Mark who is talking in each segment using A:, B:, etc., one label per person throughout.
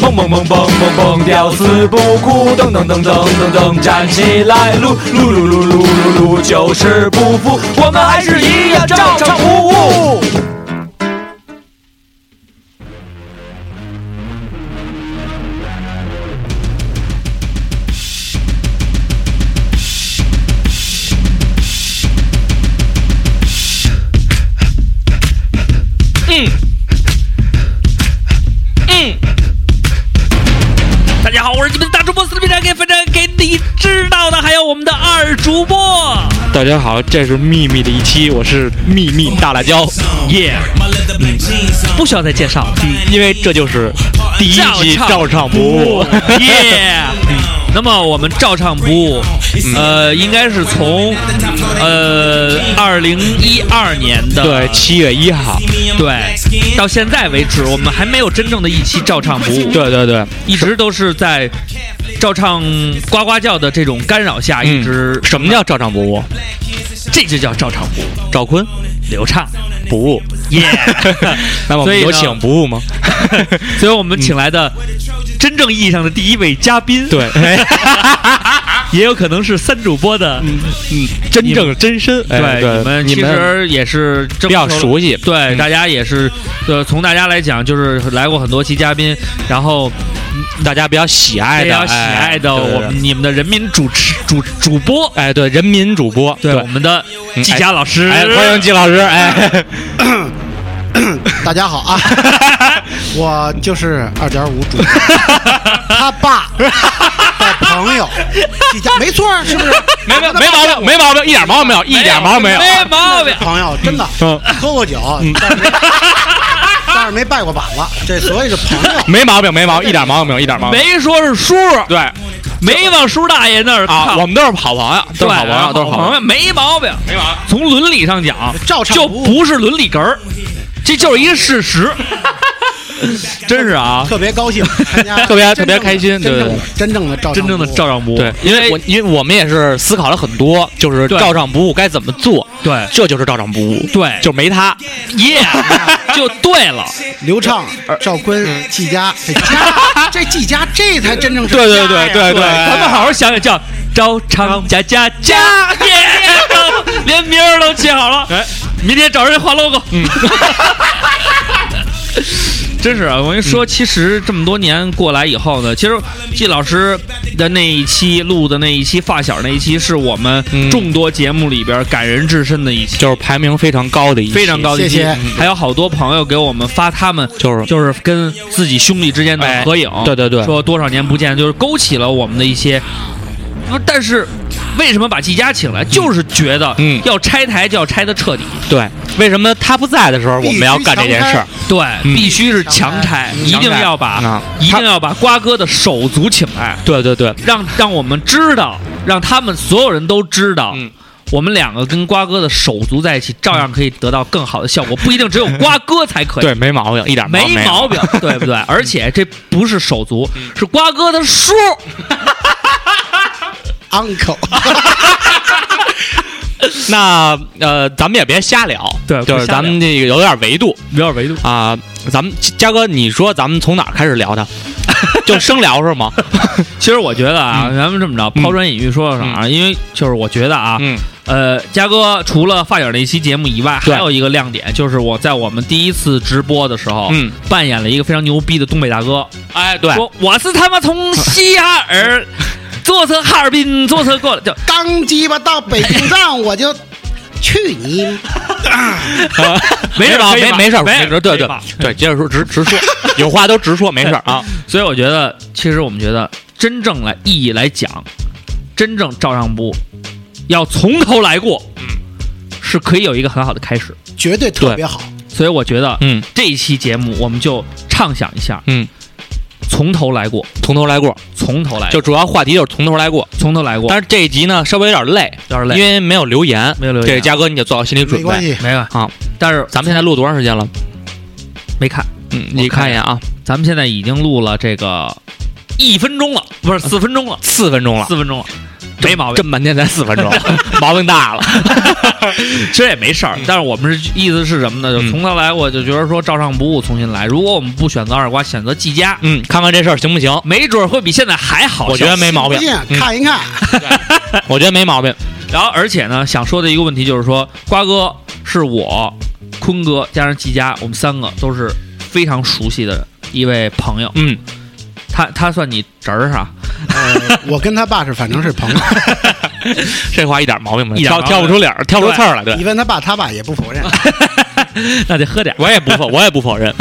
A: 蹦蹦蹦蹦蹦蹦，吊死不哭，噔噔噔噔噔噔，站起来，撸撸撸撸撸撸撸，就是不服，我们还是一样照常服务。
B: 嗯大家好，我是你们的大主播四零长给反正给你知道的，还有我们的二主播。
C: 大家好，这是秘密的一期，我是秘密大辣椒，耶、
B: 不需要再介绍了，
C: 因为这就是第一期照唱不误。
B: 耶、那么我们照唱不误，呃，应该是从呃二零一二年的
C: 对，七月一号，
B: 对到现在为止，我们还没有真正的一期照唱不误，
C: 对对对，
B: 一直都是在照唱呱呱叫的这种干扰下，一直、
C: 嗯什么叫照唱不误？
B: 这就叫照唱不误，
C: 赵坤
B: 流畅。
C: 不误，
B: 耶、
C: 那么
B: 所
C: 我们
B: 以呢
C: 有请不误吗？
B: 所以我们请来的真正意义上的第一位嘉宾，
C: 对，
B: 也有可能是三主播的，
C: 嗯真正真身，哎
B: 你们
C: 你
B: 其
C: 们
B: 实也是比
C: 比较熟悉，
B: 对，
C: 嗯
B: 大家也是，呃，从大家来讲，就是来过很多期嘉宾，然后
C: 嗯大家比较喜爱
B: 比
C: 的，
B: 较喜
C: 哎
B: 爱的
C: 对对对
B: 我们你们的人民主持主主播，
C: 哎，对，人民主播，
B: 对我们的
C: 嗯
B: 季佳老师，
C: 哎，欢迎季老师，哎，
D: 大家好啊， 我就是二点五主播，他爸的朋友，季家没错儿，啊是不是？
C: 没没没毛病，没毛病，一点毛病没有，一点毛病没有，啊
B: 没毛病，
D: 朋友真的
C: 嗯
D: 喝过酒，但是 但是没拜过把子，这所以是朋友。
C: 没毛病，没毛病，一点毛病没有，一点毛病。
B: 没说是叔，
C: 对
B: 没往叔大爷那儿
C: 啊，
B: 靠
C: 我们都是好朋友，都
B: 对啊
C: 是好朋友，都是啊好
B: 朋
C: 朋
B: 友，
C: 友。
B: 没毛病，没毛病。从伦理上讲，
D: 照唱
B: 就
D: 不误
B: 不是伦理哏儿，这就是一个事 实，真是啊，
D: 特别高兴，参加
C: 特别
D: 真正的
C: 特别开心
D: 真正
C: 对
D: 的真正的照
B: 真正的照常不误，哎
C: 对，因为我因为我们也是思考了很多，就是
B: 对
C: 照账不误该怎么做，
B: 对
C: 这就是照账不误，
B: 对，
C: 就没他，
B: 耶， 就对了，
D: 刘畅、
C: 嗯
D: 赵坤、季家，这 家这季家这才真正是
C: 对对
D: 家
C: 对
D: 呀
B: 哎
C: 对对，
B: 咱们好好想想，叫招常家家 家，耶，连名儿都起好了，
C: 哎，
B: 明天找人画 logo。真是啊！我跟你说，其实这么多年过来以后呢，其实季老师的那一期录的那一期发小那一期，是我们
C: 嗯
B: 众多节目里边感人至深的一期，
C: 就是排名非常高的一期，
B: 非常高的一期。
D: 谢谢
B: 嗯还有好多朋友给我们发他们
C: 就是
B: 就是跟自己兄弟之间的
C: 哎
B: 合影，
C: 对对对
B: 说多少年不见，就是勾起了我们的一些。不但是为什么把季佳请来，就是觉得
C: 嗯
B: 要拆台就要拆的彻底，
C: 对。为什么他不在的时候我们要干这件事儿？
B: 对，
C: 嗯
B: 必须是强拆，一定要把
C: 啊
B: 一
C: 他
B: 定要把瓜哥的手足请来，
C: 对对对，
B: 让让我们知道，让他们所有人都知道。
C: 嗯
B: 我们两个跟瓜哥的手足在一起，照样可以得到更好的效果，不一定只有瓜哥才可以。
C: 对，没毛病，嗯一点
B: 没
C: 毛
B: 毛病，对不对？而且这不是手足，是瓜哥的叔。
D: uncle，
C: 病。那呃，咱们也别瞎聊，
B: 对
C: 就
B: 不
C: 是
B: 瞎
C: 咱们这个有点维度
B: 有点维度，
C: 啊。咱们嘉哥，你说咱们从哪儿开始聊的？ 就生聊是吗？
B: 其实我觉得啊，咱们这么着
C: 嗯
B: 抛砖引玉说说啥，因为就是我觉得啊，
C: 嗯，
B: 呃，嘉哥除了发小那一期节目以外，
C: 对
B: 还有一个亮点就是我在我们第一次直播的时候，
C: 嗯，
B: 扮演了一个非常牛逼的东北大哥，
C: 哎，对，
B: 说我是他妈从西哈 尔坐车哈尔滨坐车过来，就
D: 刚鸡巴到北京站我就去你
B: 没事
C: 毛
B: 可以
C: 病，
B: 吧
C: 没没事儿，
B: 没
C: 没事儿，对
B: 可以
C: 对
B: 吧
C: 对，接着说，直直说，有话都直说，没事儿 啊。
B: 所以我觉得，其实我们觉得，真正来意义来讲，真正照上不要从头来过，
C: 嗯
B: 是可以有一个很好的开始。
D: 绝对特别好。
B: 所以我觉得
C: 嗯，
B: 这一期节目，我们就畅想一下，
C: 嗯，
B: 从头来过，
C: 从头来过，
B: 从头来，
C: 就主要话题就是从头来过。
B: 从头来过，
C: 但是这一集呢，稍微有点累，啊
B: 有点累
C: 因为没有留言，
B: 没有留言
C: 这嘉哥你得做好心理准
D: 没关
C: 备。
D: 系，
B: 没有
C: 啊，
B: 但是
C: 咱们现在录多长时间了？
B: 没看，
C: 嗯，
B: 我
C: 你
B: 看
C: 看一眼啊，
B: 咱们现在已经录了这个一分钟了，不是四分钟了，
C: 四分钟了。
B: 四分钟了。没毛病。
C: 这么半天才四 分钟，毛病大了。
B: 其实也没事儿，但是我们是意思是什么呢？就
C: 嗯
B: 从头来过，就觉得说照上不误，重新来。如果我们不选择二瓜，选择季家，
C: 嗯，看看这事儿行不行？
B: 没准儿会比现在还好。
C: 我觉得没毛病
D: 不信，
C: 嗯
D: 看一看，
C: 我觉得没毛病。
B: 然后，而且呢，想说的一个问题就是说，瓜哥是我，坤哥加上季佳，我们三个都是非常熟悉的一位朋友。
C: 嗯，
B: 他他算你侄儿啊？
D: 呃，我跟他爸是反正 是朋友，
C: 这话一点毛病没
B: 一
C: 有，
B: 点毛
C: 挑
B: 病
C: 挑不出理儿，挑不出刺儿来。对，
D: 你问他爸，他爸也 不否认。
B: 那得喝点儿。
C: 我 也不否，我也不否认。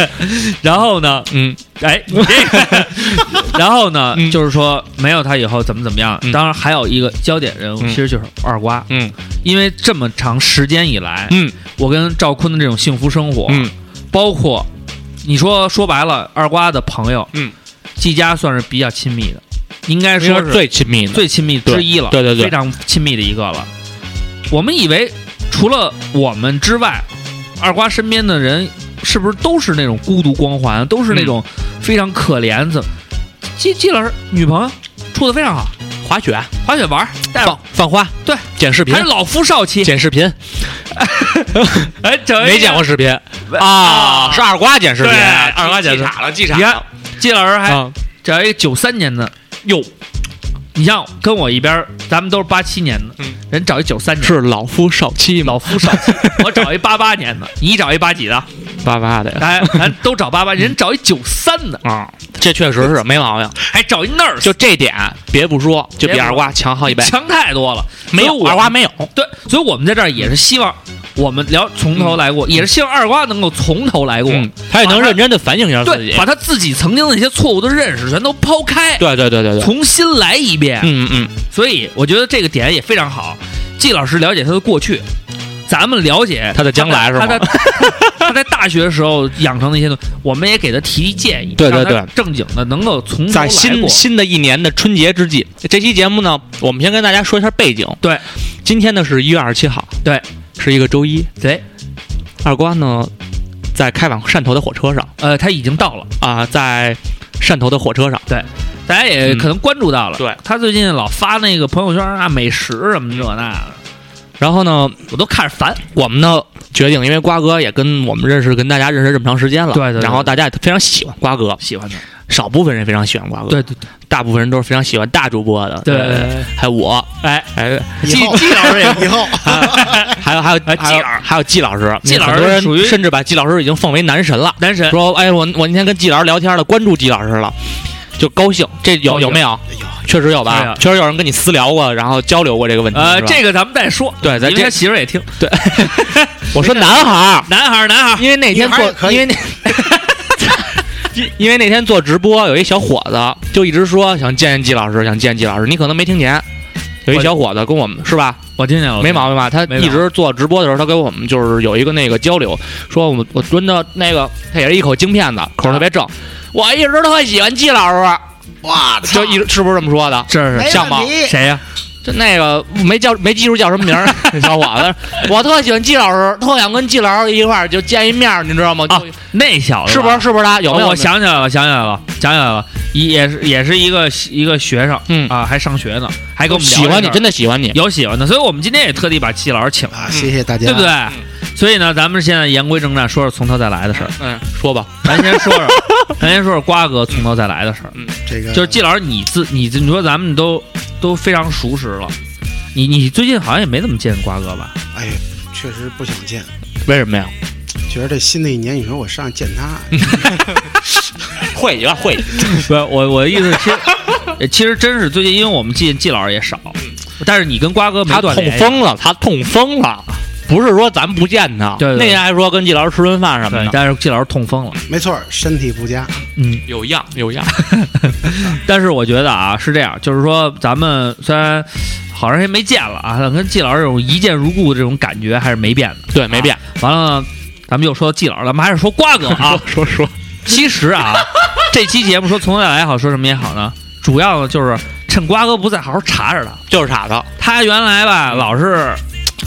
B: 然后呢，
C: 嗯，
B: 哎，你这个然后呢，
C: 嗯
B: 就是说没有他以后怎么怎么样。
C: 嗯
B: 当然，还有一个焦点人物，
C: 嗯
B: 其实就是二瓜。
C: 嗯，
B: 因为这么长时间以来，
C: 嗯，
B: 我跟赵坤的这种幸福生活，
C: 嗯，
B: 包括你说说白了，二瓜的朋友，
C: 嗯，
B: 季家算是比较亲密的，应该
C: 说
B: 说是
C: 最亲密的，
B: 最亲密之一了，
C: 对对对对
B: 非常亲密的一个了。我们以为除了我们之外，二瓜身边的人是不是都是那种孤独光环，都是
C: 嗯
B: 那种非常可怜的？季季老师女朋友处的非常好，
C: 滑雪、啊
B: 滑雪玩儿，带
C: 放放花，
B: 对，
C: 剪视频
B: 还，是老夫少妻，
C: 剪视 频，
B: 哎，整一
C: 没
B: 个
C: 剪过视频
B: 啊
C: 啊，是二瓜剪视频
B: 对
C: 啊，二瓜剪视
B: 记
C: 频
B: 岔
C: 了，记
B: 岔了季老师还
C: 啊，
B: 找一个九三年的，哟，你像跟我一边儿，咱们都是八七年的，
C: 嗯
B: 人找一九三年，
C: 是 老夫少妻嘛，
B: 老夫少妻，我找一八八年的，你找一八几的，
C: 巴巴的呀
B: 咱咱都找八八，人找一九三的，
C: 啊，这确实是没毛病。
B: 还找一那儿，
C: 就这点，别不说，就比
B: 别不说
C: 二瓜强好几倍。
B: 强太多了，所
C: 没
B: 以
C: 有
B: 我
C: 二瓜没有，
B: 对，所以我们在这儿也是希望。我们聊从头来过，也是希望二瓜能够从头来过，
C: 嗯，他也能认真的反省一下自己
B: 对，。把他自己曾经的那些错误的认识全都抛开，
C: 对对对对对，
B: 重新来一遍。
C: 嗯嗯
B: 所以我觉得这个点也非常好。季老师了解他的过去，咱们了解
C: 他的将来是吗
B: 他在他在大学的时候养成的一些东西，我们也给他提提建议，
C: 对对
B: 让他
C: 对
B: 正经的能够从
C: 嗯，
B: 头
C: 在
B: 来
C: 新
B: 过。
C: 新的一年的春节之际，这期节目呢，我们先跟大家说一下背景。
B: 对，
C: 今天呢是一月二十七号，
B: 对，
C: 是一个周一。
B: 对，
C: 二瓜呢，在开往汕头的火车上
B: 呃，他已经到了，
C: 啊、在汕头的火车上，
B: 大家也
C: 嗯
B: 可能关注到了。
C: 对
B: 他最近老发那个朋友圈啊，美食什么这那的，
C: 然后呢，
B: 我都看着烦。
C: 我们呢决定，因为瓜哥也跟我们认识，跟大家认识这么长时间了，
B: 对对对
C: 然后大家也非常喜欢瓜哥，
B: 喜欢他，
C: 少部分人非常喜欢瓜哥，
B: 对对对
C: 大部分人都是非常喜欢大主播的，
B: 对
C: 呃，还有我，
B: 哎，
C: 哎，
D: 以
C: 季
D: 后啊
C: 季老师也，
D: 以后
C: 还有还有
B: 哎
C: 还有
B: 季老
C: 还有季老师，
B: 季老师
C: 很多人
B: 属于
C: 甚至把季老师已经奉为男神了，
B: 男神，
C: 说哎我我那天跟季老师聊天了，关注季老师了，就高兴，这有
B: 高兴
C: 有没有？
D: 有
C: 确实有
B: 对
C: 吧
B: 啊？
C: 确实有人跟你私聊过，然后交流过这个问题。
B: 呃，
C: 是吧
B: 这个咱们再说，
C: 对，咱
B: 因为
C: 这
B: 他媳妇儿也听。
C: 我说男孩儿，
B: 男孩儿，男孩儿，
C: 因为那天
D: 女孩
C: 做
D: 也，可以
C: 因为那， 因因为那天做直播，有一小伙子就一直说想见见季老师，想见季老师。你可能没听见，有一
B: 我
C: 小伙子跟我们是吧？
B: 我听见了，
C: 哦没毛病吧？他
B: 没毛
C: 一直做直播的时候，他跟我们就是有一个那个交流，说我们我蹲的那个，他也是一口京片子，口儿特别正。我一直都很喜欢季老 师，
D: 哇操
C: 就，一直是不是这么说的？
B: 这是
D: 没
C: 像吗
D: 问题
B: 谁呀？
C: 就那个没叫没记住叫什么名儿， 小伙子，我特喜欢季老师，特想跟季老师一块儿就见一面儿，你知道吗？
B: 啊
C: 就是
B: 那小子
C: 是不是？？是不是他？有没有？
B: 我想起来了，想起来了，想起来了，也也是也是一个一个学生，
C: 嗯
B: 啊，还上学呢，还跟我们聊
C: 喜欢
B: 这
C: 你，
B: 事儿
C: 真的喜欢你。
B: 有喜欢的，所以我们今天也特地把季老师请来，嗯
D: 啊，谢谢大家，
B: 对不对？所以呢，咱们现在言归正传，说说从头再来的事儿。
C: 嗯，说吧，
B: 咱先说说，咱先说说瓜哥从头再来的事儿。
D: 这个
B: 就是季老师，你自你你说咱们都都非常熟识了，你你最近好像也没怎么见瓜哥吧？
D: 哎，确实不想见，
C: 为什 么呀？
D: 觉得这新的一年，你说我上去见他，
B: 嗯
C: 会有点会，
B: 不是我我的意思，其实呃其实真是最近，因为我们见季老师也少，但是你跟瓜哥没
C: 他
B: 断
C: 痛
B: 联系
C: 风了，他痛风了，不是说咱不见他。
B: 对对对
C: 那天还说跟季老师吃顿饭什么
B: 对，
C: 的，
B: 但是季老师痛风了，
D: 没错，身体不佳，
B: 嗯，
C: 有样有样。
B: 但是我觉得啊是这样，就是说咱们虽然好长时间没见了啊，但跟季老师这种一见如故的这种感觉还是没变的。
C: 对，没变。
B: 完了，咱们又说季老师，咱们还是说瓜哥啊。
C: 说说，
B: 其实啊， 这期节目说从头再来也好，说什么也好呢，主要呢就是趁瓜哥不在，好好查查他。
C: 就是傻子，
B: 他原来吧老是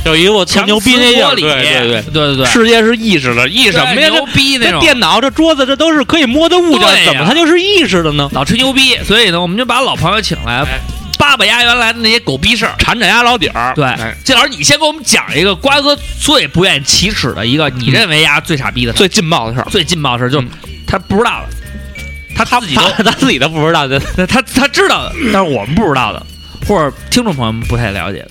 C: 有一个我嗯吹
B: 强
C: 牛逼那劲
B: 锅
C: 儿
B: 里，
C: 对对对
B: 对对对，
C: 世界是意识的，意识什么呀？
B: 对牛
C: 这
B: 逼那
C: 这
B: 种，
C: 电脑、这桌子，这都是可以摸的物
B: 对呀
C: 件，怎么它就是意识的呢？
B: 老吹牛逼，所以呢，我们就把老朋友请来
C: 哎，
B: 叭把丫原来的那些狗逼事儿。
C: 缠着丫老底儿。
B: 对
C: 哎，
B: 这老师，你先给我们讲一个瓜哥最不愿意启齿的一个，你认为丫最傻逼的事儿、
C: 嗯最嗯劲爆的事儿，
B: 最劲爆的事儿，就是他不知道的，他自己都
C: 他他自己都不知道，这
B: 他他他知道的，但是我们不知道的，或者听众朋友们不太了解的，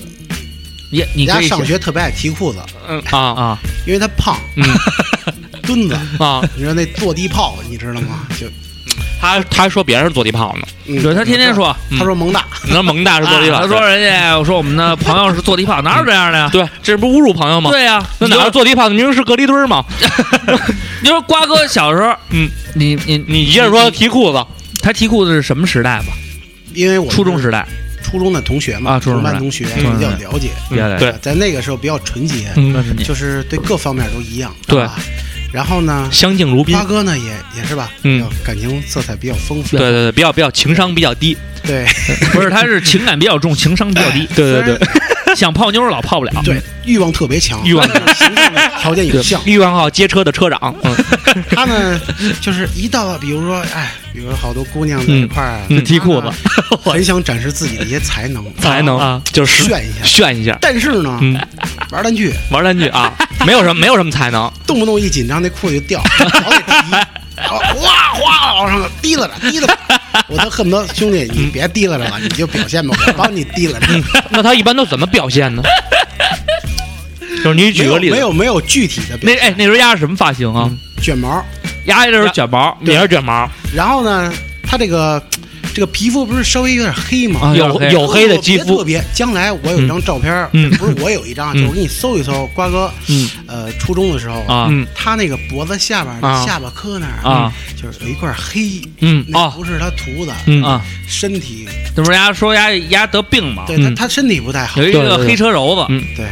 B: 也你
D: 人
B: 可
D: 家
B: 以
D: 上学特别爱提裤子，
C: 嗯啊
B: 啊，
D: 因为他胖，墩子。
C: 啊，
D: 你说那坐地炮，你知道吗？就
C: 他他还说别人是坐地炮呢，
D: 嗯
B: 嗯对他天天 说，
D: 他说蒙大，
C: 你说蒙大是坐地炮，
B: 啊他说人家我说我们的朋友是坐地炮，哪有这样的呀？
C: 对，这不侮辱朋友吗？
B: 对呀、
C: 那
B: 你
C: 哪
B: 就是
C: 坐地炮？明明是隔离墩儿嘛。
B: 你说瓜哥小时候，
C: 嗯，
B: 你你你
C: 你接着说提裤子，
B: 他提裤子是什么时代吧？
D: 因为我
B: 初中时代，
D: 初中的同学嘛，
B: 啊初中时代
D: 班同学
B: 嗯
D: 比较了解，
B: 别来
C: 对，嗯
D: 在那个时候比较纯洁，
B: 那是你
D: 就是对各方面都一样，
C: 对
D: 啊。然后呢，
C: 相敬如宾
D: 瓜。哥呢也也是吧，
C: 嗯，
D: 感情色彩比较丰富，
C: 对对对，比较比较情商比较低。
D: 对
B: 不是他是情感比较重，情商比较低，
C: 对对
D: 对
B: 想泡妞老泡不了。
D: 对，欲望特别强，
C: 欲望
D: 就是形象的条件有
C: 对
D: 像，。
C: 欲望号接车的车长，嗯，
D: 他呢就是一到了比如说哎，比如说好多姑娘在
C: 嗯
D: 一块儿啊，他
C: 嗯
D: 呢
C: 提裤子，
D: 很想展示自己的一些才能，
C: 才能
B: 啊
C: 就是
D: 炫一下。
C: 炫一下，
D: 但是呢，
C: 嗯，
D: 玩单据
C: 玩单句 啊，没有什么没有什么才能，
D: 动不动一紧张那裤子就掉， 老得提，然后哗哗往上提拉着，提拉 着，我都恨不得兄弟你别提拉着了，你就表现吧，我帮你提拉着。
C: 那他一般都怎么表现呢？就是你 举个例
D: 没
C: 子，
D: 有没有具体的表
B: 那哎，那时候丫是什么发型啊？
D: 卷毛，
B: 丫这是卷毛，
C: 也是卷毛，
D: 然后呢，他这个这个皮肤不是稍微有点黑吗？
B: 啊
C: 有
B: 有
C: 有黑的
D: 特别
C: 肌
D: 特
C: 肤，
D: 别。将来我有一张照片儿，
C: 嗯
D: 不是我有一张，就
C: 嗯
D: 是我给你搜一搜，瓜哥，
B: 嗯
D: 呃，初中的时候，
B: 啊
C: 嗯
D: 他那个脖子下边儿、
C: 啊
D: 下巴颏那儿
B: 啊，
D: 就是有一块黑，
C: 嗯
D: 那
C: 哦
D: 不是他涂的，
C: 嗯
B: 啊，
D: 身体，
B: 那不是丫说丫丫得病嘛，
D: 对他
C: 嗯
D: 他身体不太好
B: 有，一
C: 对
B: 个
C: 对对
B: 黑车柔子
C: 嗯，
D: 对。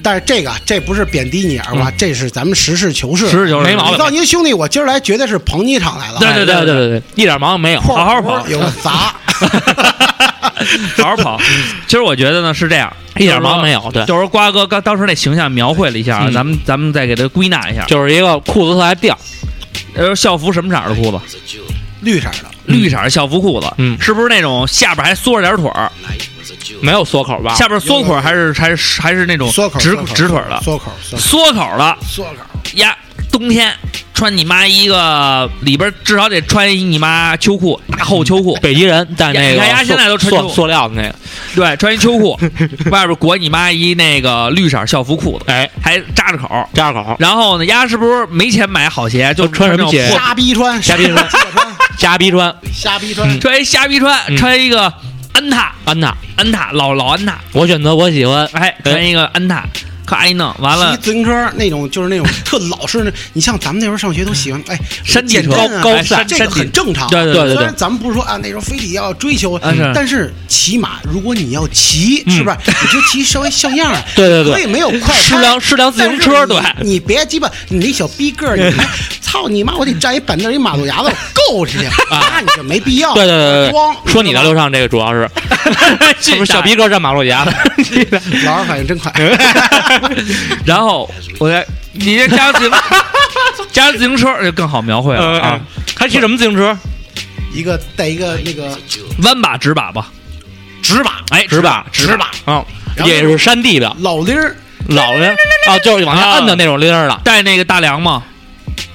D: 但是这个啊这不是贬低你二瓜，这是咱们实事求是。
B: 嗯实事求是
C: 没毛病
D: 我告诉您兄弟，我今儿来绝对是捧你场来了，
B: 对
C: 哎对对对对，一点毛病没有，
D: 括
C: 好好
D: 弧
C: 跑，
D: 有砸，
B: 好好跑。其实我觉得呢是这样，
C: 嗯一点毛病没有，对，
B: 就是瓜哥刚当时那形象描绘了一下，
C: 嗯
B: 咱们咱们再给他归纳一下。
C: 就是一个裤子特爱掉，
B: 呃，校服什么色儿的裤子？
D: 绿色的，
B: 绿色儿校服裤子，
C: 嗯
B: 是不是那种下边还缩着点腿儿？
C: 没有缩口吧？
B: 下边缩腿儿还是还是还是那种
D: 缩口
B: 哦直
D: 缩口
B: 直腿儿的？
D: 缩口缩口
B: 缩口儿的
D: 缩口，
B: 呀，冬天穿你妈一个里边至少得穿一你妈秋裤，大厚秋裤，
C: 北极人戴那
B: 你
C: 个
B: 看丫
C: 塑，
B: 现在都穿
C: 塑
B: 秋裤
C: 塑料的那个，
B: 对，穿一秋裤， 外边裹你妈一那个绿色校服裤子，
C: 哎，
B: 还扎着口儿。
C: 扎口，
B: 然后呢，丫是不是没钱买好鞋，就
C: 都穿
B: 穿
C: 什
B: 这种
C: 么鞋
B: 破
D: 瞎逼穿，
C: 瞎逼穿
D: 瞎穿，
C: 瞎逼穿，
D: 瞎逼穿，
B: 穿一瞎逼穿，
C: 嗯
B: 穿一个安踏，
C: 安娜，
B: 安踏老老安踏，
C: 我选择我喜欢，
B: 哎，穿一个安踏，咔一弄完了
D: 骑，自行车那种就是那种特老式的，你像咱们那时候上学都喜欢哎，
B: 山地
D: 简
B: 车
D: 单啊
B: 高
D: 哎
B: 山
D: 这个
B: 山地
D: 很正常。
B: 对
C: 对对
D: 虽
C: 对
D: 然，咱们不是说啊，那时候非得要追求
B: 啊是，
D: 但是骑马如果你要骑，是不是你就骑稍微像样儿？
C: 嗯对对对
D: 可以没有快拍
C: 适量适量自行车
D: 但是你
C: 对
D: 你别鸡巴你那小逼个儿， 你哎操你妈！我得站一板凳一马路牙子，我够去，那你就没必要。
C: 啊对对对对
D: 光
C: 对，说你呢，刘畅，这个主要是 是不是小逼哥站马路 牙子？
D: 老二反应真 快。
B: 然后我再，你这加自行， 加自行车就更好描绘
C: 呃
B: 了啊，
C: 嗯还骑什么自行车？
D: 一个带一个那个
B: 弯把直把吧，
D: 直把，
B: 哎，
C: 直把
B: 直把，
C: 啊，
D: 然后
C: 也是山地的，
D: 老铃儿
C: 老的啊，就是往下摁的那种铃儿的。
B: 带那个大梁嘛，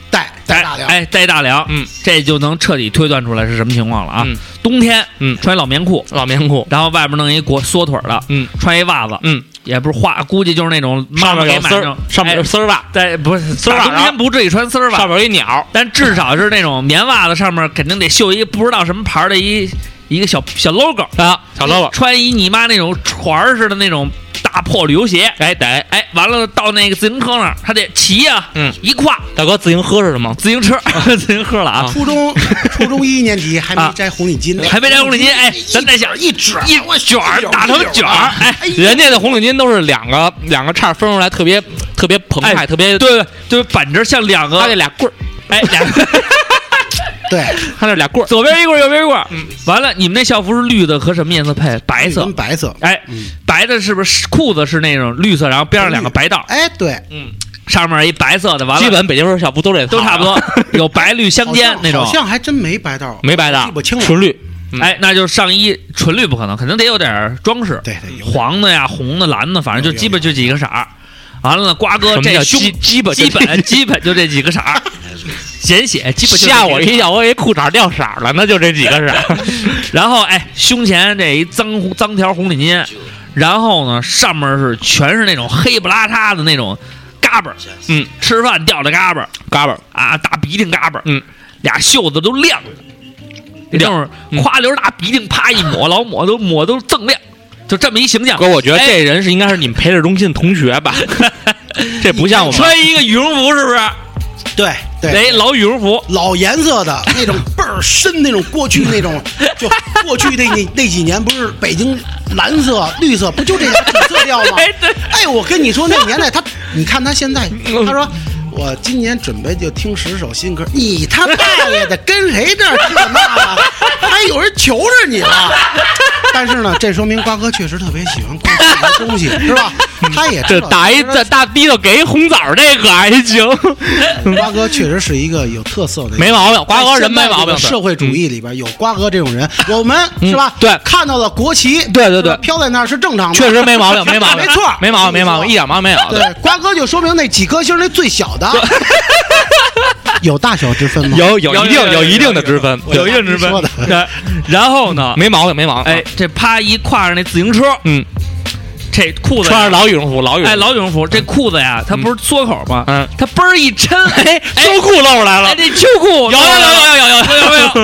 D: 带带大梁，
B: 哎，带大梁，
C: 嗯，
B: 这就能彻底推断出来是什么情况了啊
C: 嗯。
B: 冬天，
C: 嗯
B: 穿一老棉裤，
C: 老棉裤，
B: 然后外边弄一裹缩腿儿的，
C: 嗯
B: 穿一袜子，
C: 嗯，
B: 也不是花，估计就是那种妈
C: 上
B: 妈
C: 面
B: 给
C: 有
B: 买
C: 丝
B: 那种
C: 儿，，上面
B: 哎
C: 有丝儿袜，
B: 在不是丝啊
C: 儿袜
B: 冬
C: 然
B: 天
C: 后
B: 不至于穿丝儿
C: 上
B: 袜，
C: 面有一鸟，
B: 但至少是那种棉袜子上面肯定得绣一不知道什么牌儿的一一个小小 logo 啊，
C: 小 logo
B: 穿一你妈那种船儿似的那种大破旅游鞋，哎得哎，完了到那个自行车那儿，他得骑呀、
C: 嗯
B: 一跨
C: 大哥自行喝是什么？
B: 自行 车，自行车了啊。
D: 初中初中一年级还没摘红领巾呢，
B: 还没摘红领巾，哎，咱再想一啊卷一卷儿打成卷儿，哎，
C: 人家的红领巾都是两个两个叉分出来，特别特别澎
B: 哎
C: 湃，特别
B: 对对，就是板着像两
C: 他这
B: 个，
C: 俩棍儿，
B: 哎，两个
D: 对，
C: 他这俩棍儿，嗯
B: 左边一棍儿，右边一棍儿。完了，你们那校服是绿的和什么颜色配？白色
D: 跟。白色，
B: 哎，
D: 嗯，
B: 白的是不是裤子是那种绿色，然后边上两个白道，
D: 哎，对，
B: 嗯上面一白色的，完
C: 基
B: 了
C: 本北京市校服都这套
B: 都差不多，有白绿相
D: 好
B: 间
D: 像
B: 那种嗯
D: 好。像还真没白道，
C: 没白的
D: 记不清，了
C: 纯绿，嗯
B: 哎，那就是上衣纯绿不可能，肯定得有点儿装饰，
D: 对对，有
B: 黄的呀、红的、蓝的，反正就基本就几个色儿。完了，瓜哥
C: 什么
B: 这
C: 叫
B: 胸
C: 基基本
B: 基本 基本就这几个色 儿，简写基本就这几个色儿
C: 吓我一跳，我以为裤衩掉色儿了呢，就这几 个色儿。
B: 然后哎，胸前这一脏红脏条红领巾，然后呢上面是全是那种黑不拉碴的那种嘎巴儿，
C: 嗯，
B: 吃饭掉的嘎巴儿
C: 嘎巴儿，
B: 啊，大鼻涕嘎巴儿，
C: 嗯，
B: 俩袖子都亮着，那种
C: 嗯
B: 夸溜大鼻涕啪一抹，老抹都抹都锃亮，就这么一形象。
C: 哥，我觉得
B: 哎
C: 这人是应该是你们培智中心的同学吧？这不像我们。
B: 穿一个羽绒服是不是？
D: 对对。
B: 哎，老羽绒服，
D: 老颜色的那种倍儿深那种，过去那种，就过去那那那几年不是北京蓝色、绿色，不就这俩主色调吗？哎，我跟你说，那年代他，你看他现在，他说我今年准备就听十首新歌，你他大爷的跟谁这儿这那了？还有人求着你了。 但是呢，这说明瓜哥确实特别喜欢瓜哥的东西，是吧？他也知
C: 这
D: 道
C: 打一
D: 其实
C: 这大逼头给一红枣儿，这个还行，
D: 瓜哥确实是一个有特色的人，
C: 没毛病。瓜哥人没
D: 在现在这
C: 毛病，
D: 个社会主义里边有瓜哥这种人，我们
C: 嗯
D: 是吧？
C: 对
D: 看到了国旗，
C: 对对对
D: 是吧飘在那儿是正常的，
C: 确实没毛病，没毛病，
D: 没错
C: 没毛病，没毛病，一点毛病没有。
D: 对，瓜哥就说明那几颗星那最小 的，有大小之分吗？
C: 有有一定
B: 有有有
C: 一定的之分，
D: 有一定之分
C: 对
D: 说的
B: 然然后呢？
C: 没毛病，没毛病。
B: 哎，，这啪一挎着那自行车，
C: 啊嗯，
B: 这裤子
C: 穿着老羽绒服，老羽绒服
B: 哎，老羽绒服这裤子呀，它不是缩口吗？
C: 嗯，
B: 它嘣儿一 抻，哎，
C: 秋裤露出来
B: 哎，
C: 了，
B: 这秋裤
C: 有有有有有
B: 有有有，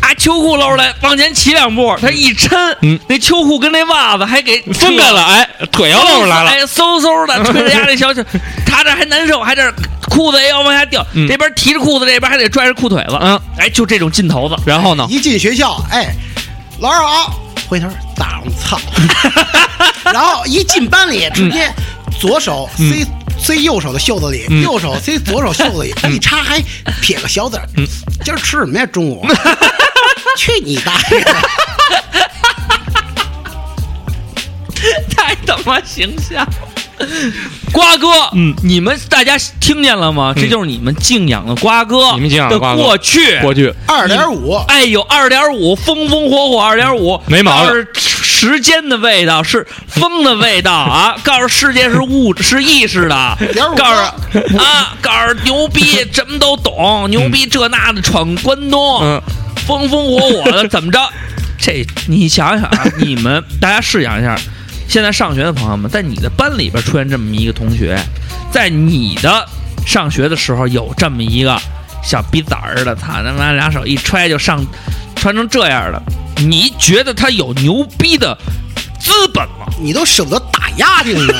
B: 啊，秋裤露出来，往前骑两步，它一抻，
C: 嗯
B: 那秋裤跟那袜子还给
C: 分开了，哎，腿又露出来了，
B: 哎，嗖嗖 的推着家那小腿，他这还难受，还这裤子也要往下掉，
C: 嗯
B: 这边提着裤子，这边还得拽着裤腿子，
C: 嗯，
B: 哎，就这种劲头子，
C: 然后呢？
D: 一进学校，哎，老师好，回头大我操，然后一进班里直接左手塞塞右手的袖子里，
C: 嗯
D: 右手塞左手袖子里，一插还撇个小子儿，今儿吃什么呀？中午，去你大爷的！
B: 太他妈形象。 瓜哥，嗯，你们大家听见了吗？这就是你们敬仰的瓜哥，
C: 嗯你们敬仰的
B: 的
C: 瓜哥
B: 过去，
C: 过去
D: 二点五，
B: 哎，有二点五，风风火火，二点五，
C: 嗯没毛病
B: 告诉时间的味道是风的味道 啊！告诉世界是物是意识的
D: 2.5，
B: 告诉啊，告诉牛逼什么都懂，牛逼这那的闯关东，
C: 嗯
B: 风风火火的怎么着？这你想想啊，你们大家试想一下，现在上学的朋友们，在你的班里边出现这么一个同学，在你的上学的时候有这么一个小逼崽儿的，他他妈俩手一揣就上，穿成这样的，你觉得他有牛逼的资本吗？
D: 你都舍不得打压挺呢。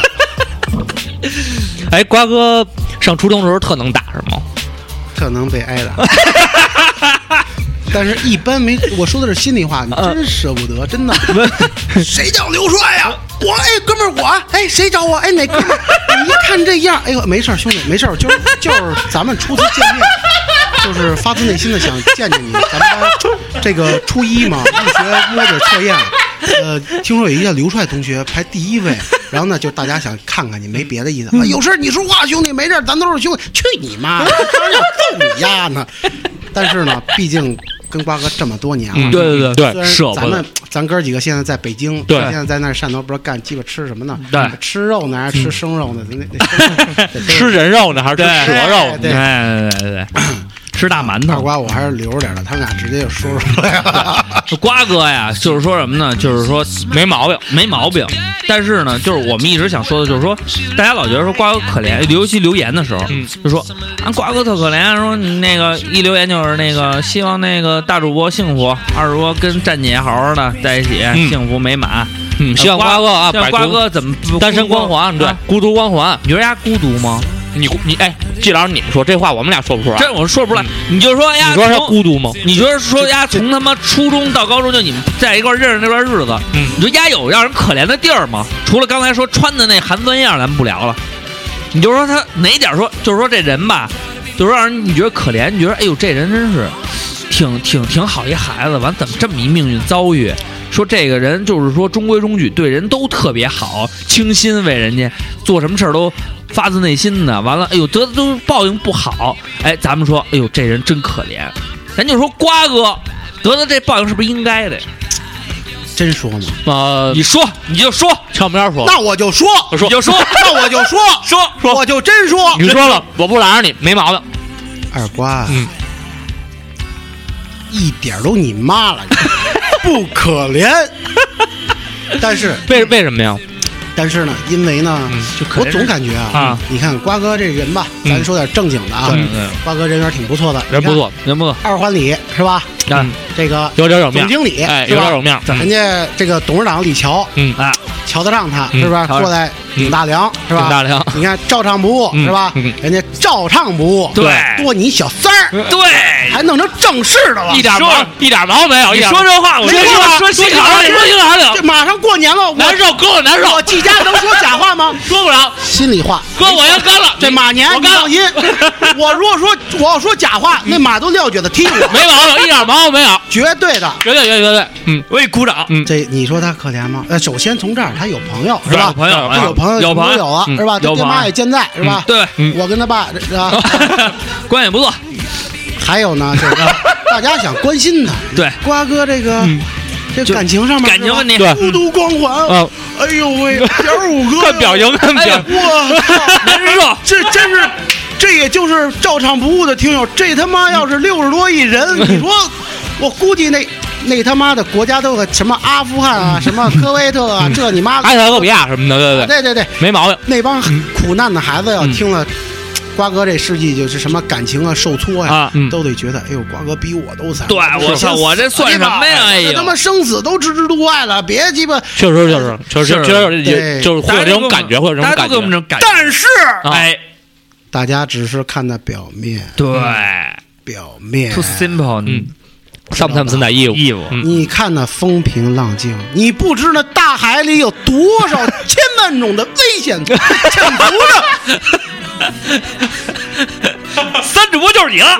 C: 哎，瓜哥上初中的时候特能打是吗？
D: 可能被挨打。 但是，一般没我说的是心里话，你真舍不得，真的。谁叫刘帅呀、我哎，哥们儿，我哎，谁找我？哎，哪哥们儿？你一看这样，哎呦，没事儿，兄弟，没事儿，就是就是咱们初次见面，就是发自内心的想见见你。咱们班这个初一嘛，入学摸着测验，呃，听说有一个刘帅同学排第一位，然后呢，就大家想看看你，没别的意思。啊有事儿你说话，兄弟，没事儿，咱都是兄弟。去你妈！当然要揍你丫呢。但是呢，毕竟跟瓜哥这么多年了，
C: 嗯
B: 对对
C: 对
D: 虽
B: 舍
D: 然
B: 不
D: 咱
B: 得
D: 们咱哥儿几个现在在北京，
C: 对
D: 现在在那儿汕头不知道干鸡巴吃什么呢？
B: 对
D: 吃肉呢还是吃生肉呢？那那得
C: 吃人肉呢还是吃
B: 对
C: 蛇肉？
D: 对
B: 对对对，吃大馒
D: 二
B: 头。
D: 瓜我还是留着点儿的，他们俩直接就说出来了。
B: 瓜哥呀，就是说什么呢？就是说
C: 没毛病，
B: 没毛病。但是呢，就是我们一直想说的，就是说，大家老觉得说瓜哥可怜，尤其留言的时候，
C: 嗯
B: 就说啊瓜哥特可怜，说你那个一留言就是那个希望那个大主播幸福，二主播跟站姐好好的在一起，
C: 嗯
B: 幸福美满。
C: 嗯，希望瓜哥啊，
B: 希望
C: 摆
B: 瓜
C: 脱
B: 哥怎么不
C: 单身光环，对
B: 啊，
C: 孤独光环。
B: 你觉得人家孤独吗？
C: 你你哎，季老师，你们说这话我们俩说不出来。
B: 这我说不出来。你就说呀，
C: 嗯你说他
B: 从
C: 孤独吗？
B: 你觉得说丫从他妈初中到高中，就你们在一块儿认识那段日子，
C: 嗯
B: 你说丫有让人可怜的地儿吗？除了刚才说穿的那寒酸样儿，咱们不聊了。你就说他哪点儿说，就是说这人吧，就是让人你觉得可怜，你觉得哎呦这人真是挺挺挺好一孩子，完怎么这么一命运遭遇？说这个人就是说中规中矩，对人都特别好，倾心为人家，做什么事儿都发自内心的。完了，哎呦得的都是报应不好，哎，咱们说，哎呦这人真可怜。咱就说瓜哥，得到这报应是不是应该的呀？
D: 真说吗？
C: 啊，
B: 呃你说，你就说，
C: 俏苗说，
D: 那我就说，
C: 我说
B: 你就说，
D: 那我就说，
B: 说说，
D: 我就真说。
C: 你说了，我不拦着你，没毛病。
D: 二瓜，啊
C: 嗯
D: 一点儿都你妈了，不可 怜。但是，
C: 为为什么呀？
D: 但是呢，因为呢，
B: 嗯
C: 嗯
B: 就可
D: 我
B: 怜
D: 总感觉啊
C: 啊，
D: 你看瓜哥这人吧，咱说点正经的啊，
B: 对对，
D: 瓜哥人缘挺不错的，
C: 嗯人不错，
B: 嗯人不错，
D: 你看。二环里是吧？
C: 嗯，
D: 这个
C: 有点有
D: 总，
C: 面
D: 经理
B: 嗯
C: 哎，
D: 是
C: 有点
D: 吧？
C: 有面。
D: 人家这个董事长李乔
C: 嗯，
B: 啊，
D: 瞧得上他，
C: 嗯
D: 是吧？
B: 瞧着
D: 过来顶大梁是吧？
C: 挺大
B: 啊
C: 量。
D: 你看照唱不误
C: 嗯
D: 是吧
C: 嗯？
D: 人家照唱不误，
B: 对
D: 多你小三儿，
B: 对，
D: 还弄成正式的了
C: 一。点
B: 说
C: 毛一点毛没有，
B: 你
C: 一点
B: 说这话，我
D: 没
B: 说
D: 错
B: 话
D: 啊
B: 说心
C: 心
B: 坎
C: 坎
B: 儿
C: 里，
B: 里，
C: 说心坎里
D: 这马上过年了，我
C: 难受，哥我难受
D: 我，季家能说假话吗？
C: 说不了，
D: 心里话，
C: 哥我要干了，
D: 这马年
C: 我
D: 你
C: 干了
D: 放， 心， 我如果说我要说假话，那马都撂蹶子踢 我，
C: 没毛病，一点毛病没有，
D: 绝对的。
C: 绝对绝对绝对，嗯，
B: 我给鼓掌，
C: 嗯
D: 这你说他可怜吗？呃，首先从这儿他有朋友是
B: 有
D: 吧？
B: 朋友，
D: 他有朋友，
B: 有
D: 什么
B: 朋友
D: 都有啊，
C: 嗯
D: 是吧？他
B: 有
D: 爹
B: 朋
D: 妈
B: 友
D: 也健在是吧？
B: 对，
C: 嗯
D: 我跟他爸 是吧？
B: 关系不错，
D: 还有呢，这个大家想关心他，
B: 对，嗯
D: 瓜哥这个这感情上面
B: 感情问题嗯
D: 是吧孤独光环，
C: 啊，
D: 哎呦 喂，点五哥，
C: 看表，情，看
B: 哎
C: 表
B: 呀
C: 情，
D: 我操，
B: 难受，
D: 这真是，这也就是照常不误的听友，这他妈要是六十多亿人，你说我估计那那他妈的国家都有个什么阿富汗啊，什么科威特啊，这你妈的，
C: 埃塞俄比亚什么的，
B: 嗯
C: 对对对，
D: 对对对，
C: 没毛病，
D: 那帮苦难的孩子要
C: 嗯
D: 听了。瓜哥这事迹就是什么感情啊受挫呀、
B: 啊
C: 嗯
D: 都得觉得，哎呦，瓜哥比我都惨。
B: 对我操，我这算什么呀？哎
D: 这他妈
B: 呀，
D: 生死都置之度外了，别鸡巴。
C: 确实就是确实
B: 是
C: 确实
D: 对
C: 也就是会有这种感觉，会有这
B: 大
C: 种
B: 家
C: 感
B: 都给我们这
C: 觉，
B: 种感觉，但是哎，
D: 大家只是看到表面，
B: 嗯对
D: 表面。
B: ，too simple，嗯，
C: 上不上身在衣服，
B: 义务，
C: 嗯
D: 你看那风平浪静，你不知那大海里有多少千万种的危 险潜伏着。
B: 三主播就是你 了，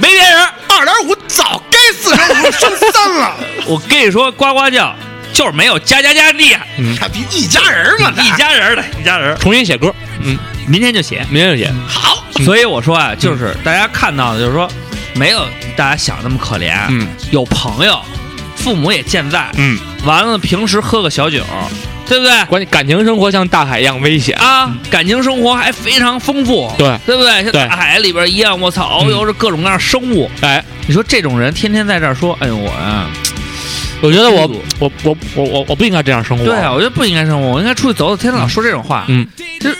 B: 没别人。
D: 二点五早该四舍五入升三了，
B: 我跟你说，呱呱叫就是没有加加加厉害，
D: 还比一家人嘛，
B: 一家人儿的，一家人儿。
C: 重新写歌，嗯，
B: 明天就写。
C: 明天就写，
D: 好。
C: 嗯
B: 所以我说啊，就是大家看到的，就是说没有大家想那么可怜，
C: 嗯
B: 有朋友，父母也健在，
C: 嗯，
B: 完了平时喝个小酒，对不对？
C: 关键感情生活像大海一样危险，
B: 啊，感情生活还非常丰富，
C: 嗯对
B: 对不对？像
C: 对嗯
B: 大海里边一样，我操，遨游着各种各样的生物。
C: 哎，
B: 你说这种人天天在这儿说，哎呦我啊，
C: 我觉得我
B: 孤独
C: 我我我我我不应该这样生活，
B: 对啊，我觉得不应该生活，我应该出去走走，天天老说这种话，
C: 嗯，
B: 就是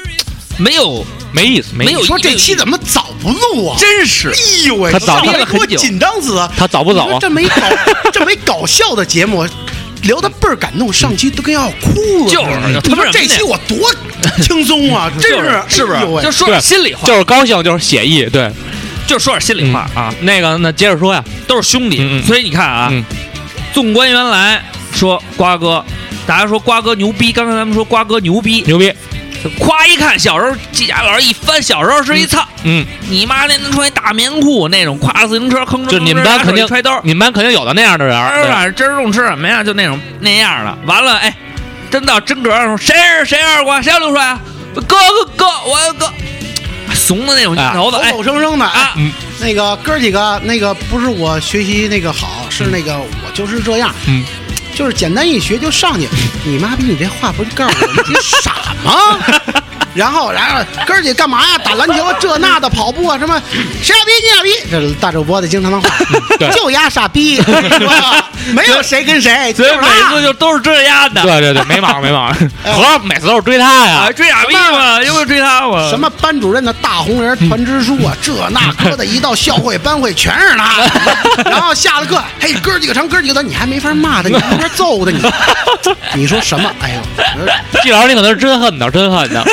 B: 没有
C: 没意思，没
B: 没
C: 意思
B: 有
D: 你说这期怎么早不录啊？
B: 真实，
D: 哎呦喂，
C: 他早
D: 上来
B: 憋了
D: 给我
B: 很久
D: 紧张死啊！
C: 他早不早
D: 你说
C: 啊？
D: 这没 搞这没搞笑的节目，聊的倍儿感动，上期都跟要哭了。
B: 就是
D: 你
B: 他妈什
D: 说
B: 么
D: 这期
B: 呀
D: 我多轻 松啊，真是
B: 是不
D: 哎
B: 是
D: 呦？喂
B: 就说点心里话，
C: 就是高兴，就是写意，对，嗯
B: 就说点心里话啊，
C: 那个那接着说呀，
B: 都是兄弟，
C: 嗯嗯
B: 所以你看啊，
C: 嗯
B: 纵观原来说瓜哥，大家说瓜哥牛逼，刚才咱们说瓜哥牛逼，
C: 牛逼，
B: 夸一看小时候纪家老师一翻，小时候是一操、
C: 嗯，
B: 你妈那能穿一大棉裤那种，挎着自行车吭哧吭哧，
C: 就你们班
B: 拿手
C: 肯定
B: 一揣兜儿，
C: 你们班肯定有的那样的人儿，
B: 今
C: 对吧
B: 晚今儿中吃什么呀？就那种那样的，完了哎，真到真格儿的时候，谁是谁二瓜，谁要六帅啊？哥哥哥，我哥，哎怂的那种劲头子，哎
D: 口口声声的
B: 啊
D: 啊，那个哥几个，那个不是我学习那个好，是那个我就是这样，
C: 嗯，
D: 就是简单一学就上去。你妈逼，你这话不就告诉我们你傻 吗？然后，然后哥儿几个干嘛呀？打篮球啊这那的，跑步啊什么？
B: 嗯
D: 谁傻逼？你傻逼？这是大主播的经常的话，
C: 对
D: 就丫傻逼，是 吧没有谁跟谁，就
B: 所以
D: 是啊
B: 每次
D: 他。
B: 就都是这样的。
C: 对对对，没毛病没 毛病，
D: 哎
C: 合着每次都是追他呀
B: 啊，，追傻逼嘛，又会追他嘛。
D: 什？么班主任的大红人团支书啊，这那哥的，一到校会班会全是他。然后下了课，嘿，哥儿几个成，哥儿几个短，你还没法骂他，你还没法揍他，你你说什么？哎呦，
C: 季老师你可能是真恨他，真恨他，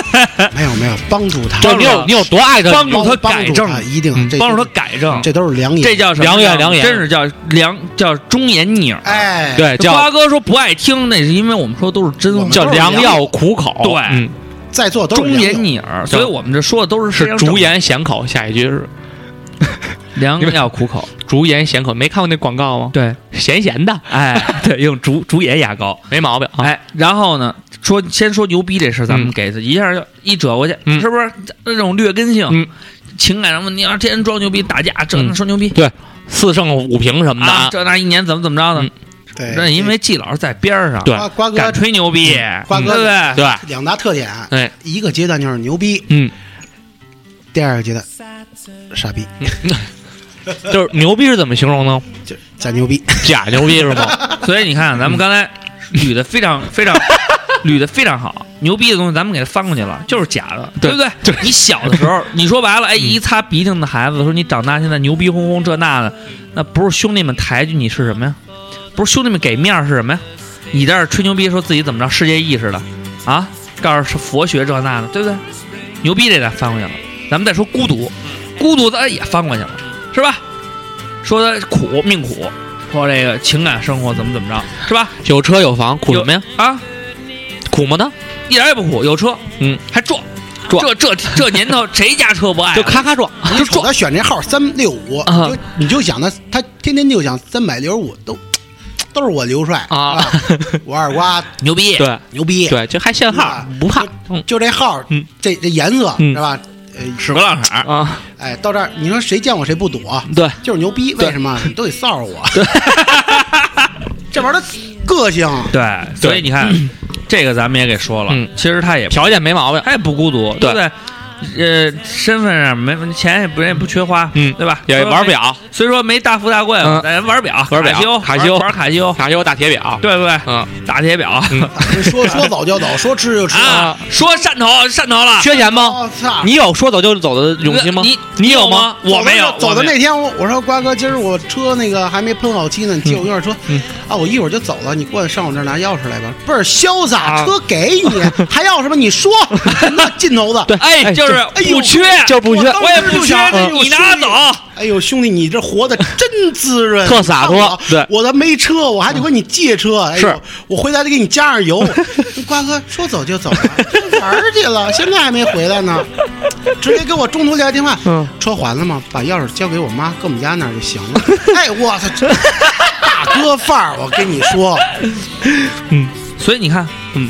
D: 没有没有，帮助他，
C: 就是你有你有多爱他，
B: 帮助他
D: 帮
B: 改
D: 助
B: 正
D: 他，一定这
B: 帮助他改正，
D: 这都是良言。
B: 这叫什么？
C: 良言良言
B: 真是叫良叫忠言逆耳。
D: 哎，
C: 对
B: 瓜
C: 叫
B: 哥说不爱听，那是因为我们说都是真
D: 我
B: 话
D: 们，
C: 叫
D: 都是
C: 良
D: 良
C: 药苦口，
B: 对
C: 嗯
D: 在座都是
B: 忠
D: 良
B: 言
D: 友
B: 逆耳。所以我们这说的都是非常
C: 是竹言咸口，下一句是嗯
B: 正 良药苦口。
C: 竹言咸口，没看过那广告吗？
B: 对，
C: 咸咸的，
B: 哎，对，用竹竹盐牙膏。
C: 没毛病啊，
B: 哎，然后呢，说先说牛逼这事儿，咱们
C: 嗯
B: 给他一下就一折过去，
C: 嗯
B: 是不是？那种劣根性
C: 嗯、
B: 情感上问题啊，天天装牛逼、打架，这
C: 嗯
B: 那说牛逼，
C: 对，四胜五平什么的嗯
B: 啊，，这那一年怎么怎么着呢？
D: 对，
B: 那因为季老师在边上，
C: 对
D: 瓜瓜哥
B: 敢吹牛逼，
D: 瓜嗯哥
B: 对不对？
C: 对，
D: 两大特点，
C: 哎，
D: 一个阶段就是牛逼，
C: 嗯，
D: 第二个阶段傻逼，
C: 就是牛逼是怎么形容呢？
D: 就假牛逼。
C: 假牛逼是吗？
B: 所以你看，啊咱们刚才捋的非常 非常捋的非常好，牛逼的东西咱们给它翻过去了，就是假的，对
C: 对嗯
B: 不对？你小的时候，你说白了，哎，一擦鼻涕的孩子说你长大现在牛逼哄哄这那的，那不是兄弟们抬举你是什么呀？不是兄弟们给面儿是什么呀？你在这儿吹牛逼说自己怎么着世界意识的啊？告诉是佛学这那的，对不对？牛逼这咱翻过去了，咱们再说孤独，孤独咱也翻过去了，是吧？说他苦命苦，说这个情感生活怎么怎么着，是吧？
C: 有车有房，苦什么呀？
B: 啊，
C: 苦吗呢？
B: 一点也不苦，有车，
C: 嗯，
B: 还撞，
C: 撞
B: 这这这年头谁家车不爱啊？
C: 就咔咔撞，
D: 你瞅他选这号三六五，
C: 啊
D: 就你就想他，他天天就想三百六十五都都是我刘帅
C: 啊
D: 啊，我二 瓜
B: 牛逼，
C: 对
D: 牛逼，
C: 对，就还限号
D: 啊，
C: 不怕，嗯
D: 就这号
C: 嗯，
D: 这这颜色
C: 嗯
D: 是吧？呃，
B: 屎壳郎色儿，
C: 啊，
D: 哎，到这儿你说谁见我谁不躲，
C: 对，
D: 就是牛逼，
C: 嗯对
D: 为什么你都得臊着我？ 这玩意儿它个 性，
B: 对，所以你看，这个咱们也给说了
C: 嗯，
B: 其实他也
C: 条件没毛病，
B: 他也不孤独，对
C: 对
B: 不对？呃，身份上没钱也不也不缺花，
C: 嗯
B: 对吧？
C: 也玩，表，
B: 虽说没大富大贵，
C: 嗯
B: 咱玩表，
C: 玩表
B: 卡西欧，
C: 卡西欧
B: 玩玩卡西欧，
C: 还有大铁表，
B: 对不对？
C: 嗯，
B: 打铁表
D: 说说走就走，说吃就吃。
B: 啊，说汕头汕头了，
C: 缺钱吗？
D: 我操！
C: 你有说走就走的勇气吗？
B: 你
C: 你有
B: 有
C: 吗？
B: 我没有，
D: 走
B: 我
D: 的
B: 没有
D: 那天，我我说瓜哥，今儿我车那个还没喷好漆呢，你借我用点车。
C: 嗯
D: 啊，我一会儿就走了，你过来上我这儿拿钥匙来吧。倍儿潇洒，
C: 啊
D: 车给 你，还要什么？你说那劲头子。
C: 对，
B: 哎，就是
D: 哎呦
B: 不缺，
C: 就是不缺嗯
D: 当
B: 我也
D: 时就
B: 不缺
D: 想，哎呦
B: 你拿
D: 兄弟
B: 走。
D: 哎呦，兄弟，你这活的真滋润，
C: 特洒脱
D: 你看我
C: 对
D: 我都没车，我还得问你借车。哎呦
C: 是，
D: 我回来得给你加上油。瓜哥说走就走了，真玩儿去了，现在还没回来呢，直接给我中途来电话，
C: 嗯
D: 车还了吗？把钥匙交给我妈，搁我们家那儿就行了。哎，我操，这大哥范儿，我跟你说，
B: 所以你看，
C: 嗯，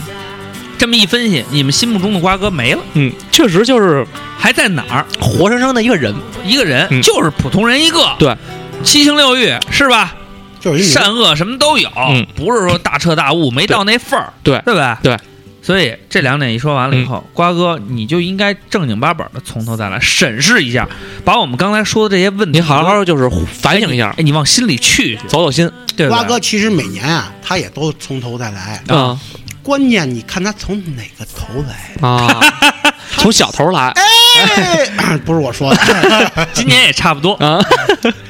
B: 这么一分析，你们心目中的瓜哥没了，
C: 嗯，确实就是
B: 还在哪儿？
C: 活生生的一个人，
B: 一个人、
C: 嗯
B: 哎就是普通人一个，
C: 对，
B: 七情六欲是吧？
D: 就是一
B: 善恶什么都有，
C: 嗯
B: 不是说大彻大悟，没到那份儿，
C: 对
B: 对吧？
C: 对。嗯
B: 所以这两点一说完了以后，瓜哥你就应该正经八本的从头再来审视一下，把我们刚才说的这些问题
C: 你好好就是反省一下
B: 哎，，你往心里去去，
C: 走走心
B: 对不对
D: 瓜哥其实每年啊，他也都从头再来，
C: 啊
D: 关键你看他从哪个头来。
C: 啊， 从小头 来
D: 哎，不是我说的，
B: 今年也差不多，
C: 啊，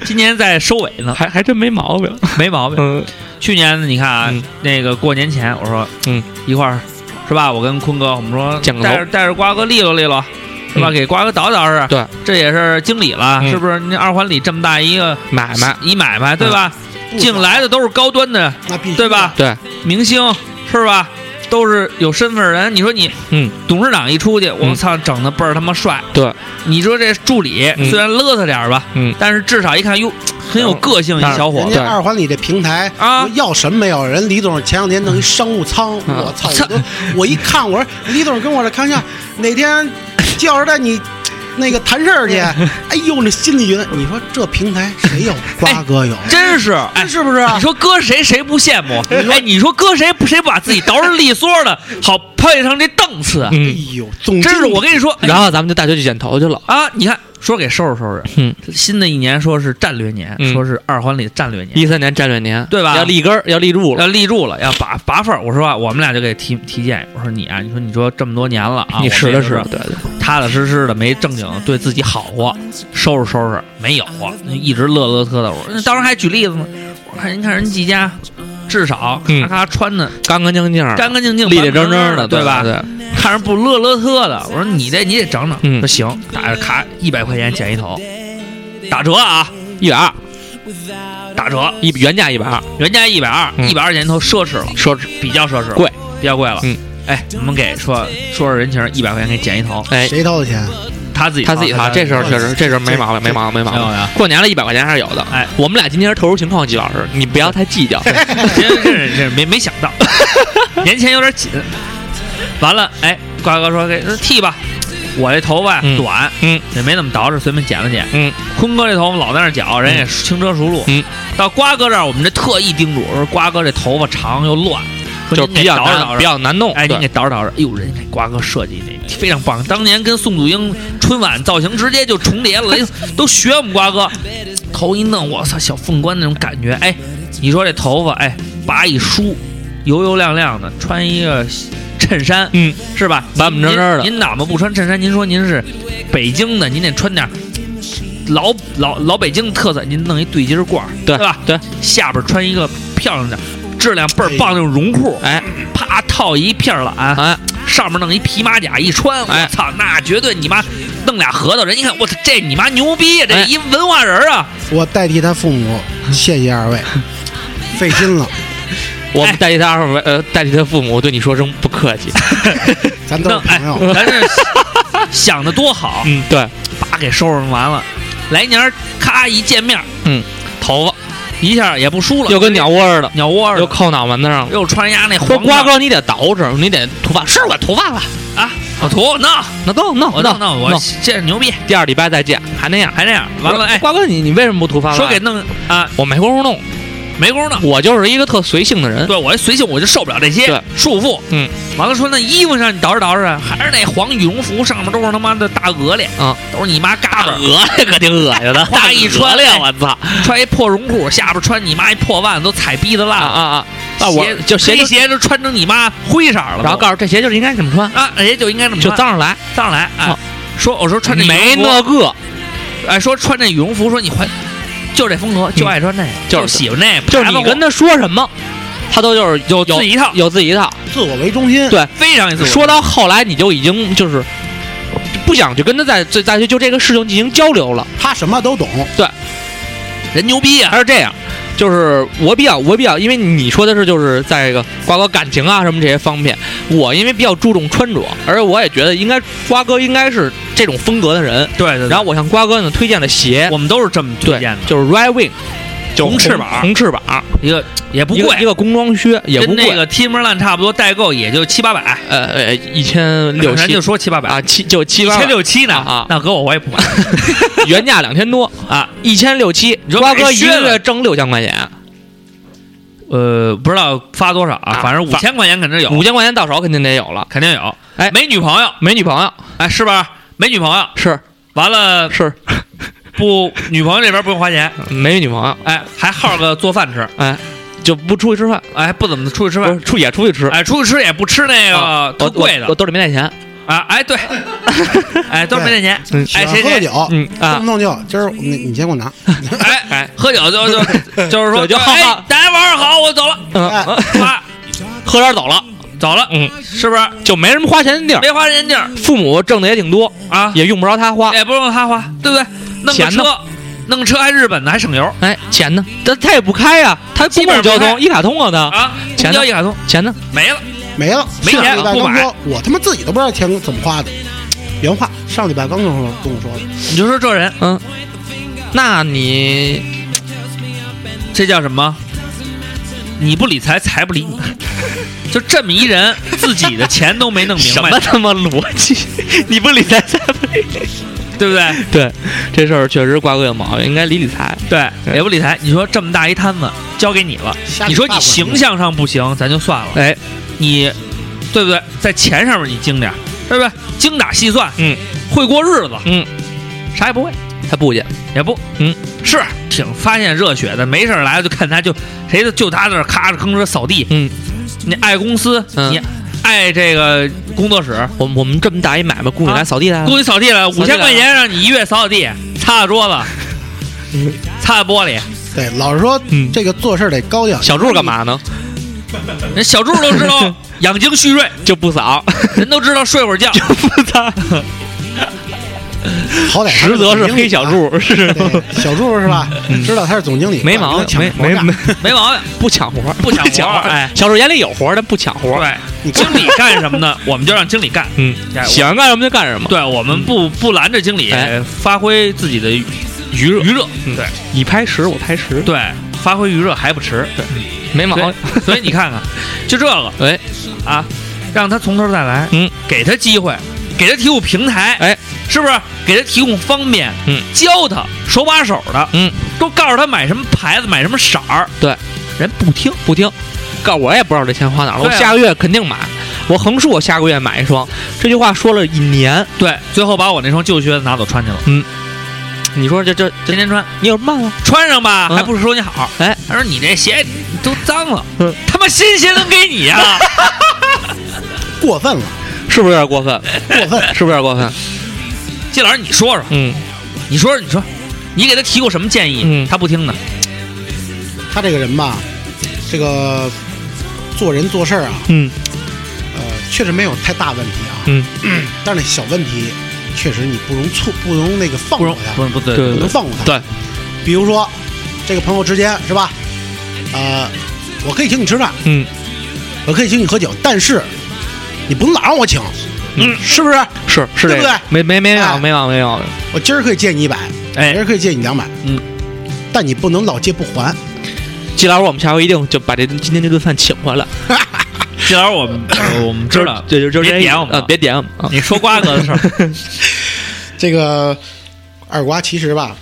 B: 今年在收尾呢，
C: 还还真没毛病，
B: 没毛病。
C: 嗯
B: 去年呢，你看啊，
C: 嗯
B: 那个过年前，我说，
C: 嗯，
B: 一块儿是吧？我跟坤哥，我们说
C: 见个
B: 带着带着瓜哥利落利落，是吧？
C: 嗯
B: 给瓜哥捯饬捯饬。
C: 对，
B: 这也是经理了，
C: 嗯
B: 是不是？那二环里这么大一个
C: 买卖，嗯
B: 一买卖，对吧？进来的都是高端的
D: 那必须
B: 对吧？
C: 对，
B: 明星，是吧？都是有身份的人。你说你，
C: 嗯，
B: 董事长一出去，我
C: 嗯
B: 操，整的倍儿他妈帅。
C: 对，
B: 你说这助理
C: 嗯
B: 虽然邋遢点儿吧，
C: 嗯，
B: 但是至少一看，哟，很有个性一
C: 当然
B: 小伙
D: 人
B: 子。
D: 家
C: 对
D: 二环里这平台
B: 啊
D: 要什么没有？人李总前两天弄一商务舱，我操！我都我一看，我说李总跟我这开玩笑，哪天叫着带你那个谈事 儿去？哎呦，那心里觉得，你说这平台谁有？
B: 哎
D: 瓜哥有，
B: 真是，哎，
D: 是不是啊？
B: 你说搁谁谁不羡慕？哎，你说搁谁不谁不把自己捯饬利索的，好配上这档次？啊
D: 哎
C: 嗯，
D: 呦，总
B: 真是我
D: 跟
B: 跟你说，哎
C: 然后咱们就带学去剪头去了，
B: 啊，你看说给收拾收拾，
C: 嗯，
B: 新的一年说是战略年，
C: 嗯
B: 说是二环里的战略年，
C: 一三年战略年，
B: 对吧
C: 要立根儿，要立住了，
B: 要立住了，要拔拔份儿。我说啊，我们俩就给提提建议，我说你啊，你说你说这么多年了啊，
C: 你
B: 吃
C: 试了试
B: 吃，，
C: 对对，
B: 踏踏实实的，没正经对自己好过，收拾收拾没有啊，一直乐乐呵呵的。我说当时还举例子呢，我看您看人季家，至少
C: 嗯
B: 咔咔穿的
C: 干干净净儿，
B: 干干净净、
C: 立立正
B: 板板
C: 正
B: 正
C: 的，
B: 对吧？
C: 对，
B: 看着不乐乐呵的。我说你这你得整整，
C: 嗯
B: 说行，打着卡一百块钱剪一头，打折啊，
C: 一百二，
B: 打折，
C: 一原价一百二，
B: 原价一百二，
C: 嗯
B: 一百二钱一头奢侈了，
C: 奢侈，
B: 比较奢侈了，
C: 贵，
B: 比较贵了。
C: 嗯
B: 哎，我们给说说说人情，一百块钱给剪一头，
C: 哎，
D: 谁掏的钱？
B: 他自己
C: 他自己
B: 掏
C: 掏，这事儿确实，这事儿没毛病，没毛病，没毛
B: 没有啊
C: 病
B: 呀。
C: 过年了，一百块钱还是有的。
B: 哎，
C: 我们俩今天是特殊情况，季老师，你不要太计较。
B: 真是真是没没想 到，年前有点紧。完了，哎，瓜哥说给剃吧，我这头发
C: 嗯
B: 短，
C: 嗯
B: 也没怎么捯饬，随便剪了剪。
C: 嗯，
B: 坤哥这头发老在那儿绞，人也轻车熟路。
C: 嗯，
B: 到瓜哥这儿，我们这特意叮嘱说，瓜哥这头发长又乱，说
C: 就
B: 您
C: 是
B: 得
C: 比较
B: 捯饬捯
C: 难
B: 饬
C: 比较难弄。
B: 哎，
C: 对
B: 您给捯饬捯饬，哎呦，人家给瓜哥设计那非常棒，当年跟宋祖英春晚造型直接就重叠了，哎都学我们瓜哥，头一弄，我操，小凤冠那种感觉，哎，你说这头发，哎，拔一梳，油油亮亮的，穿一个衬衫，
C: 嗯，
B: 是吧？
C: 板板正正的
B: 您您哪么不穿衬衫？您说您是北京的，您得穿点老老老北京特色，您弄一对襟褂儿，
C: 对
B: 吧？
C: 对，
B: 下边穿一个漂亮的、质量倍儿棒那种绒裤，
C: 哎，
B: 啪套一片儿懒，
C: 哎，
B: 上面弄一皮马甲一穿，我
C: 哎
B: 操，那绝对你妈弄俩核桃，人一看，我操，这你妈牛逼啊呀，这
C: 哎
B: 一文化人啊！
D: 我代替他父母，谢谢二位，费心了，
C: 我们代替他二位，呃，代替他父母对你说声不客气。
D: 咱都
B: 弄
D: 是
B: 哎
D: 朋友，，
B: 咱是想的多好，
C: 嗯，对，
B: 叭给收拾完了，来年儿咔一见面，
C: 嗯，
B: 头发一下也不梳了，
C: 又跟鸟窝似的，
B: 鸟窝似
C: 又
B: 的，
C: 扣脑门子上了。
B: 又穿人家那
C: 说
B: 黄
C: 瓜
B: 瓜
C: 哥，你得捯饬，你得头发，是我头发了。
B: 啊，我涂那
C: 那都那
B: 我
C: 那
B: 弄弄我这牛逼，
C: 第二礼拜再见，还那样。
B: 还那样，完了哎，
C: 瓜哥你你为什么不涂发了？
B: 说给弄啊，
C: 我没工夫弄，
B: 没工夫弄。
C: 我就是一个特随性的人。
B: 对我这随性我就受不了这些
C: 对
B: 束缚。
C: 嗯，
B: 完了说那衣服上你捯饬捯饬啊，还是那黄羽绒服，上面都是他妈的大鹅脸
C: 啊，
B: 都是你妈嘎巴，
C: 恶心，可挺恶心的
B: 哗一穿
C: 了，我操！
B: 穿一破绒裤，下边穿你妈一破腕子，都踩逼的
C: 啊
B: 烂了。
C: 啊啊！那我
B: 鞋
C: 就鞋
B: 黑
C: 就，
B: 鞋都穿成你妈灰色了都，
C: 然后告诉这鞋就是应该怎么穿，
B: 啊，人家就应该这么
C: 就
B: 穿
C: 脏上来。
B: 脏来啊
C: 啊。
B: 说我说穿这羽绒
C: 没
B: 服
C: 那个，
B: 哎，说穿这羽绒服，说你还就这风格，就爱穿那个，
C: 嗯就是
B: 喜欢那个，
C: 就是你跟
B: 他
C: 他说什么，他都就是有有
B: 自己一套，
C: 有自己一套。
D: 自我为中心，
C: 对
B: 非常有自我
C: 说到后来，你就已经就是不想去跟他再再再去就这个事情进行交流了。
D: 他什么都懂，
B: 人牛逼啊
C: 他，是这样，就是我比较我比较，因为你说的是就是在这个瓜哥感情啊什么这些方面，我因为比较注重穿着，而我也觉得应该瓜哥应该是这种风格的人。
B: 对对
C: 然
B: 然
C: 后我向瓜哥呢推荐了鞋
B: 后，我们都是这么推
C: 对
B: 荐的，，
C: 就是 Right Wing，就
B: 红翅膀
C: 红翅膀
B: 一个也不
C: 一个
B: 贵
C: 一，个工装靴也不
B: 跟
C: 贵
B: 那，个 Timberland 差不多，代购也就七八百，
C: 呃呃一千六
B: 咱
C: 七
B: 就说七八百，
C: 啊七就七
B: 一
C: 八
B: 千六 七呢
C: 啊啊
B: 那搁我我也不买，
C: 原价两千多
B: 啊，
C: 一千六七
B: 你，说
C: 瓜
B: 买
C: 哥一
B: 靴
C: 个
B: 子
C: 月挣六千块钱，
B: 呃，不知道发多少啊，
C: 啊
B: 反正五
C: 发
B: 千块钱肯定有，
C: 五千块钱到手肯定得有了。
B: 肯定有，
C: 哎
B: 没女朋友，
C: 没女朋友
B: 哎，是吧？没女朋友，
C: 是
B: 完了
C: 是
B: 不，女朋友这边不用花钱，
C: 没女朋友，
B: 哎，还耗个做饭吃，
C: 哎，就不出去吃饭，
B: 哎，不怎么出去吃
C: 不
B: 饭
C: 是，出也出去吃，
B: 哎，出去吃也不吃那
C: 啊
B: 个特
C: 我
B: 贵的
C: 我我兜里没带钱，
B: 啊，哎， 对，哎，都是没带钱，
D: 喜
B: 哎，
D: 欢
B: 谁
D: 喝
B: 谁，
D: 酒，
C: 嗯
D: 动
C: 啊
D: 不，动就今儿你你先给我拿，
B: 哎哎，喝酒就 就就是说，
C: 对就好
B: 哎
C: 好，
B: 大家玩儿好，我 走了，
D: 哎
C: 嗯，
B: 啪，
C: 喝点走了，
B: 走了，
C: 嗯，
B: 是不是？
C: 就没什么花钱的地儿。
B: 没花人家地儿
C: 父母挣的也挺多，
B: 啊，
C: 也用不着他花。
B: 也不用他花，对不对？弄个
C: 钱呢
B: 车，弄个车还日本的，还省油
C: 哎，钱呢？他他也不开呀、他公共交
B: 基本不开
C: 通一卡通啊，他
B: 啊，公
C: 钱呢
B: 交一卡通
C: 钱呢？
B: 没了，
D: 没了，
B: 没
D: 上
B: 钱
D: 礼拜
B: 不
D: 刚
B: 买
D: 说，我他妈自己都不知道钱怎么花的，原话，上礼拜刚跟我说跟我说的，
B: 你就说这人
C: 嗯，那你
B: 这叫什么？你不理财，财不理你， 就这么一人，自己的钱都没弄明
C: 什
B: 白
C: 么，他妈逻辑？ 你不理财才不理。
B: 对不对？
C: 对，这事儿确实瓜哥有毛病，应该理理财。
B: 对，也不理财。你说这么大一摊子交给你了，
D: 瞎
B: 你
D: 鸡
B: 说
D: 巴
B: 你
D: 管
B: 形象上不行，咱就算了。
C: 哎，
B: 你对不对？在钱上面你精点儿，对不对？精打细算，
C: 嗯，
B: 会过日子，
C: 嗯，
B: 啥也不会，
C: 他不去，
B: 也不，
C: 嗯，
B: 是挺发现热血的，没事儿来就看他就谁就就他那儿咔着吭哧扫地，
C: 嗯，
B: 你爱公司，
C: 嗯
B: 你爱这个工作室，
C: 我们我嗯们这么大一买卖，雇你
B: 啊
C: 来扫地来了，
B: 雇你扫地了，
C: 扫
B: 五
C: 地
B: 千
C: 了
B: 块钱让你一月扫扫地，擦擦桌子， 擦擦玻璃，
D: 对，老实说
C: 嗯
D: 这个做事儿得高调。
C: 小柱干？嘛呢？
B: 人小柱都知 道养精蓄锐，
C: 就不扫，
B: 人都知道睡会 儿觉，
C: 不扫，
D: 好歹他
C: 实则是
D: 总经理
C: 黑小
D: 啊。
C: 柱，是
D: 对，小柱是吧？知道他是总经理，
C: 没毛病，没没没
B: 没毛病。
C: 不抢活儿，
B: 不抢活儿
C: 活儿
B: 哎，
C: 小柱眼里有活儿，但不抢活儿。
B: 对，经理干什么呢？我们就让经理干。
C: 嗯，
B: 哎我
C: 喜欢干什么就干什么，
B: 对，我们不不拦着经理
C: 哎嗯
B: 发挥自己的余热，余热，对
C: 你拍十我拍十，
B: 对，发挥余热还不迟，对，
C: 没毛
B: 所
C: 病
B: 以。 所以啊你看看，就这个
C: 哎，
B: 啊，让他从头再来，
C: 嗯，
B: 给他机会，给他提供平台，
C: 哎，
B: 是不是？给他提供方便，
C: 嗯，
B: 教他手把手的，
C: 嗯，
B: 都告诉他买什么牌子，买什么色儿，
C: 对，
B: 人不听，
C: 不听，告我也不知道这钱花哪儿了，我
B: 对啊
C: 下个月肯定买，我横竖我下个月买一双。这句话说了一年，
B: 对，最后把我那双旧靴子拿走穿去了，
C: 你说这这
B: 天
C: 这
B: 天穿，
C: 你有什么办法？
B: 穿上吧，
C: 嗯
B: 还不是说你好，
C: 哎，
B: 他说你这鞋都脏了，
C: 嗯
B: 他妈新鞋能给你 啊？
D: 过分了，
C: 是不是有点过分？
D: 过分。
C: 是不是有点过分？
B: 季老师，你说说，
C: 嗯，
B: 你说说，你说，你给他提过什么建议？
C: 嗯
B: 他不听的，
D: 他这个人吧，这个做人做事儿啊，
C: 嗯，
D: 呃，确实没有太大问题啊，
C: 嗯，
D: 但是那小问题，确实你不容错，不容那个放
B: 不
D: 过
B: 容
D: 他，
B: 不容不对
C: 嗯对
D: 不能放过他。
C: 对，
D: 比如说这个朋友之间是吧？呃，我可以请你吃饭，
C: 嗯，
D: 我可以请你喝酒，但是你不能老让我请，
B: 嗯
D: 是不是？
C: 是是这
D: 对不
C: 个
D: 对，
C: 没没没有
D: 哎
C: 没有没有，
D: 我今儿可以借你一百，明
B: 哎
D: 儿，可以借你两百，
B: 嗯，
D: 但你不能老借不还。
C: 季老师，我们下回一定就把这今天这顿饭请回来。
B: 季老师，我们呃我们知道，
C: 就就就是
B: 别
C: 这意思
B: 点我们
C: 啊
B: 了
C: 别点我们啊！
B: 你说瓜哥的事儿，
D: 这个二瓜其实吧，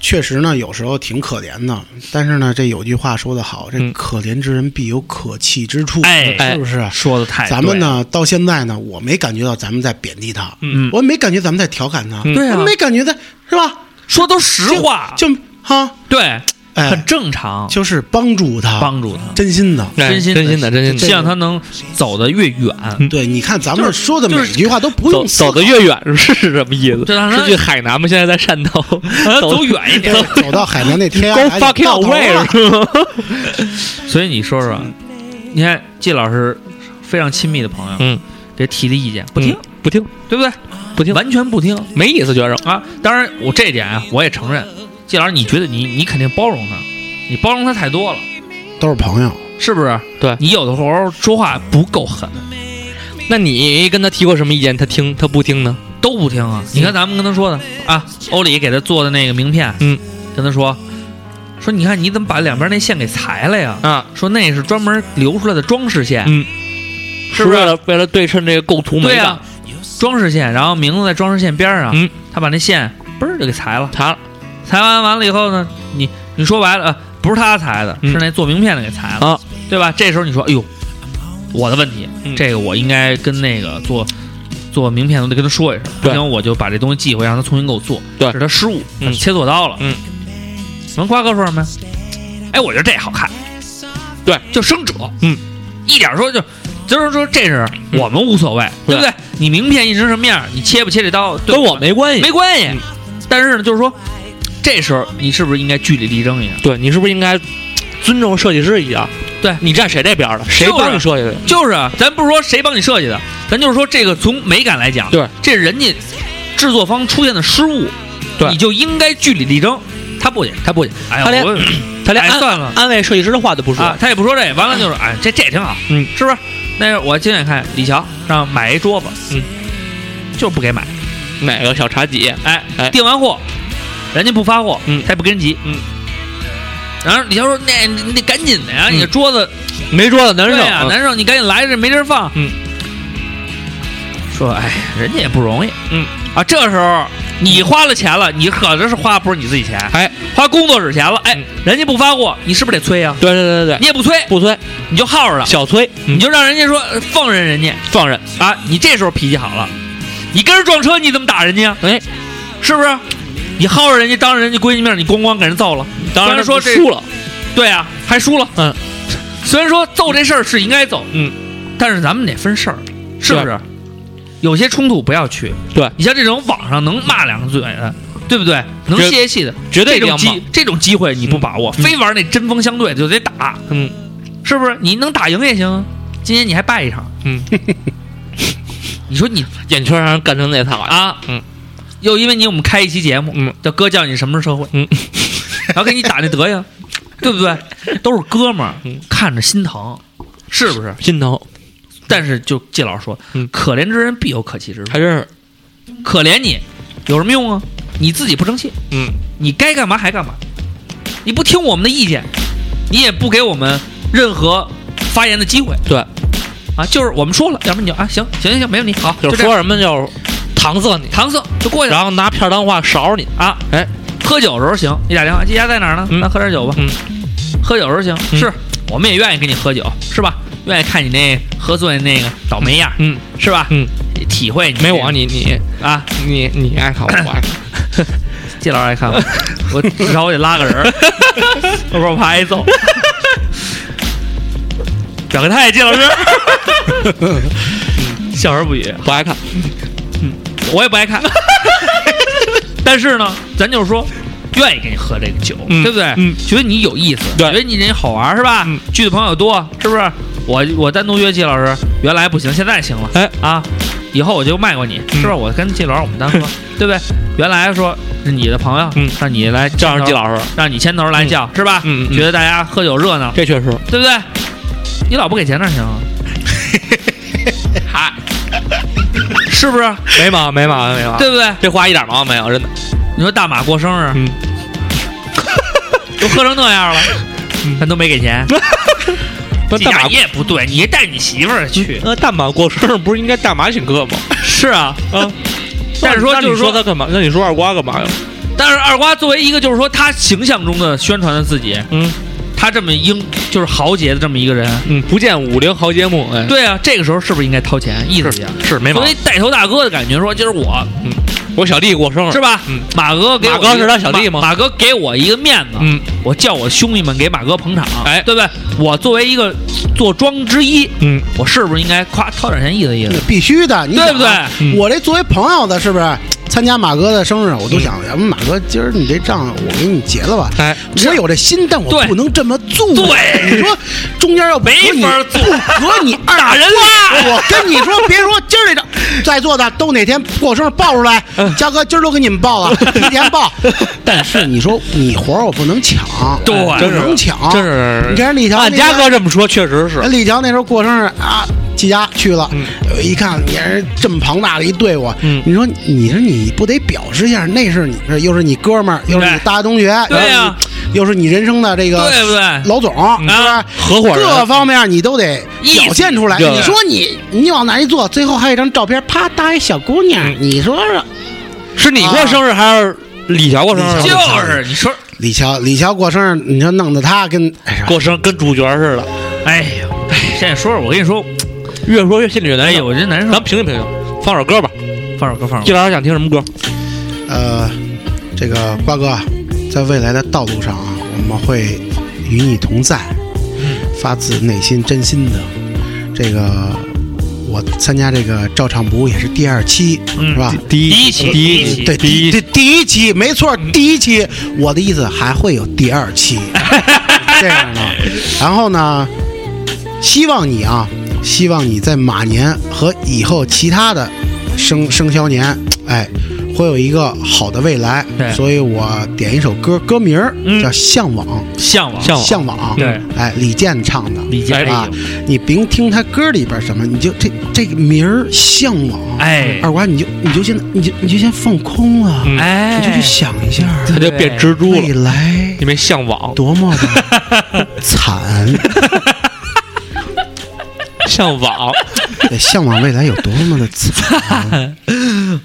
D: 确实呢，有时候挺可怜的。但是呢，这有句话说得好，这
C: 嗯
D: 可怜之人必有可气之处，
B: 哎
D: 是不是？
B: 说的太对
D: 咱们，呢，到现在呢，我没感觉到咱们在贬低他，
B: 嗯，
D: 我没感觉咱们在调侃他，
C: 嗯
B: 对啊
D: 我没感觉在是吧？
B: 说都实话，
D: 就哈，
B: 对，很
D: 哎，
B: 正常，
D: 就是啊帮助他，
B: 帮助他，
D: 真心的。
C: 哎
B: 真心
C: 真心的真心嗯的
B: 希望他能走得越远，
D: 对，你看咱们
B: 就是
D: 说的
B: 嗯就
D: 每
B: 是
D: 句话都不
C: 走
D: 用思
C: 走
D: 考
C: 得越远是是什么意思？
B: 对让他
C: 是去海南吗？现在在汕头，
B: 让他走远一点。
D: 对走到海南那天
C: ，Go
D: 哎
C: fucking
D: 到头了
C: away 是吗？
B: 所以你说说，你看季老师非常亲密的朋友，
C: 嗯，
B: 别提的意见不听，
C: 不听，
B: 对不对？
C: 不听
B: 完全不听
C: 没意思，觉着
B: 啊！当然，我这点啊，我也承认，季老师，你觉得你你肯定包容他，你包容他太多了，
D: 都是朋友，
B: 是不是？
C: 对
B: 你有的时候说话不够狠，
C: 那你跟他提过什么意见？他听他不听呢？
B: 都不听
C: 嗯
B: 啊！你看咱们跟他说的啊，欧里给他做的那个名片，
C: 嗯，
B: 跟他说说，你看你怎么把两边那线给裁了呀？
C: 啊，
B: 说那是专门留出来的装饰线，
C: 嗯，
B: 是
C: 是
B: 不
C: 为
B: 是？
C: 了为了对啊称这个构图美
B: 对呀
C: 感，，
B: 装饰线，然后名字在装饰线边儿上，
C: 嗯，
B: 他把那线嘣儿就给裁了，
C: 裁了
B: 裁完完了以后呢，你你说白了，呃不是他裁的，
C: 嗯
B: 是那做名片的给裁了，
C: 啊，
B: 对吧？这时候你说，哎呦，我的问题，
C: 嗯
B: 这个我应该跟那个做做名片的，我得跟他说一声，不
C: 对
B: 行我就把这东西寄回，让他重新给我做，
C: 对
B: 是他失误，
C: 嗯
B: 他切错刀了，
C: 嗯，
B: 什么瓜哥说什么呀？哎，我觉得这好看，
C: 对，
B: 就生褶，
C: 嗯，
B: 一点说就。就是说，这是
C: 嗯
B: 我们无所谓，对不对？你名片印成什么样，你切不切这刀，对
C: 跟我没关系
B: 没。关系
C: 嗯。
B: 但是呢，就是说，这时候你是不是应该据理力争一下？
C: 对你是不是应该尊重设计师一样？
B: 对
C: 你站谁这边儿的？谁
B: 就是
C: 帮你设计的？
B: 就是啊，咱不是说谁帮你设计的，咱就是说这个从美感来讲，
C: 对，
B: 这是人家制作方出现的失误，
C: 对
B: 你就应该据理力争。他不也，他不也，哎呀，
C: 他连
B: 我
C: 他连
B: 哎
C: 安
B: 算了
C: 安慰设计师的话都不说
B: 啊，，他也不说这，完了就是哎，这这也挺好，
C: 嗯，
B: 是不是？那是我亲眼看李乔让买一桌子，
C: 嗯，
B: 就是不给买，
C: 哪个小茶几？
B: 哎，
C: 哎
B: 订完货，人家不发货，
C: 嗯
B: 他也不跟人急，
C: 嗯。
B: 然后李乔说：“那你得赶紧的呀，你
C: 嗯
B: 这桌子
C: 没桌子难
B: 对
C: 受
B: 呀、
C: 啊，
B: 难受，你赶紧来，这没地儿放。
C: 嗯，
B: 说哎，人家也不容易。
C: 嗯
B: 啊，这时候你花了钱了，你可这是花不是你自己钱，
C: 哎，
B: 花工作室钱了，哎
C: 嗯，
B: 人家不发货，你是不是得催呀、啊
C: 对对对对
B: 你也不催，
C: 对，不催
B: 你就耗着了，
C: 小嗯催，
B: 你就让人家说呃放任人家
C: 放任。
B: 啊，你这时候脾气好了，你跟人撞车，你怎么打人家呀？
C: 哎，
B: 是不是？你耗着人家，当着人家闺女面，你咣咣给人揍了，
C: 当
B: 虽
C: 然
B: 然说
C: 这
B: 这
C: 输了，
B: 对啊，还输了。
C: 嗯，
B: 虽然说揍这事儿是应该揍，
C: 嗯，
B: 但是咱们得分事儿，是不
C: 对
B: 是？有些冲突不要去。
C: 对
B: 你像这种网上能骂两嘴的，对不对？能
C: 绝
B: 泄气的，
C: 绝对
B: 这
C: 这
B: 种
C: 样
B: 机这种机会你不把握，
C: 嗯
B: 非玩那针锋相对就得打，
C: 嗯，
B: 是不是？你能打赢也行啊，今天你还败一场，
C: 嗯，
B: 你说你
C: 眼圈让人干成那套啊！
B: 啊，
C: 嗯，
B: 又因为你我们开一期节目，
C: 嗯，
B: 叫哥教你什么是社会，
C: 嗯，
B: 然后给你打那德行，对不对？都是哥们儿
C: 嗯，
B: 看着心疼，是不是？
C: 心疼，
B: 但是就季老师说，
C: 嗯
B: 可怜之人必有可气之处，
C: 还真是，
B: 可怜你有什么用啊？你自己不争气，
C: 嗯，
B: 你该干嘛还干嘛，你不听我们的意见，你也不给我们任何发言的机会，
C: 对，
B: 啊，就是我们说了，要不然你就啊，行行行行，没问题，好，
C: 就
B: 就是这样
C: 说什么就是搪塞你，
B: 搪塞就过去了
C: 然后拿片儿当话勺你。
B: 啊。
C: 哎，
B: 喝酒的时候行，你打电话，这家在哪儿呢？
C: 嗯
B: 那喝点酒吧。
C: 嗯，
B: 喝酒的时候行，
C: 嗯
B: 是我们也愿意跟你喝酒，是吧？愿意看你那喝醉那个倒霉样，
C: 嗯，
B: 是吧？
C: 嗯，
B: 体会你
C: 没
B: 这
C: 我你你
B: 啊，
C: 你你爱看我爱看，
B: 季老师爱看吗？我至少我得拉个人儿，要不然我怕挨揍。表个态，季老师， 笑而不语。
C: 不爱看。
B: 我也不爱 看。但是呢，咱就是说，愿意跟你喝这个酒，
C: 嗯
B: 对不对？
C: 嗯
B: 觉得你有意思，
C: 对
B: 觉得你人好玩是吧？
C: 嗯
B: 聚的朋友多，是不是？我我单独约季老师，原来不行，现在行了。
C: 哎嗯
B: 啊，以后我就卖过你，是不是？我跟季老师我们 单喝，对不对？原来说是你的朋友，
C: 嗯
B: 让你来
C: 这样是季
B: 师，
C: 老师，
B: 让你牵头来叫，是吧？
C: 嗯嗯嗯
B: 觉得大家喝酒热闹，
C: 这确实
B: 对不对？你老不给钱哪 行啊？嗨，是不是？
C: 没毛病，没毛病，没毛病。
B: 对不对？
C: 这话一点毛病没有，真的。
B: 你说大马过生日，
C: 嗯，
B: 都喝成那样了，咱都没给钱。
C: 嗯不
B: 这
C: 大
B: 大
C: 马
B: 爷不对，你带你媳妇儿去。
C: 那大马过生日不是应该大马请客 吗？
B: 是啊，
C: 啊，
B: 但是说
C: 那你
B: 就是
C: 说
B: 说
C: 他干嘛？那你说二瓜干嘛呀？
B: 但是二瓜作为一个就是说他形象中的宣传的自己，
C: 嗯
B: 他这么英就是豪杰的这么一个人，
C: 嗯，不见五零豪节目，哎，
B: 对啊，这个时候是不是应该掏钱意思一下？
C: 是没毛
B: 作为
C: 病。
B: 带头大哥的感觉，说今儿我
C: 我小弟过生日
B: 是，吧？
C: 嗯
B: 马哥给我
C: 马哥
B: 一个
C: 是他小弟吗
B: 马马哥给我一个面子，
C: 嗯
B: 我叫我兄弟们给马哥捧场，
C: 哎
B: 对不对？我作为一个坐庄之一，
C: 嗯，
B: 我是不是应该夸掏点钱意思意思？
D: 必须的，你
B: 对
D: 想
B: 不对
D: 啊
C: 嗯
D: 我这作为朋友的，是不是？参加马哥的生日，我都想，
B: 嗯
D: 要不马哥今儿你这账我给你结了吧。
C: 哎，
D: 我有这心，但我
B: 对
D: 不能这么做。
B: 对
D: 你说中间要
B: 没法儿
D: 做，不和你二打人
C: 啊
D: 了。我跟你说，别说今儿这张，在座的都哪天过生日报出来，
C: 嗯
D: 嘉哥今儿都给你们报了，提前报。但是你说你活儿我不能抢，
B: 对
D: 我
C: 真
D: 不
C: 是
D: 能抢，
C: 真是
D: 你看李强那
C: 按
D: 个，
C: 嘉哥这么说，确实是
D: 哎。李强那时候过生日啊，季家去了，
C: 嗯
D: 呃一看也是这么庞大的一队伍，啊
C: 嗯
D: 你说你说你不得表示一下，那是你是又是你哥们儿，又是你
B: 对
D: 大学同学，
B: 对呀
D: 然后你又是你人生的这个
B: 对不对？
D: 老总，是吧？
C: 嗯啊合伙人
D: 各方面你都得表现出来。
C: 意思
D: 你说你你往那一坐，最后还有一张照片，啪搭一小姑
C: 嗯
D: 娘，你说说
C: 是你过生日还是李乔过生
D: 李
C: 日
D: 乔？
B: 就是你说，
D: 李乔李乔过生日，你说弄得他跟哎呀
C: 过生日跟主角似的，
B: 哎呦，现在说说，我跟你说，
C: 越说越心里越
B: 哎
C: 难
B: 呦，
C: 受。
B: 我真难
C: 咱
B: 受
C: 们。平静平静，放首歌吧。
B: 放首歌，放首
C: 季
B: 歌。
C: 老师想听什么歌？
D: 呃，这个瓜哥，啊在未来的道路上啊，我们会与你同在，发自内心、真心的。这个我参加这个照唱不误也是第二期，
B: 嗯
D: 是吧？
C: 第
B: 第一期
C: 第
B: 第一期
D: 对，第第第一期没错，第一期。我的意思还会有第二 期，这样呢。然后呢，希望你啊，希望你在马年和以后其他的生生肖年，哎，会有一个好的未来
B: 对。
D: 所以我点一首歌，歌名儿
B: 嗯
D: 叫《向往》，
B: 向往，
C: 向往嗯
D: 向往。
B: 对，
D: 哎，李健唱的。
B: 李健
C: 哎
D: 啊，你甭听他歌里边什么，你就这这个名儿向往。
B: 哎
D: 二瓜，你就你就先你就你就先放空了。
C: 嗯
B: 哎，
D: 你就去想一下，
C: 他就变蜘蛛
D: 未
C: 了，
D: 来
C: 因为向往，
D: 多么的 惨，
C: 向 往。
D: 得向往未来有多么的惨。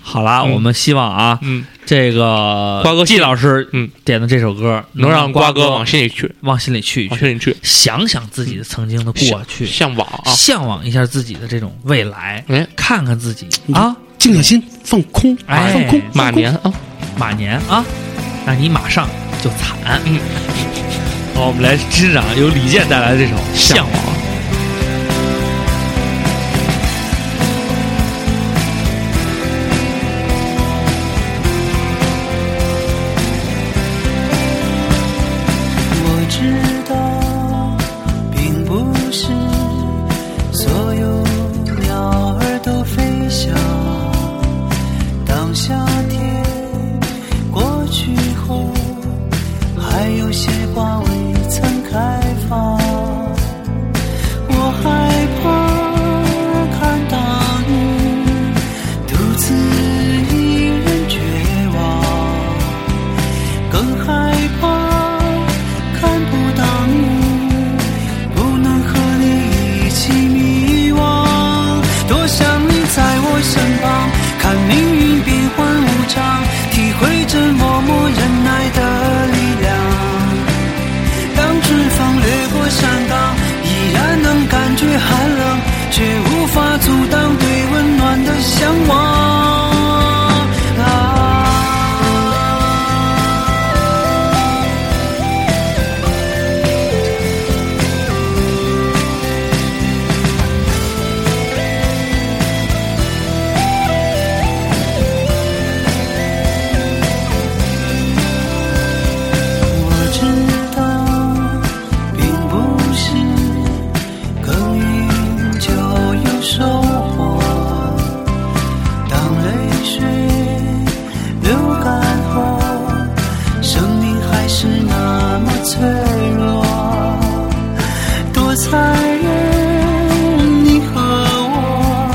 B: 好啦，
C: 嗯
B: 我们希望啊，
C: 嗯，
B: 这个
C: 瓜哥
B: 季老师
C: 嗯
B: 点的这首歌
C: 能让瓜
B: 瓜
C: 哥往
B: 往
C: 心里去，
B: 往心里去一
C: 往
B: 去，
C: 心里去。
B: 想想自己的曾经的过去，
C: 向往啊，
B: 向往一下自己的这种未来，
C: 哎，
B: 看看自己
D: 嗯
B: 啊，
D: 静下心，放空，
B: 哎
D: 放空，
C: 马
D: 放空。
C: 年啊，
B: 马年啊，那你马上就惨。
C: 嗯
B: 好，我们来欣赏由李健带来的这首《向往》。
E: 我知道，并不是所有鸟儿都飞翔。当夏天过去后，还有些花未曾开放。
F: 啊多残忍！你和我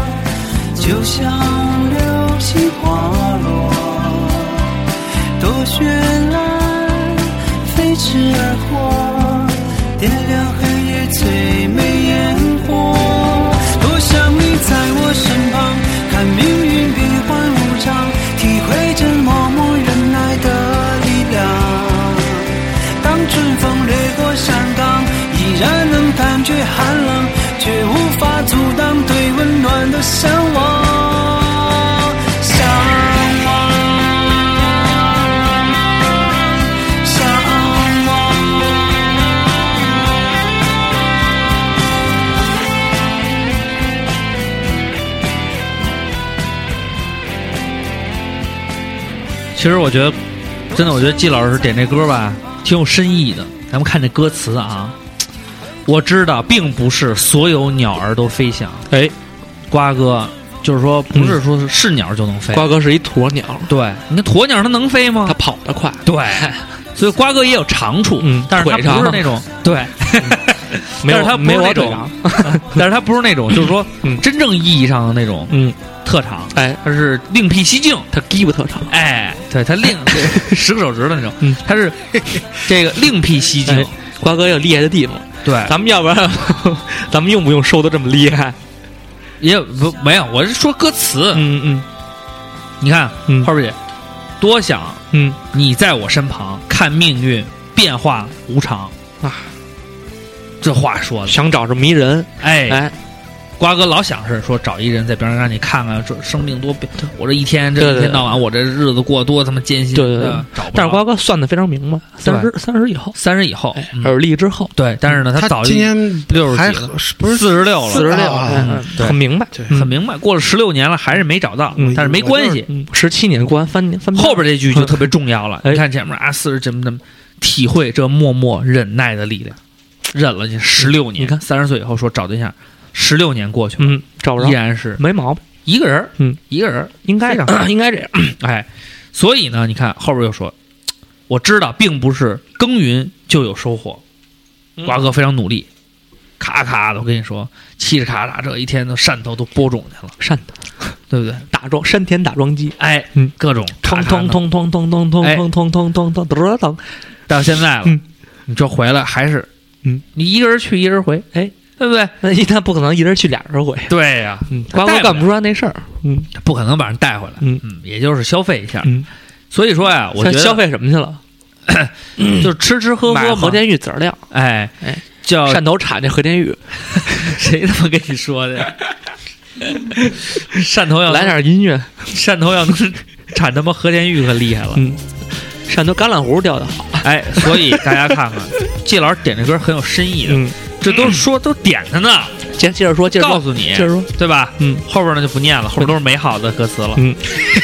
F: 就像流星滑落，多绚烂，飞驰而过，点亮黑夜最美烟火。多想你在我身旁，看命运变幻无常，体会着默默忍耐的力量。当春风掠过山岗，依然能感觉寒冷，却无法阻挡对温暖的向往。向往，向往。
B: 其实我觉得，真的，我觉得季老师点这歌吧，挺有深意的。咱们看这歌词啊，我知道并不是所有鸟儿都飞翔。
C: 哎，
B: 瓜哥，就是说不是说是鸟就能飞。
C: 瓜哥是一鸵鸟，
B: 对，你看鸵鸟它能飞吗
C: 它？跑得快，
B: 对， 所以瓜哥也有长处，
C: 嗯
B: 但是它
C: 腿长
B: 不是那种对，
C: 没
B: 但
C: 有
B: 是它不
C: 没
B: 是
C: 有
B: 那
C: 我腿
B: 种
C: 长，
B: 但是它不是那种，就是 说
C: 嗯
B: 真正意义上的那种
C: 嗯，
B: 特长，
C: 哎，
B: 它是另辟蹊径。
C: 他鸡巴特长，
B: 哎，对他 另十个手指的那种
C: 嗯，
B: 他是这个另辟蹊
C: 哎
B: 径。
C: 瓜哥有厉害的地方，
B: 对，
C: 咱们要不然咱们用不用收的这么厉害？
B: 也不没有，我是说歌词。
C: 嗯嗯
B: 你看，
C: 嗯
B: 花儿姐，多想
C: 嗯，
B: 你在我身旁，看命运变化无常
C: 啊。
B: 这话说的，
C: 想找这么一人，
B: 哎，
C: 哎，
B: 瓜哥老想是说找一人在边上让你看看，这生命多变，我这一天
C: 对
B: 这
C: 对
B: 一天到晚，我这日子过多他妈艰辛，
C: 对对对
B: 吧找不着。
C: 但是瓜哥算的非常明白，三十三十以后，
B: 三十以后
C: 哎，，
B: 嗯
C: 耳力之后，
B: 对，但是呢，
D: 他
B: 早就
D: 今年
B: 六十
D: 还
B: 几了，
D: 是不是
B: 四十六了，
C: 四十六，
D: 啊
C: 哎
B: 对
C: 很明白，
D: 对
C: 嗯
B: 很明白，过了十六年了，还是没找到，
C: 嗯
B: 但是没关系。
C: 嗯，十七年过完翻年翻篇
B: 后边这句就特别重要了，
C: 哎
B: 你看前面啊，四十怎么怎么，体会这默默忍耐的力量，忍了你十六年，
C: 你看
B: 三十岁以后说找对象，十六年过去了，
C: 嗯，找不着
B: 依，然是
C: 没毛病，
B: 一个人儿，
C: 嗯
B: 一个人儿，
C: 应该 应该这样，
B: 哎，所以呢，你看后边又说，我知道并不是耕耘就有收获，
C: 嗯
B: 瓜哥非常努力。咔咔的，我跟你说，嘁哩咔嚓，这一天的汕头都播种去了，
C: 山
B: 对不对？
C: 打桩山田打桩机，
B: 哎，
C: 嗯
B: 各种
C: 通
B: 咔咔
C: 通
B: 的
C: 通通通通通通通通通通噔噔，
B: 到现在了，
C: 嗯
B: 你这回来还是，
C: 嗯，
B: 你一个人去，一人回，
C: 哎，
B: 对不对？
C: 那一旦不可能一人去俩人回，
B: 对呀、
C: 嗯，瓜哥干不出来那事儿，嗯
B: 不可能把人带回来，
C: 嗯
B: 也就是消费一下。
C: 嗯，
B: 所以说呀、我觉
C: 他
B: 得
C: 消费什么去了？
B: 就是吃吃喝
C: 买
B: 喝
C: 和
B: 嘛，
C: 田玉籽儿料，
B: 哎
C: 哎，
B: 叫
C: 汕头产这和田玉，
B: 谁他妈跟你说的呀？ 汕头要
C: 来点音乐，
B: 汕头要能产他妈和田玉可厉害了，
C: 嗯，汕头橄榄核钓的好，
B: 哎，所以大家看 看，季老师点这歌很有深意的，
C: 嗯，
B: 这都说都点他呢，
C: 接接着说，接着
B: 告诉
C: 说，
B: 你
C: 接，着说，
B: 对吧？
C: 嗯，
B: 后边呢就不念了，后边都是美好的歌词了。
C: 嗯，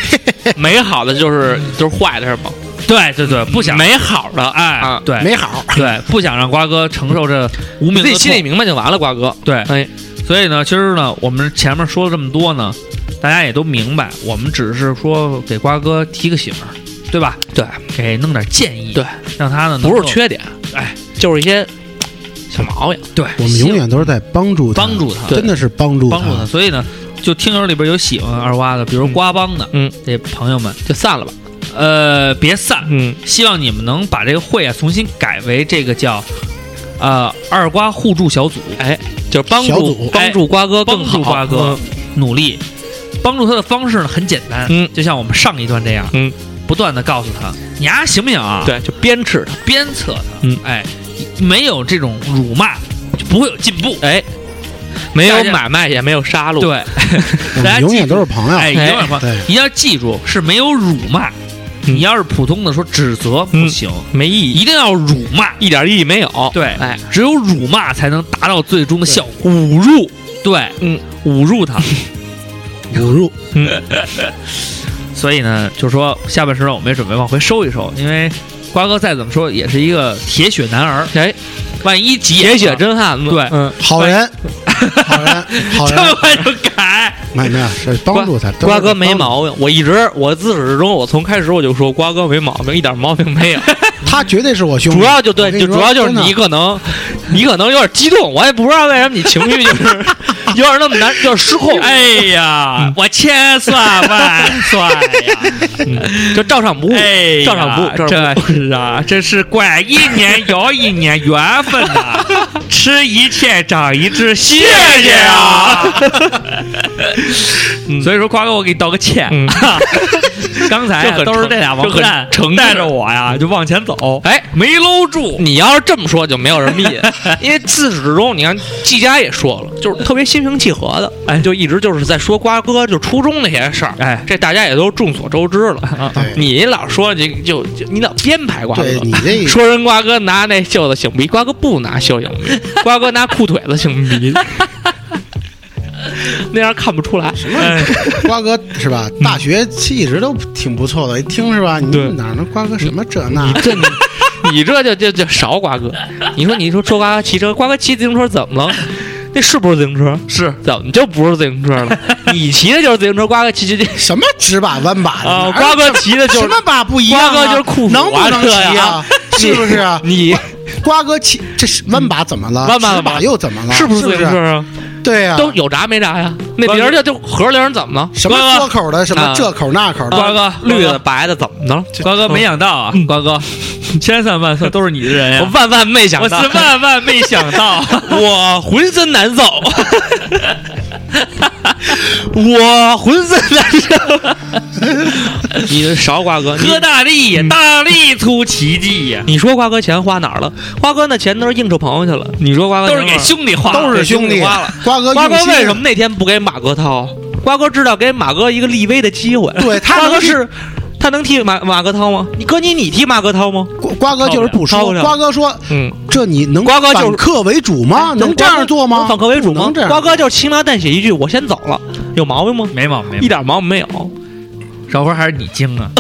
C: 美好的就是就是坏的是吗？
B: 对对对，不想
C: 美好的啊，
B: 哎、
C: 啊
B: 对
D: 没好，
B: 对，不想让瓜哥承受这无
C: 你
B: 名
C: 自
B: 的
C: 己心里
B: 痛。
C: 明白就完了，瓜哥，
B: 对，
C: 哎，
B: 所以呢，其实呢，我们前面说了这么多呢，大家也都明白，我们只是说给瓜哥提个醒儿，对吧？
C: 对，
B: 给弄点建议，
C: 对，
B: 让他呢
C: 不
B: 能
C: 是
B: 够
C: 缺点，
B: 哎，
C: 就是一些小毛病，
B: 对，
D: 我们永远都是在帮助他，
B: 帮助他，
D: 真的是帮助
B: 帮助他。所以呢，就听友里边有喜欢二瓜的，比如瓜帮的，
C: 嗯，
B: 这朋友们，
C: 就散了吧，
B: 呃，别散，
C: 嗯，
B: 希望你们能把这个会啊重新改为这个叫。呃，二瓜互助小组，
C: 哎，就是帮
D: 小
C: 助哎
D: 组
C: 帮助瓜哥更
B: 帮
C: 好，
B: 助瓜哥嗯努力，帮助他的方式呢很简单，
C: 嗯
B: 就像我们上一段这样，
C: 嗯，
B: 不断的告诉他，你丫、行不行啊？
C: 嗯，，对，就鞭笞他，
B: 鞭策他，
C: 嗯，
B: 哎，没有这种辱骂，就不会有进步，
C: 哎，没
B: 大
C: 有
B: 家
C: 买卖也没有杀戮，，
B: 对，
D: 我
B: 大家
D: 们永
B: 记
D: 远
B: 住
D: 都是朋友。
B: 哎，
C: 哎
B: 永远不
D: 对
B: 一定要记住是没有辱骂，
C: 嗯
B: 你要是普通的说指责不
C: 嗯
B: 行，
C: 没意义，
B: 一定要辱骂，
C: 一点意义没有，
B: 对
C: 哎，
B: 只有辱骂才能达到最终的效果，
C: 侮辱，
B: 对，
C: 嗯，
B: 侮辱他。
D: 侮辱，
B: 所以呢，就说下半时段我们也准备往回收一收，因为瓜哥再怎么说也是一个铁血男儿，
C: 哎，
B: 万一急眼了
C: 铁血真汉子，
B: 对
C: 嗯，
D: 好 人，好人，好
B: 这
D: 人，
B: 么快就 改，
D: 没有没有，是帮助他。都是
C: 瓜哥
D: 帮
C: 没
D: 助
C: 毛病，我一直我自始至终，我从开始我就说瓜哥没毛病，一点毛病没有，
D: 他绝对是我兄弟。
C: 主要就对，
D: 我跟
C: 就
D: 说
C: 主要就是
D: 真的
C: 你可能，你可能有点激动，我也不知道为什么你情绪就是 有点那么难，就是失控。嗯
B: 哎呀，我千算万算呀！
C: 嗯就照唱不误，
B: 哎呀，
C: 照唱不误，照唱
B: 这是啊，这是怪一年又一年缘分呐、吃一堑长一智，谢谢啊！ 所以说，瓜哥，我给你道个歉。
C: 嗯
B: 刚才啊
C: 就很
B: 都是
C: 诚
B: 这俩王
C: 就很
B: 蛋
C: 诚挚
B: 带着我呀，就往前走，
C: 哎，
B: 没搂住。
C: 你要是这么说就没有什 么意思，因为自始至终，你看季佳也说了，就是特别心平气和的，哎，就一直就是在说瓜哥就初中那些事儿，
B: 哎，
C: 这大家也都众所周知 了。
D: 对
C: 你老说你就就你老编排瓜
D: 对
C: 哥，
D: 你 这
C: 说人瓜哥拿那袖子擤鼻，瓜哥不拿袖擤鼻，瓜哥拿裤腿子 擤鼻，那样看不出来。
D: 瓜哥是吧？大学一直都挺不错的，一听是吧？你
C: 对
D: 哪能瓜哥什么这那？
C: 这你你这就就就少瓜哥，你说你说说瓜哥骑车，瓜哥骑自行车怎么了？那是不是自行车？是，怎么就不是自行车了？你骑的就是自行车，瓜哥骑骑骑
D: 什么直把弯把的？
C: 啊，
D: 哪儿
C: 瓜哥骑的就
D: 什
C: 是
D: 么把不一样啊？
C: 瓜哥就是酷
D: 能
C: 我
D: 不能
C: 这
D: 骑
C: 样
D: 啊？是不是啊？
C: 你
D: 瓜哥骑这是弯把怎么了？
C: 弯把
D: 直
C: 怎么了
D: 把又怎么了？
C: 是
D: 不
C: 不是自行车
D: 是？
C: 啊？
D: 对呀，
C: 都有闸没闸呀？那
B: 瓜哥
C: 别人就就盒铃怎么了？
D: 什么
C: 瓜
D: 豁口的，什么
C: 啊
D: 这口那口
C: 哥
D: 的，
B: 瓜哥
C: 绿
B: 瓜
C: 的
B: 哥
C: 白的怎么的了？
B: 瓜哥没想到啊，瓜哥，千算万算都是你的人
C: 我
B: 呀，
C: 万万没想
B: 我是
C: 到，
B: 万万没想到。
C: 我浑身难受，我浑身难受。 你少瓜哥，你
B: 喝大力，大力出奇迹 呀！
C: 你说瓜哥钱花哪儿了？瓜哥那钱都是应酬朋友去了。你说瓜哥
B: 都
C: 钱
B: 是给
C: 花哪儿
B: 兄弟花，
D: 都是兄
C: 啊给兄弟
D: 弟啊
C: 花了。
D: 瓜哥
C: 瓜哥
D: 用心
C: 为
B: 啊
C: 什么那天不给马哥掏啊？瓜哥知道给马哥一个立威的机会。
D: 对他
C: 瓜
D: 能
C: 哥
D: 替
C: 是，他能替马马哥掏吗？你哥你你替马哥掏吗？
D: 瓜瓜哥就是不
C: 掏不
D: 说
C: 了，
D: 瓜哥说
C: 嗯，
D: 这你能
C: 瓜哥就是
D: 反客为主吗？能这样做吗
C: 能？反客为主
D: 不
C: 吗
D: 能这？样
C: 瓜哥就是轻描淡写一句我先走了，有毛病吗？
B: 没毛病，没毛
C: 一
B: 病。
C: 点毛病没有。
B: 少辉还是你精啊！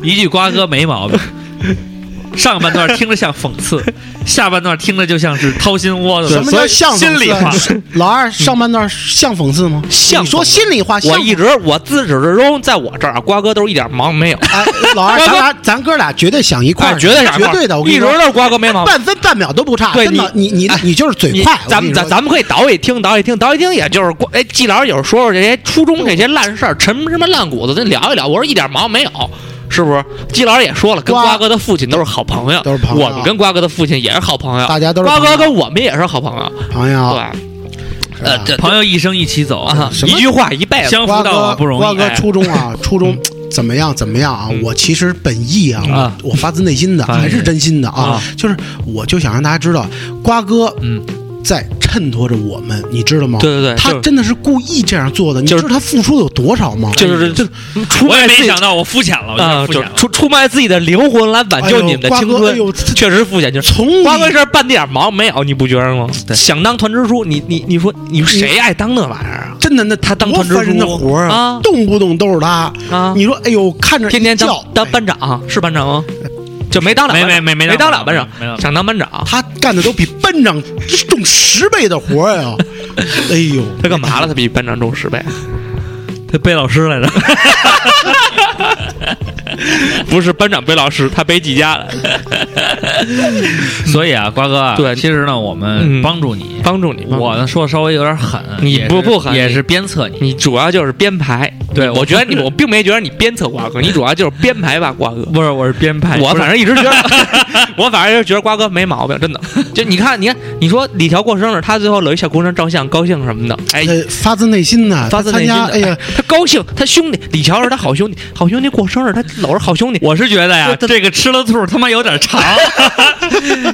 B: 一句瓜哥没毛 病。上半段听着像讽刺，下半段听着就像是掏心窝子
D: 什
B: 的。
D: 么
B: 所
D: 叫
B: 以
D: 像讽刺啊
B: 心里话？
D: 是 老
C: 嗯
D: 二上半段像讽刺吗？
C: 像
D: 你说心里话，像
C: 我一直我自始至终在我这儿，瓜哥都是一点毛病没有，
D: 哎， 老二，
C: 瓜
D: 咱
C: 哥
D: 俩咱哥俩绝对想一块
C: 哎
D: 儿，
C: 绝对想一块
D: 绝
C: 儿
D: 对的，我跟
C: 一
D: 你
C: 直
D: 说，
C: 都是瓜哥没毛病。
D: 半分半秒都不差。
C: 对
D: 真的，你你
C: 哎
D: 你就是嘴
C: 你
D: 快。
C: 咱们咱咱们可以倒一听，倒一听，倒一听，也就是瓜哎，季老师有时候说说这些初中这些烂事儿，什么什么烂谷子，咱聊一聊。我说一点毛病没有，是不是？季老师也说了，跟
D: 瓜
C: 瓜哥的父亲都是好朋友，
D: 都是朋友
C: 我们跟瓜哥的父亲也是好朋友，
D: 大家都是
C: 瓜
D: 朋
C: 哥
D: 友
C: 跟我们也是好朋友，
D: 朋友，
C: 对，
D: 哎是吧
C: 呃，这
B: 朋友一生一起走，
C: 啊，
D: 什
C: 一
D: 么
C: 句话一辈子，
B: 相
D: 瓜
B: 扶
D: 哥
C: 啊
B: 到老不容
D: 瓜
B: 易。
D: 哥
B: 哎
D: 初中 啊，初中怎么样怎么样
C: 嗯
D: 啊？我其实本意啊，我我发自内心的，还是真心的啊，
C: 嗯
D: 就是我就想让大家知道，瓜哥
B: 嗯
D: 在衬托着我们，你知道吗？
C: 对对对，
D: 他
C: 就是
D: 真的是故意这样做的，你
C: 就
D: 知
C: 是
D: 道他付出的有多少吗？哎
C: 就是就出
B: 我也
C: 卖
B: 没
C: 自己
B: 想到，我肤浅了，我有点
C: 啊，
B: 肤
C: 就是
B: 浅了。
C: 出出卖自己的灵魂来挽救你们的青
D: 哎呦瓜哥哎
C: 春
D: 呦，这
C: 确实肤浅，就是。
D: 从你
C: 瓜哥这儿半点毛没有，你不觉着吗？
B: 对
C: 想当团支书，你你你说你谁爱当那玩意儿啊？
D: 真的那他
C: 当
D: 多
C: 团支
D: 烦人的
C: 书
D: 活儿
C: 啊
D: 动不动都是他
C: 啊
D: 你说，哎呦，看着哎
C: 天天当
D: 叫
C: 当班长是班长吗？就没当了班
B: 没
C: 长，
B: 没没
C: 没
B: 没
C: 当
B: 当
C: 了班长
B: 没有，
C: 想当班长，
D: 他干的都比班长重十倍的活儿 呀！哎呦，
C: 他干嘛了？他比班长重十倍，
B: 他背老师来着，
C: 不是班长背老师，他背季家了，
B: 所以啊，瓜哥啊，
C: 对
B: 其实呢，我们
C: 嗯
B: 帮助你，
C: 帮助你。
B: 我呢说稍微有点狠，
C: 你
B: 也是
C: 不不狠
B: 也
C: 你
B: 是鞭策你。
C: 你主要就是编排，
B: 对
C: 我觉 得你，我并没觉得你鞭策瓜哥，你主要就是编排吧，瓜哥。
B: 不是，我是编派，
C: 我
B: 不是
C: 反正一直觉 得，我反正就觉得瓜哥没毛病，真的。 就你看，你看，你说李条过生日，他最后搂一小姑娘照相，高兴什么的，哎，
D: 呃，发自内心的，
C: 发自内心的
D: 他参加哎呀，
C: 他高兴，他兄弟李条是他好兄弟， 好兄弟过生日，他搂着好兄弟，
B: 我是觉得呀，
C: 这
B: 这个吃了兔他妈有点 长，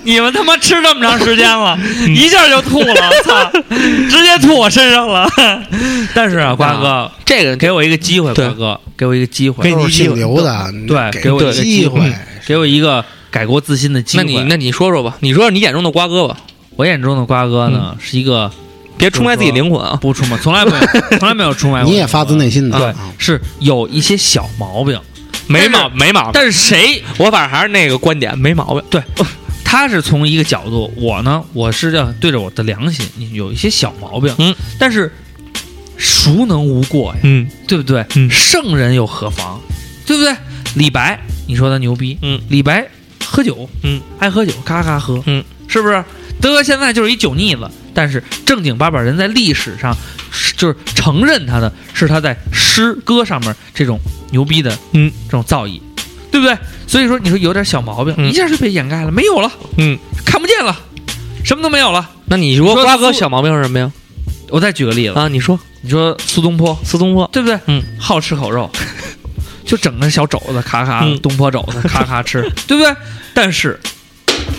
B: 你们他妈吃这么长时间了，
C: 嗯
B: 一下就吐了，我 操，直接吐我身上了。但是啊，瓜哥，
C: 这个
B: 给我一个机会，
C: 对
B: 瓜哥，给我一个机会，
D: 都是姓刘的，
B: 对
D: 给
B: 给我
D: 个
B: 一个
D: 机
B: 机
D: 会
B: 会，给我一个改过自新的机
C: 那
B: 会。
C: 你那你说说吧，你说说你眼中的瓜哥吧，
B: 我眼中的瓜哥呢，是一个
C: 别出卖自己灵魂啊。
B: 不出卖，从来没有，从来没有出卖过。
D: 你也发自内心的，
B: 对
D: 啊，
B: 是有一些小毛病，
C: 没毛没毛病，
B: 但是谁
C: 我反正还是那个观点，没毛病。对，
B: 他是从一个角度，我呢，我是要对着我的良心，有一些小毛病，
C: 嗯，
B: 但是孰能无过呀？
C: 嗯，
B: 对不对？
C: 嗯
B: 圣人又何妨？对不对？李白，你说他牛逼，
C: 嗯，
B: 李白喝酒，
C: 嗯，
B: 爱喝酒，咔咔喝，
C: 嗯，
B: 是不是？德哥现在就是一酒腻子，但是正经八百人在历史上是就是承认他的是他在诗歌上面这种牛逼的，
C: 嗯，
B: 这种造诣，对不对？所以说你说有点小毛病，
C: 嗯
B: 一下就被掩盖了，没有了，
C: 嗯，
B: 看不见了，什么都没有了。
C: 那你说
B: 你说
C: 瓜哥
B: 苏
C: 小毛病是什么呀？
B: 我再举个例子，
C: 啊，你说
B: 你说苏东坡，
C: 苏东坡，
B: 对不对？
C: 嗯，
B: 好吃口肉， 就整个小肘子，咔咔、
C: 嗯
B: 东坡肘子，咔咔吃，对不对？但是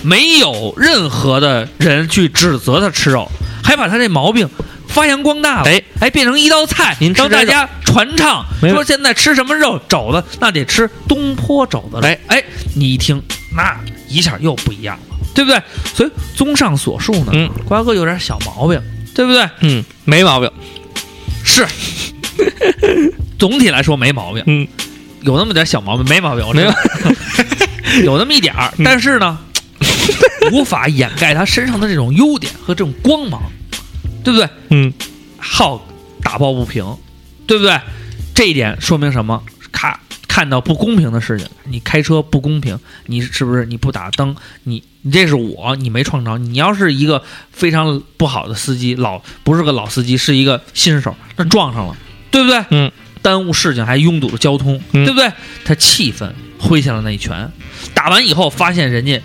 B: 没有任何的人去指责他吃肉，还把他这毛病发扬光大了，
C: 哎，
B: 还变成一道菜，
C: 您吃
B: 让
C: 这
B: 大
C: 肉
B: 家传唱，
C: 没
B: 说现在吃什么肉肘子，那得吃东坡肘子了。
C: 哎
B: 哎，你一听，那一下又不一样了，对不对？所以综上所述呢，
C: 嗯
B: 瓜哥有点小毛病，对不对？
C: 嗯，没毛病，
B: 是， 总体来说没毛病，
C: 嗯，
B: 有那么点小毛病，没毛病，我
C: 没嗯
B: 知道 有那么一点儿，但是呢，无法掩盖他身上的这种优点和这种光芒，对不对？
C: 嗯，
B: 好打抱不平，对不对？这一点说明什么？咔，看到不公平的事情，你开车不公平，你是不是你不打灯？你你这是我，你没撞着。你要是一个非常不好的司机，老不是个老司机，是一个新手，那撞上了，对不对？
C: 嗯，
B: 耽误事情还拥堵了交通，
C: 嗯
B: 对不对？他气愤，挥下了那一拳，打完以后发现人家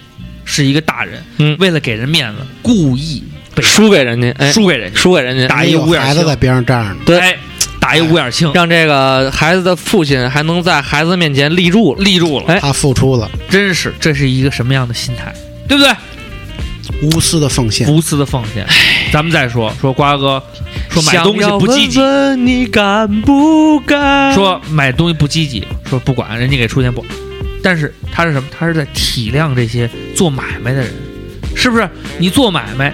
B: 是一个大人，
C: 嗯
B: 为了给人面子，故意被
C: 输给人家，哎，
B: 输给人家，
C: 输给人家，
B: 打一
D: 有
B: 五眼
D: 孩子
B: 星
D: 在边上站着呢，
C: 对
B: 哎，打一五眼青，
C: 让这个孩子的父亲还能在孩子面前立住了，
B: 立住了。
C: 哎
D: 他付出了
B: 真是，这是一个什么样的心态，对不对？
D: 无私的奉献，
B: 无私的奉献。咱们再说说瓜哥，说买东西不积极
C: 想，要问问你敢不敢？
B: 说买东西不积极，说不管人家给出钱不，但是他是什么？他是在体谅这些做买卖的人，是不是？你做买卖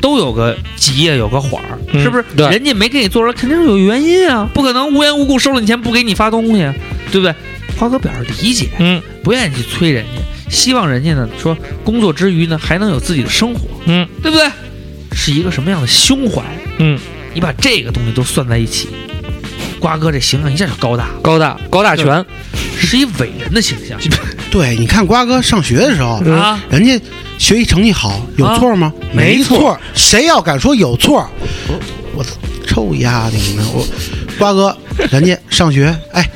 B: 都有个急呀，有个缓儿，
C: 嗯
B: 是不是？
C: 对
B: 人家没给你做出来，肯定是有原因啊，不可能无缘无故收了你钱不给你发东西啊，对不对？瓜哥表示理解，
C: 嗯
B: 不愿意去催人家，希望人家呢说工作之余呢还能有自己的生活，
C: 嗯
B: 对不对？是一个什么样的胸怀？
C: 嗯，
B: 你把这个东西都算在一起，瓜哥这形象一下就高大了，
C: 高大高大全，
B: 是一伟人的形象
D: 对，你看瓜哥上学的时候，
B: 啊！
D: 人家学习成绩好，有错吗？
B: 没
D: 没
B: 错
D: 错，谁要敢说有错，我臭丫的呢！我瓜哥，人家上学，哎，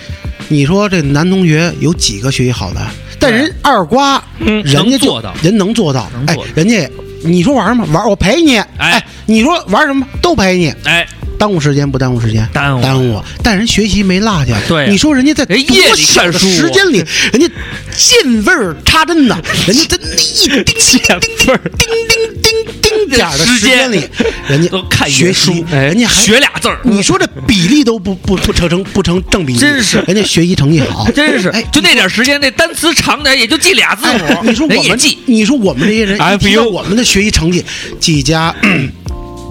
D: 你说这男同学有几个学习好的？但人二瓜，
C: 嗯
D: 人家
B: 能
D: 就
B: 做到
D: 人能做到
B: 能，
D: 哎
B: 做到，
D: 人家你说玩什么玩，我陪你，哎，你说玩什么都陪你，
B: 哎，
D: 耽误时间不耽误时间？
B: 耽误
D: 耽误，但人学习没落下。
B: 对
D: 你说人家在
B: 人夜里
D: 多小的
B: 看书啊
D: 时间里，人家见味儿插 针呐，人家在那一丁丁丁
C: 味儿
D: 丁丁丁丁点儿的
B: 时
D: 时
B: 间
D: 间里，人家
B: 都看一
D: 学
B: 本书
D: 习，
C: 哎
D: 人家还
B: 学俩字儿，
D: 你说这比例都不不不成成不成正比例，
B: 真是
D: 人家学习成绩好，
B: 真是
D: 哎，
B: 就那点时间，那单词长点，也就记俩字
D: 哎
B: 母，
D: 你说
B: 人
D: 我
B: 也
D: 们
B: 记，，
D: 你说我们这些人，一
C: FU
D: 提到我们的学习成绩，几家咳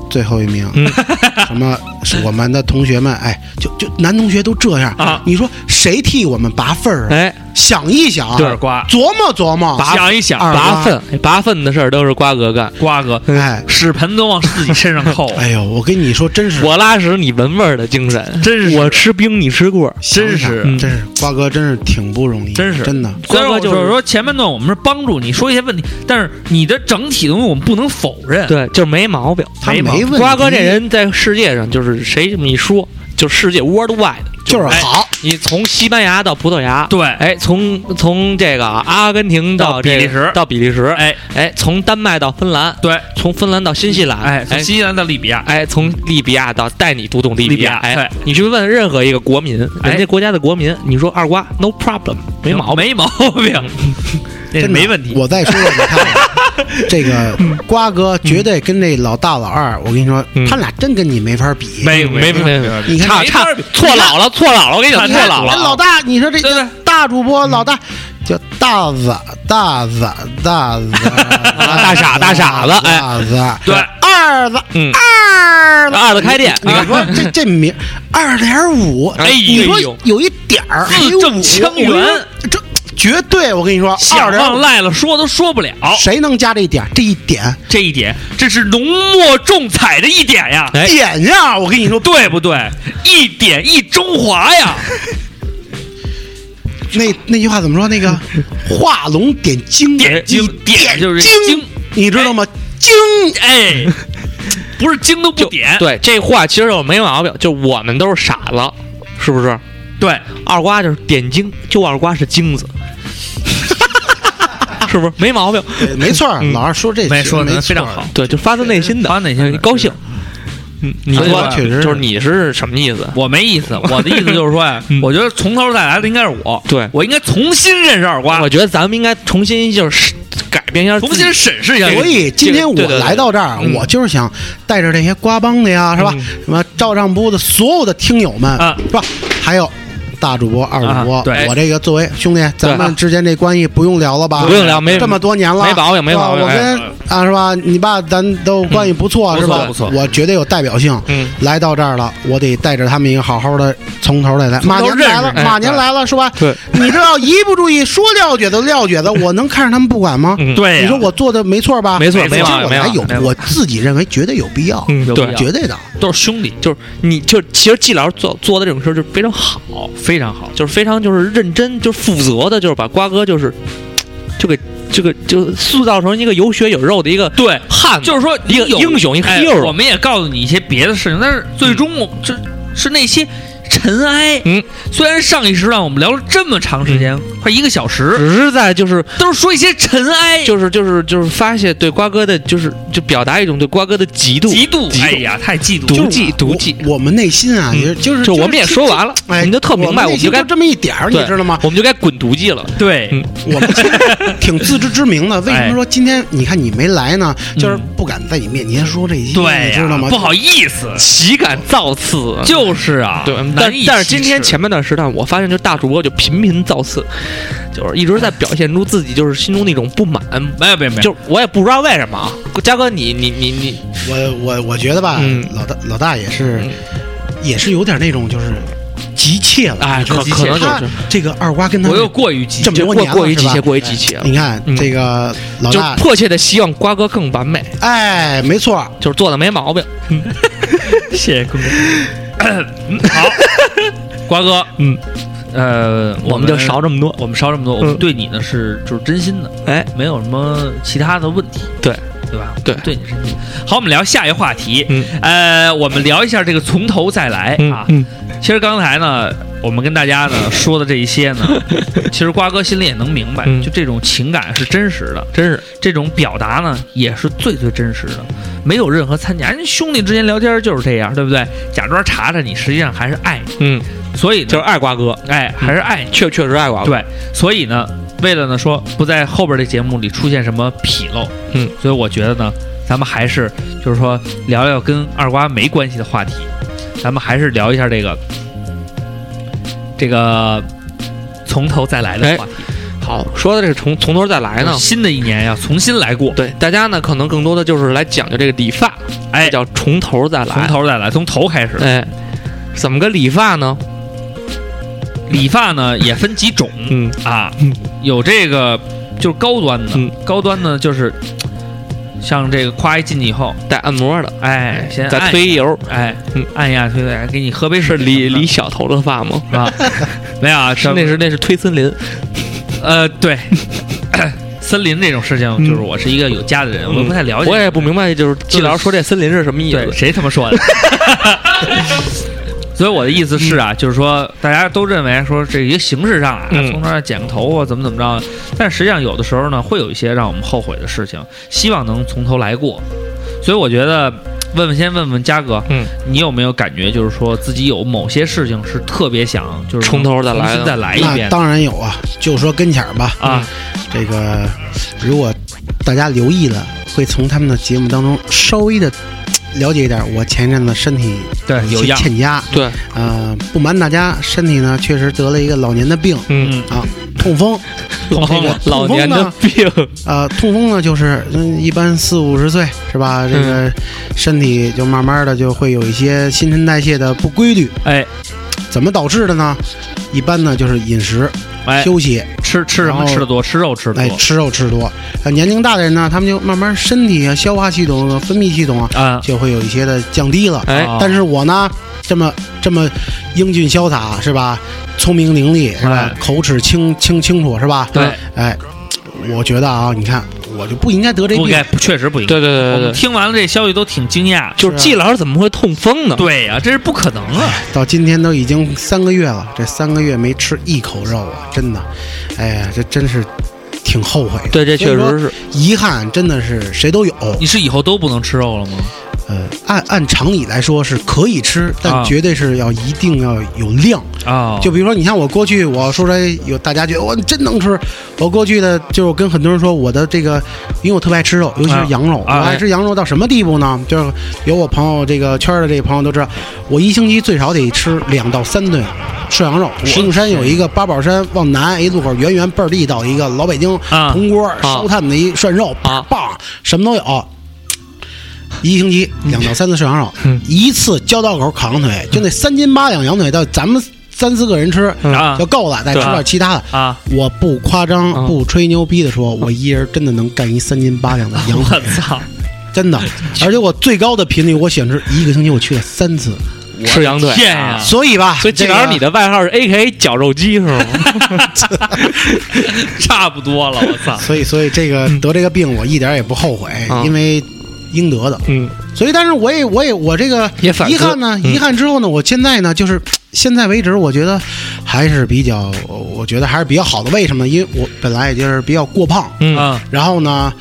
D: 最后一名，
B: 嗯
D: 什么是我们的同学们，哎，就就男同学都这样
B: 啊
D: 你说谁替我们拔粪儿啊？
C: 哎，
D: 想一想，
B: 对瓜
D: 琢磨琢磨，
B: 想一想，
D: 二瓜
C: 拔粪哎拔粪的事儿都是瓜哥干，
B: 瓜哥
D: 哎，
B: 屎盆都往自己身上 扣，
D: 哎呦，我跟你说，真是，
C: 我拉屎你闻味儿的精神，
B: 真是
C: 我吃冰你吃棍儿，
D: 想一
B: 真
D: 想
B: 是嗯
D: 真是瓜哥，真是挺不容易，
B: 真是
D: 真的，
B: 虽然我
C: 瓜哥就是
B: 就是说前半段我们是帮助你说一些问题，但是你的整体东西我们不能否认。
C: 对，就是没毛病。
D: 他
B: 没毛
D: 没
B: 病
D: 问题，
C: 瓜哥这人在世界上就是谁这么一说，就世界 worldwide，
D: 就是
C: 哎
D: 好，
C: 你从西班牙到葡萄牙，
B: 对
C: 哎，从从这个阿根廷
B: 到
C: 到
B: 比
C: 这个
B: 利时
C: 到比利时，
B: 哎
C: 哎，从丹麦到芬兰，
B: 对，
C: 从芬兰到新西兰，
B: 哎，从
C: 哎
B: 新西兰到利比亚，
C: 哎，从利比亚到带你读懂利
B: 利比亚
C: 亚，哎
B: 对，
C: 你去问任何一个国民，
B: 哎
C: 人家国家的国民，你说二瓜 no problem，没毛病，
B: 没毛 病，那
D: 真的
B: 没问题。
D: 我再说了，你看啊，这个瓜哥绝对跟这老大老二，我跟你说，
C: 嗯
D: 他俩真跟你没法比。
B: 没
C: 没没没
D: 你看
C: 差
B: 没
C: 差
B: 法比
C: 错老了错老了，我跟你讲
B: 看
D: 你
C: 错
D: 看
C: 老
D: 哎
C: 了，啊
D: 老大，你说这
B: 对对
D: 大主播老大叫大子大子大子
C: 大傻大傻子哎
D: 大子
B: 对
D: 二子
C: 嗯，
D: 二子
C: 二子开店
D: 你
C: 啊
D: 说这 这名二点五，
B: 哎
D: 你说
B: 呦
D: 有一点儿
B: 字
D: 还有
B: 正
D: 五
B: 腔圆，
D: 我跟你说这绝对我跟你说二
B: 想
D: 点
B: 往
D: 五，
B: 赖了说都说不了。
D: 谁能加这一点儿？这一点
B: 这一点，这是浓墨重彩的一点呀，
C: 哎
D: 点呀，我 跟你说。
B: 对不对？一点一中华呀，
D: 那那句话怎么 说？那个画龙点睛，
B: 点睛
D: 你点
B: 就是
D: 睛
B: 睛，
D: 你知道吗？睛，
B: 哎，不是精都不点，
C: 对，这话其实我没毛病，就我们都是傻子，是不是？
B: 对，
C: 二瓜就是点睛，就二瓜是 精子，是不是？没毛病。
D: 哎没错儿，老二说这
B: 嗯没
D: 句
B: 说的
D: 没
B: 非常
D: 错儿
B: 好，
C: 对，就发自内心的，
B: 发自内心的
C: 嗯高兴。嗯，你
B: 所以
C: 说
B: 说
D: 确实
C: 就是是你是什么意思？
B: 哎我没意思，我的意思就是说呀
C: 嗯，
B: 我觉得从头再来的应该是我，
C: 对
B: 我应该重新认识二瓜，
C: 我觉得咱们应该重新就是改变一下自己，
B: 重新审视一下。
D: 所以今天
C: 这个
D: 我
C: 对对对
D: 来到这儿，
C: 嗯
D: 我就是想带着这些瓜帮的呀，是吧？什么照账部的所有的听友们，
B: 啊
D: 是吧？还有大主播、二主播，
B: 啊对
D: 我这个作为兄弟，咱们之间这关系不用聊了吧？
C: 不用聊没
D: 这么多年了，
C: 没毛病没毛病哎
D: 是吧我跟啊是吧？你爸咱都关系不错，
B: 嗯
D: 是吧？
B: 不错不错
D: 我绝对有代表性。
C: 嗯，
D: 来到这儿了，我得带着他们一个好好的从头再来。马年来了，
C: 认识哎
D: 马年来了是吧？
C: 对，
D: 你这要一不注意说撂蹶子撂蹶子，我能看着他们不管吗？
C: 嗯
B: 对呀，
D: 你说我做的没错吧？哎
C: 没错
D: 其实
C: 没毛病
D: 我来
C: 没
D: 有
C: 毛病
D: 我自己认为绝对有必要，
C: 嗯
B: 有必
C: 对
B: 要，
D: 绝对的。
B: 都是兄弟，
C: 就是你就其实季老师做做的这种事儿就非常好，
B: 非常好。
C: 就是非常就是认真，就是负责的，就是把瓜哥就是就给这个就塑造成一个有血有肉的一个
B: 对，
C: 汉子，
B: 就是说你
C: 一个
B: 有
C: 英雄一
B: 哎
C: hero
B: 我们也告诉你一些别的事情，但是最终我这是那些尘埃。
C: 嗯，
B: 虽然上一时段我们聊了这么长时间，快一个小时，
C: 只是在就是
B: 都是说一些尘埃，
C: 就是就是就是发泄对瓜哥的，就是就表达一种对瓜哥的嫉妒，
B: 嫉妒。
C: 嫉妒
B: 哎呀，太嫉妒
C: 毒
B: 了。
C: 嫉
D: 就是
C: 毒嫉
D: 我我们内心啊，
C: 嗯
D: 也就是
C: 就我们也说完了，
D: 哎，
C: 你就特明白，
D: 我们
C: 我
D: 内
C: 们
D: 心
C: 就该
D: 就这么一点儿，你
C: 对
D: 知道吗？
C: 我们就该滚犊子了。
B: 对，
C: 嗯
D: 我们其 实挺自知之明的。为什么说今天你看你没来呢？就是
C: 哎嗯
D: 不敢在你面前说这些，
B: 对
D: 你
B: 呀
D: 知道吗？
B: 不好意思，
C: 岂敢造次？
B: 就是啊，
C: 对，
B: 难
C: 但
B: 以
C: 但是
B: 启
C: 今天
B: 齿
C: 前半段时段，我发现就大主播就频频造次，就是一直在表现出自己就是心中那种不满。
B: 没有没有没有，
C: 就是我也不知道为什么啊，嘉哥你你你你，
D: 我我我觉得吧
C: 嗯，
D: 老大老大也是
C: 嗯
D: 也是有点那种就是急切了。
C: 哎，可可能就
D: 他
C: 是
D: 这个二瓜跟他
B: 我又过于急
D: 这，么
C: 就
D: 多
C: 过
D: 年了
C: 过于
D: 是
C: 急
D: 吧
C: 切，过于急切了，
D: 你看
C: 嗯
D: 这个老
C: 就
D: 大，
C: 迫切的希望瓜哥更完美，
D: 哎，没错，
C: 就是做的没毛 病。
B: 谢谢坤哥。嗯好，瓜哥，
C: 嗯，
B: 呃，
C: 我们就少这么多，
B: 我们烧这么多，我们
C: 嗯
B: 对你呢是就是真心的，
C: 哎，
B: 没有什么其他的问题，
C: 对
B: 对吧？
C: 对
B: 对你是真心。好，我们聊下一个话题，
C: 嗯
B: 呃，我们聊一下这个从头再来啊。
C: 嗯
B: 其实刚才呢，我们跟大家呢说的这一些呢， 其实瓜哥心里也能明白，
C: 嗯
B: 就这种情感是真实的，
C: 真是
B: 这种表达呢也是最最真实的，没有任何掺假。人兄弟之间聊天就是这样，对不对？假装查查你，实际上还是爱你，
C: 嗯，
B: 所以呢
C: 就是爱瓜哥，
B: 哎还是爱你。
C: 确确实爱瓜哥。
B: 对，所以呢，为了呢说不在后边的节目里出现什么纰漏，
C: 嗯，
B: 所以我觉得呢，咱们还是就是说聊聊跟二瓜没关系的话题，咱们还是聊一下这个这个从头再来的
C: 哎
B: 话题。
C: 好，说的这个从从头再来呢，
B: 新的一年要重新来过，
C: 对大家呢可能更多的就是来讲究这个理发，
B: 哎
C: 这，叫从头再来。
B: 从头再来，从头开始。
C: 哎，怎么个理发呢？
B: 理发呢也分几种
C: 嗯
B: 啊
C: 嗯，
B: 有这个就是高端
C: 嗯
B: 的，高端呢就是像这个夸一进去以后，
C: 带按摩的，
B: 哎，先
C: 再
B: 按
C: 推油，
B: 哎
C: 嗯，
B: 按压推推，给你喝杯
C: 是
B: 水什么的。
C: 理理小头的发吗？
B: 啊，没有啊，
C: 是
B: 是
C: 那是那是推森林，
B: 呃，对， 森林这种事情，就是我是一个有家的人，我不太了解。
C: 嗯我也不明白，就是季老师说这森林是什么意
B: 对
C: 思？
B: 谁他妈 说的。所以我的意思是啊，就是说大家都认为说这一个形式上啊，
C: 嗯
B: 从这儿剪个头啊发怎么怎么着，但实际上有的时候呢，会有一些让我们后悔的事情，希望能从头来过。所以我觉得，问问先问问嘉哥，
C: 嗯，
B: 你有没有感觉就是说自己有某些事情是特别想就是
C: 从头再来
B: 重新再来一
D: 那
B: 遍
D: 当然有啊，就说跟前儿吧，
B: 啊？
D: 这个如果大家留意了，会从他们的节目当中稍微的了解一点。我前一阵子身体
B: 对，有
D: 一些
B: 样，
D: 欠佳，
C: 对，
D: 呃，不瞒大家，身体呢确实得了一个老年的病
C: 嗯，
D: 啊，痛风。
B: 嗯痛风啊了
D: 这个
C: 老
D: 痛
C: 年
D: 风
C: 的
D: 呢，
C: 病，
D: 呃，痛风呢就是嗯，一般四五十岁是吧？这个身体就慢慢的就会有一些新陈代谢的不规律，
B: 哎
D: 怎么导致的呢？一般呢就是饮食、
B: 哎，
D: 休息、
B: 吃吃什么
D: 然后
B: 吃的多，吃肉吃的
D: 哎，
B: 多
D: 吃肉吃得多。呃，年龄大的人呢，他们就慢慢身体啊、消化系统啊、分泌系统啊，
B: 啊。
D: 就会有一些的降低了。
C: 哎
B: 啊
D: 但是我呢，这么这么英俊潇洒是吧？聪明伶俐是吧
B: 哎？
D: 口齿清清清楚是吧？
B: 对，
D: 哎，我觉得啊，你看我就不应该得这
B: 不
D: 病
B: 该，。确实不应该。
C: 对对对
B: 我
C: 对
B: 们
C: 对，
B: 听完了这消息都挺惊讶。
C: 就是
D: 啊
C: 季老师怎么会痛风呢？哎
B: 对呀、这是不可能啊！
D: 到今天都已经三个月了，这三个月没吃一口肉啊，真的，哎呀，这真是挺后悔的。
C: 对，这确
D: 所以说
C: 实是。
D: 遗憾，真的是谁都有。
B: 你是以后都不能吃肉了吗？
D: 呃，按按常理来说是可以吃，
B: 啊
D: 但绝对是要一定要有量。
B: 啊、
C: 哦
D: 就比如说，你像我过去，我说出来有大家觉得我真能吃。我过去的就是我跟很多人说我的这个，因为我特别爱吃肉，尤其是羊肉。
B: 啊
D: 我
B: 哎
D: 爱吃羊肉到什么地步呢？就是有我朋友这个圈儿的这个朋友都知道，我一星期最少得吃两到三顿涮羊肉。石景山有一个八宝山往南一路口远远倍儿地道一个老北京
B: 啊
D: 铜锅烧炭的一涮肉，
C: 啊
D: 棒，什么都有。一星期两到三次涮羊肉，
C: 嗯
D: 一次交道口烤羊腿，就那三斤八两羊腿，到咱们三四个人吃
B: 啊
D: 就够了，再吃
B: 对啊
D: 点其他的。
B: 啊！嗯
D: 我不夸
C: 啊
D: 张、不吹牛逼的说，我一人真的能干一三斤八两的羊
B: 我
D: 腿，
B: 操！
D: 真 的。而且我最高的频率，我选是一个星期我去了三次。
C: 吃羊腿，啊
B: 天呀、
D: 所以吧，
C: 所以季
D: 这
C: 老
D: 个
C: 师你的外号是 A K A 绞肉机是 吗？
B: 差不多了，我操！
D: 所以所以这个得这个病，我一点也不后悔
C: 嗯啊，
D: 因为应得的。
C: 嗯，
D: 所以，但是我也我也我这个
C: 也反思
D: 遗憾呢，
C: 嗯
D: 遗憾之后呢，我现在呢，就是现在为止，我觉得还是比较，我觉得还是比较好的。为什么？因为我本来也就是比较过胖，
C: 嗯
B: 啊
D: 然后呢，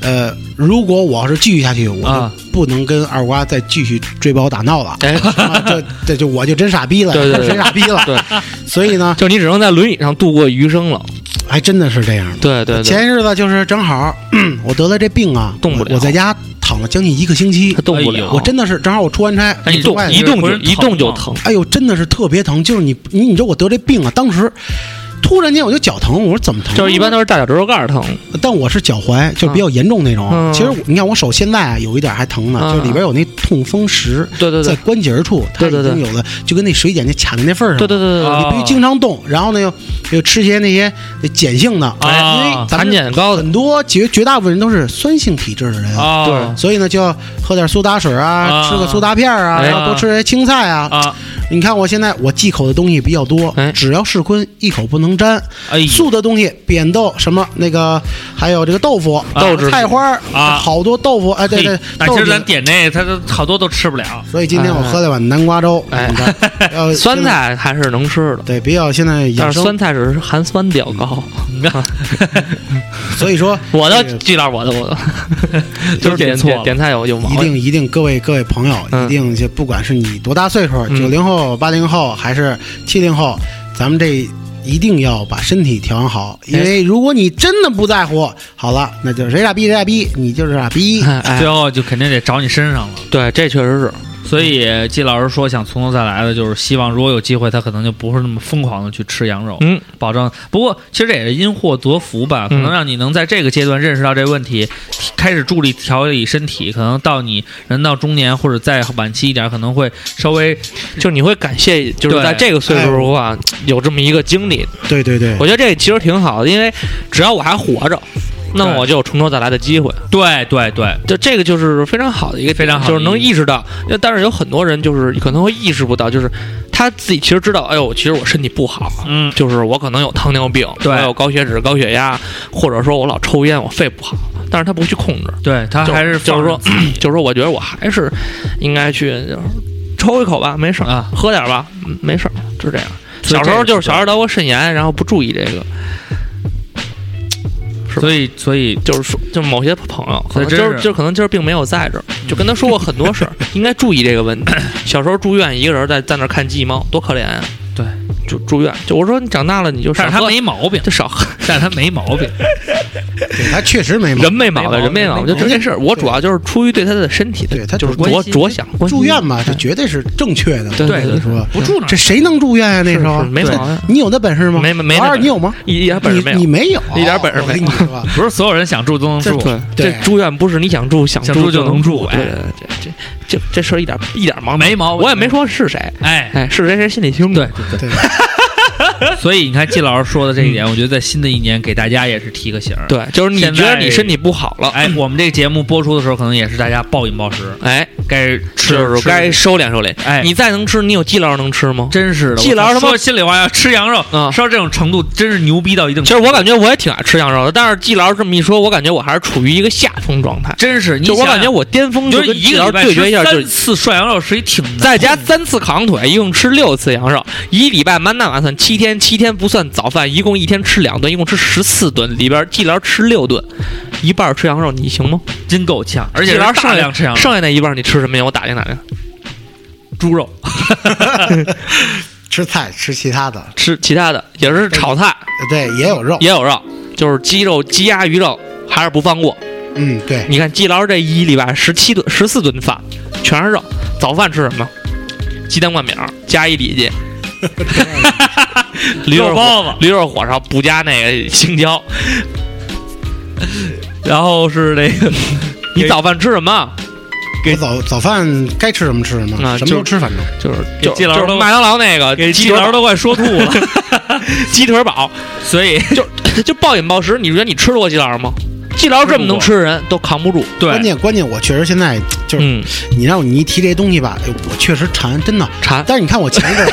D: 呃，如果我要是继续下去，我
B: 啊
D: 就不能跟二瓜再继续追包打闹了。
C: 哎，
D: 啊这这就我就真傻逼了，
C: 对对对
D: 真傻逼了。
C: 对，
D: 所以呢，
C: 就你只能在轮椅上度过余生了。
D: 还真的是这样的。
C: 对对对，
D: 前日子就是正好 我得了这病啊，
C: 动不了
D: 我在家躺了将近一个星期
C: 他，动不
B: 哎
C: 了
B: 呦。
D: 我真的是正好我出完差，
B: 那你
C: 一
B: 动
D: 出外
C: 哎动一动
B: 不
C: 就是一
B: 疼
C: 动就
B: 吗
C: 疼。
D: 哎呦，真的是特别疼，就是你你你知道我得这病啊，当时突然间我就脚疼，我说怎么疼？
C: 就是一般，都是大脚趾头盖儿疼，
D: 但我是脚踝，就是比较严重那种。
C: 嗯
D: 其实我你看我手现在啊有一点还疼呢，
C: 嗯
D: 就里边有那痛风石，
C: 对对
D: 在
C: 对，
D: 关节儿处，它
C: 对
D: 已
C: 对对
D: 经有了，就跟那水碱就卡在那份儿上
C: 对
D: 了。
C: 对对对
B: 啊
D: 你必须经常动，然后呢又又吃些那些那碱性的，
B: 哎
D: 因为
C: 对，
D: 咱
C: 含
D: 们
C: 碱高的，
D: 很多绝绝大部分人都是酸性体质的人。
B: 啊
D: 所以呢，就要喝点苏打水啊，
B: 啊
D: 吃个苏打片儿啊，
C: 哎
D: 然后多吃些青菜啊，
B: 啊！
D: 你看我现在我忌口的东西比较多，
C: 哎
D: 只要是荤一口不能沾。
B: 哎呦，
D: 素的东西，扁豆什么那个，还有这个豆腐、
C: 豆制品
D: 菜花儿
B: 啊
D: 好多豆腐，哎对对
B: 嘿，那
D: 豆
B: 今儿
D: 制
B: 咱
D: 品。
B: 点这，他都好多都吃不了。
D: 所以今天我喝了碗南瓜粥，
C: 哎
D: 你看，呃
C: 酸菜还是能吃的，
D: 对比较现在
C: 但
D: 养
C: 是
D: 生，
C: 酸菜只是含酸比较高。
D: 所以说
C: 我的
D: 这个
C: 季老师，我的我的，
B: 就是
C: 点
B: 点错
C: 点
B: 了
C: 点菜有有毛
D: 一
C: 病。
D: 定一定，各位各位朋友，
C: 嗯
D: 一定就不管是你多大岁数，
C: 嗯
D: 九零后、八零后还是七零后，咱们这一定要把身体调养好，
C: 哎
D: 因为如果你真的不在乎，好了，那就是谁傻逼谁傻逼，你就是傻逼。
C: 哎哎
B: 最，后就肯定得找你身上了，
C: 对，这确实是，
B: 所
C: 嗯
B: 以季老师说想从头再来的，就是希望如果有机会，他可能就不是那么疯狂的去吃羊肉，
C: 嗯，
B: 保证。不过其实这也是因祸得福吧，可能
C: 嗯
B: 让你能在这个阶段认识到这个问题，开始助力调理身体，可能到你人到中年或者再晚期一点，可能会稍微
C: 就是你会感谢，就是
B: 对
C: 在这个岁数的话，有这么一个经历，
D: 对对
B: 哎
D: 对，
C: 我觉得这其实挺好的，因为只要我还活着，那么我就有从头再来的机会。
B: 对对对，
C: 就这个就是非常好的一个点，
B: 非常好的
C: 就是能
B: 一个
C: 意识到。那但是有很多人就是可能会意识不到，就是他自己其实知道，哎呦，其实我身体不好，啊
B: 嗯
C: 就是我可能有糖尿病，
B: 对
C: 我有高血脂、高血压，或者说我老抽烟，我肺不好，但是他不去控制，
B: 对，他
C: 就
B: 还是
C: 就是
B: 放
C: 说
B: 任自己，
C: 就是说，我觉得我还是应该去就是抽一口吧，没事儿
B: 啊
C: 喝点儿吧，嗯没事儿，就这样。
B: 所以
C: 小
B: 这
C: 时候
B: 个
C: 就是是小时候得过肾炎，然后不注意这个，是吧
B: 所以所以
C: 就是说，就某些朋友，可
B: 所以
C: 能
B: 真
C: 就是
B: 是
C: 就可能今儿并没有在这儿，就跟他说过很 多事儿，应该注意这个问题。小时候住院，一个人在在那儿看鸡猫，多可怜呀、
B: 对，
C: 就住院。就我说你长大了你就
B: 但
C: 少
B: 是他
C: 喝，
B: 没毛病，
C: 就少喝，
B: 但是他没毛病，
D: 对他确实没毛病
C: 人没毛病，人
B: 没
C: 没
B: 毛
C: 毛
B: 病
C: 病，就就这事儿。我
D: 对
C: 主要就是出于对他的身体的，
D: 对他
C: 就是
D: 关
C: 着
B: 心
C: 着想。关心
D: 住院嘛，这绝对是正确的。
C: 对
D: 我跟
C: 对
D: 你说，
B: 不住那儿
D: 这谁能住院啊呀？那时候
C: 是是没毛病
D: 这你有那本事吗？
C: 没没没那
D: 老二，
C: 本事
D: 你有吗？
C: 一一点本事没
D: 你你
C: 有。
D: 没有，
C: 一点本事没
D: 我
C: 有
D: 跟你说，
B: 不是所有人想住 都能住，
C: 对，
D: 对
C: 这住院不是你想住想
B: 想住
C: 就
B: 就能住
C: 对
B: 哎
C: 对对，这这这这事儿一点一点毛病
B: 没毛病
C: 我也没说是谁，
B: 哎，
C: 哎，是谁谁心里清楚。
B: 对对对，
D: 对，
B: 哎所以你看季老师说的这一点，我觉得在新的一年给大家也是提个醒儿。
C: 嗯对，就是你
B: 现
C: 觉得
B: 在
C: 你身体不好了，
B: 哎，我们这个节目播出的时候，可能也是大家暴饮暴食，
C: 哎，
B: 该吃
C: 就是
B: 吃
C: 该收敛收敛。
B: 哎
C: 你再能吃，你有季老师能吃吗？
B: 真是的。
C: 季老师他妈
B: 说心里话，要吃羊肉，
C: 嗯
B: 吃到这种程度，真是牛逼到一定。
C: 其实我感觉我也挺爱吃羊肉的，但是季老师这么一说，我感觉我还是处于一个下风状态。
B: 真是，你
C: 就我
B: 想
C: 感觉
B: 想，
C: 我巅峰就
B: 就是
C: 跟
B: 一
C: 季
B: 个
C: 老
B: 礼
C: 师
B: 拜
C: 对决一下，就
B: 吃三次涮羊肉是一挺难
C: 再加三次扛腿，一共吃六次羊肉，一礼拜满打满算七天，七天不算早饭，一共一天吃两顿，一共吃十四顿，里边季老师吃六顿，一半儿吃羊肉，你行吗？
B: 真够呛，而且
C: 季
B: 是
C: 老师
B: 大
C: 剩
B: 量
C: 下
B: 吃羊肉，
C: 剩下那一半儿你吃什么呀？我打听打听，
B: 猪肉，
D: 吃菜吃其他的，
C: 吃其他的也是炒菜，
D: 对，也有肉，
C: 也有肉，就是鸡肉、鸡鸭、鱼肉，还是不放过。
D: 嗯，对，
C: 你看季老师这一礼拜十七顿、十四顿饭，全是肉。早饭吃什么？鸡蛋灌饼儿加一 里脊，驴
B: 肉
C: 肉
B: 包子，
C: 驴肉火烧不加那个青椒。
B: 然后是那个
C: 你早饭吃什么？
D: 我早早饭该吃什么吃什么，
C: 啊
D: 什么
C: 就
D: 都吃，反正
C: 就是
B: 给
C: 就
B: 季老师
C: 就是
B: 都
C: 麦当劳那个
B: 给
C: 鸡
B: 季
C: 腿
B: 老师
C: 堡
B: 都快说吐了，
C: 鸡腿堡，
B: 所以
C: 就就暴饮暴食。你觉得你吃得过季老师吗？季老师这么能吃的人都扛不住。
D: 关
B: 对
D: 键关键，我确实现在就是
C: 嗯，
D: 你让我你一提这东西吧，哎我确实馋，真的。
C: 馋。
D: 但是你看我前一阵 儿，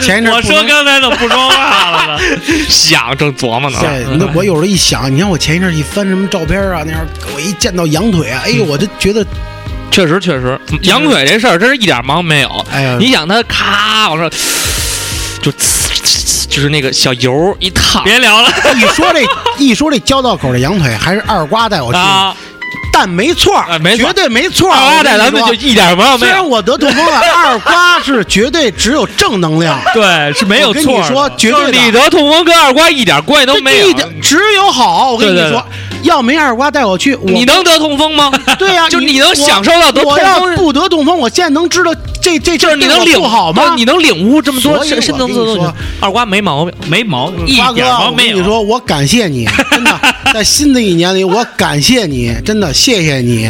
D: 前一阵儿
B: 我
D: 不
B: 说
D: 能
B: 刚才怎么不说话了呢？
C: 想正琢磨呢，
D: 对，那我有时候一想，你看我前一阵儿一翻什么照片啊，那样我一见到羊腿啊，哎
C: 嗯
D: 呦，我就觉得，
C: 确实确实，羊腿这事儿真是一点忙没有。
B: 嗯
D: 哎呀，
C: 你想他咔往上，就就是那个小油一烫，
B: 别聊了，
D: 一说这一说这交道口的羊腿，还是二瓜带我 去，
C: 啊，
D: 但没错儿
C: 哎，没错
D: 绝对没错儿。
C: 二瓜
D: 我跟
C: 带
D: 你
C: 咱们
D: 说
C: 就一点毛
D: 虽
C: 没
D: 然
C: 有。
D: 我得痛风了，二瓜是绝对只有正能量，
B: 对，是没有
D: 我跟
B: 错
D: 你
B: 的。
D: 说，绝
C: 就是
D: 对
C: 李
D: 的。
C: 德痛风跟二瓜一点关系都没
D: 这一
C: 有，
D: 点只有好，我跟你
C: 对对
D: 说，要没二瓜带我去，我
C: 你能得痛风吗？
D: 对呀、
C: 就是
D: 你
C: 你能享受到得痛
D: 我要
C: 风，
D: 不得痛风，我现在能知道这这
C: 就是你能
D: 领
C: 领
D: 不好吗？
C: 你能领悟这么多
D: 所以
C: 深
D: 我
C: 深
D: 跟
C: 层
D: 你
C: 次的东西
D: 说。
C: 二瓜没毛病，嗯
B: 没毛病，一
D: 瓜哥
B: 点
D: 啊，
B: 毛
D: 我
B: 病没
D: 跟你
B: 有。
D: 说，我感谢 你，真的，在新的一年里，我感谢你，真的，谢谢你，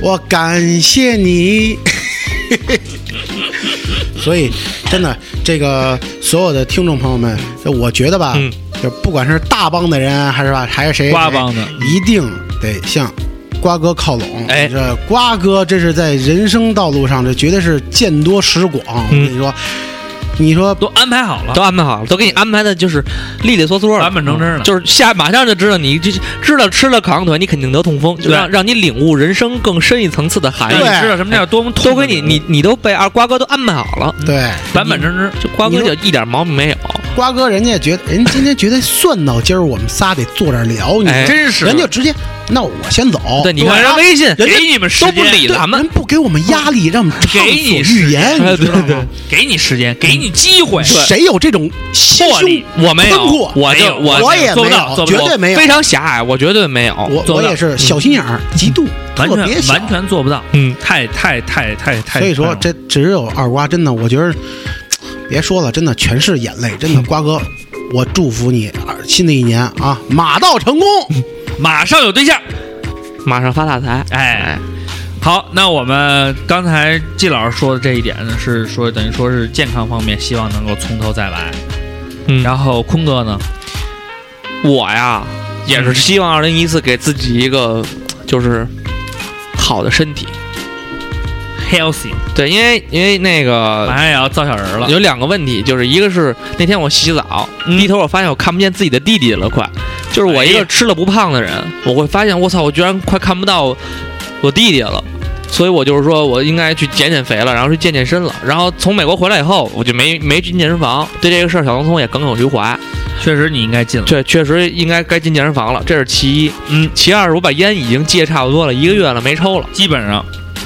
D: 我感谢你。 所以，真的，这个所有的听众朋友们，就我觉得吧，
C: 嗯
D: 就不管是大帮的人，啊还是吧，还是谁，
B: 瓜帮的
D: 谁一定得向瓜哥靠拢。
C: 哎
D: 这瓜哥这是在人生道路上，这绝对是见多识广。我
B: 嗯
D: 跟你说，你说
B: 都安排好了
C: 都，安排好了，都给你安排的就是利利索索的，
B: 板板正正的
C: 嗯就是下马上就知道你这知道吃了烤羊腿，你肯定得痛风，就
B: 对
C: 让让你领悟人生更深一层次的含
B: 让
C: 义。
D: 对
B: 你知道什么叫多么痛苦。
C: 多亏你，你你都被二瓜哥都安排好
B: 嗯
C: 了，
D: 对。
B: 板板正正，
C: 就瓜哥就一点毛病没有。
D: 瓜哥，人家觉得人今天觉得算到今儿我们仨得坐这儿聊，你
C: 哎
B: 真是
D: 人家直接，那我先走。
C: 对，你看
B: 对啊
C: 人微信
B: 给你们时
C: 都
B: 间，
C: 不理
D: 对
C: 咱们，
D: 人不给我们压力，让我们畅 所
B: 给你
D: 欲言，
C: 哎
D: 你知道
C: 对对
D: 吗？
B: 给你时间，给你机会，
D: 谁有这种心
B: 魄力
D: 胸？
C: 我没有
D: 奔过，
C: 我
B: 没
C: 就
B: 有
C: 我
D: 我也
B: 做
D: 没
B: 不到
D: 有，
B: 做不
D: 绝
B: 到
D: 对没有
C: 非。常狭隘，我绝对没有。
D: 我
B: 做不
D: 我
B: 到嗯
D: 也是小心眼儿，极度，
B: 完
D: 特别
B: 全
D: 小。
B: 完全做不到，
C: 嗯，
B: 太太太太太。
D: 所以说，
B: 太
D: 这只有二瓜，真的，我觉得，别说了，真的全是眼泪， 真的，瓜哥，我祝福你啊新的一年啊，马到成 功。
B: 马上有对象，
C: 马上发大财，
B: 哎。好，那我们刚才季老师说的这一点呢，是说等于说是健康方面，希望能够从头再来。
C: 嗯
B: 然后坤哥呢，
C: 我呀，也
B: 嗯
C: 是希望二零一四给自己一个就是好的身体。
B: healthy，
C: 对，因为因为那
B: 马
C: 个
B: 上也要造小人了。嗯
C: 有两个问题，就是一个是那天我洗澡，低头我发现我看不见自己的弟弟了，快，就是我一
B: 哎
C: 个
B: 呀
C: 吃了不胖的人，我会发现我操，我居然快看不到我弟弟了。所以我就是说，我应该去减减肥了，然后去健健身了。然后从美国回来以后，我就没没进健身房，对这个事儿小聪聪也耿耿于怀。
B: 确实你应该进了，
C: 确确实应该该进健身房了，这是其一。嗯，其二，我把烟已经戒差不多了，一个月了没抽了。
B: 基本上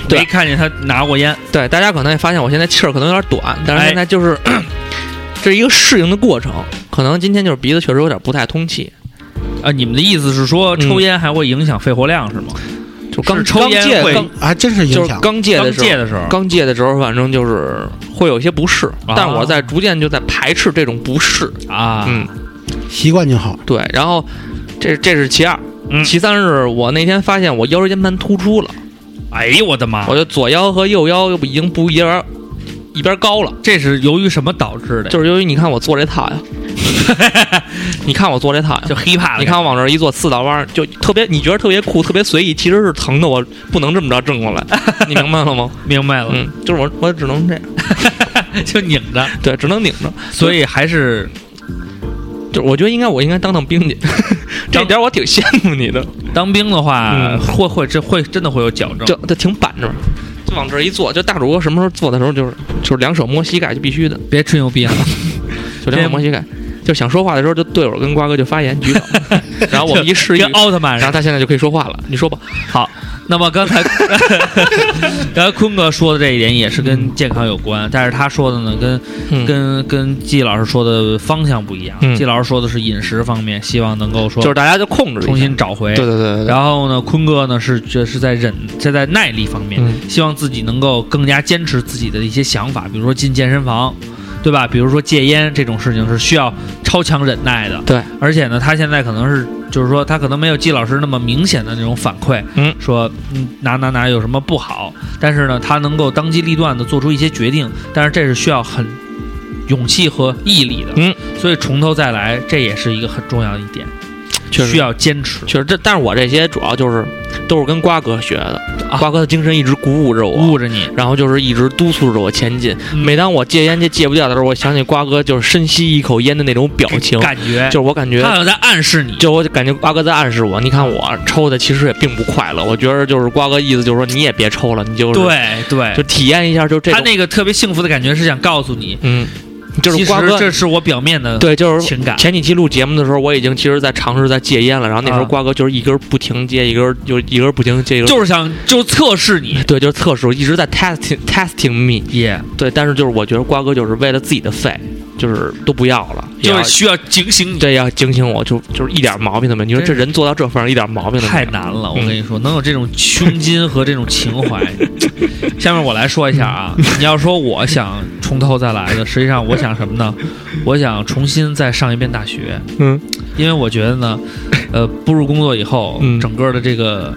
C: 对
B: 没看见他拿过烟。
C: 对，大家可能也发现我现在气儿可能有点短，但是
B: 哎
C: 现在就是、 这是一个适应的过程。可能今天就是鼻子确实有点不太通气，
B: 啊，你们的意思是说抽
C: 嗯
B: 烟还会影响肺活量是吗？
C: 就刚
B: 是抽烟
C: 刚戒
B: 会
C: 刚
D: 还啊真是
C: 就
D: 影
C: 是
D: 响。
C: 刚戒
B: 刚
C: 的时候
B: 戒。的时候，
C: 刚戒的时候，反正就是会有一些不适，
B: 啊
C: 但我在逐渐就在排斥这种不适。
B: 啊，
C: 嗯，
D: 习惯就
B: 哎
D: 好。
C: 对。然后这这是其二，
B: 嗯
C: 其三是我那天发现我腰椎间盘突出了。
B: 哎呦我的妈！
C: 我就左腰和右腰又不已经不一样，一边高了。
B: 这是由于什么导致的？
C: 就是由于你看我做这套呀，你看我做这套呀，
B: 就 hiphop，
C: 你看我往这儿一坐，四道弯儿就特别，你觉得特别酷，特别随意，其实是疼的，我不能这么着正过来，你明白了吗？
B: 明白了，
C: 嗯，就是我我只能这样，嗯
B: 就拧着，
C: 对，只能拧着。
B: 所以还是
C: 就我觉得应该我应该当当兵去， 这点我挺羡慕你的，
B: 当兵的话，
C: 嗯
B: 会会这会真的会有矫正，
C: 就就挺板正。就往这儿一坐，就大主播什么时候坐的时候，就是就是两手摸膝盖，就必须的，
B: 别吹牛逼 啊！
C: 就两手摸膝盖，就想说话的时候，就队友跟瓜哥就发言举手， 然后我们一示意，
B: 跟
C: 然
B: 奥特曼似
C: 后
B: 的。
C: 他现在就可以说话了。
B: 嗯
C: 你说吧，
B: 好，那么刚才 刚才坤哥说的这一点也是跟健康有关，但是他说的呢跟
C: 嗯，
B: 跟跟季老师说的方向不一样。
C: 嗯
B: 季老师说的是饮食方面，希望能够说
C: 就是大家就控制一下
B: 重新找回。
C: 对对对对对，
B: 然后呢，坤哥呢是这是在忍，这在耐力方面，
C: 嗯
B: 希望自己能够更加坚持自己的一些想法，比如说进健身房，对吧？比如说戒烟这种事情是需要超强忍耐的。
C: 对，
B: 而且呢，他现在可能是就是说他可能没有季老师那么明显的那种反馈，
C: 嗯，
B: 说嗯哪哪哪有什么不好，但是呢，他能够当机立断的做出一些决定，但是这是需要很勇气和毅力的。
C: 嗯，
B: 所以从头再来，这也是一个很重要的一点，
C: 确实
B: 需要坚持。
C: 确实这，但是我这些主要就是都是跟瓜哥学的，
B: 啊
C: 瓜哥的精神一直鼓舞着我，
B: 捂着你，
C: 然后就是一直督促着我前进。
B: 嗯
C: 每当我戒烟戒戒不掉的时候，我想起瓜哥就是深吸一口烟的那种表情，
B: 感觉
C: 就是我感觉
B: 他好像在暗示你，
C: 就我感觉瓜哥在暗示我，你看我抽的其实也并不快乐。我觉得就是瓜哥意思就是说你也别抽了，你就是
B: 对对
C: 就，体验一下就这
B: 哎他
C: 种，
B: 那个特别幸福的感觉是想告诉你，
C: 嗯，就是
B: 其
C: 瓜
B: 实
C: 哥
B: 这是我表面的
C: 对就是。
B: 情感，
C: 前几期录节目的时候，我已经其实在尝试在戒烟了，然后那时候
B: 啊
C: 瓜哥就是一根不停接，一根就一根不停接，一根
B: 就是想就测试你，
C: 对，就是测试，我一直在 testing testing me。
B: 也
C: 对，但是就是我觉得瓜哥就是为了自己的肺，就是都不要了，也
B: 就
C: 要
B: 是需要警醒你。
C: 对要警醒我，就就是一点毛病都没有。你说
B: 真
C: 这
B: 是
C: 人做到这份儿，一点毛病都没
B: 太
C: 有。
B: 难了，我
C: 嗯
B: 跟你说，能有这种胸襟和这种情 怀。下面我来说一下啊，你要说我想从头再来的，实际上我想什么呢？我想重新再上一遍大学，
C: 嗯，
B: 因为我觉得呢，呃，步入工作以后，
C: 嗯
B: 整个的这个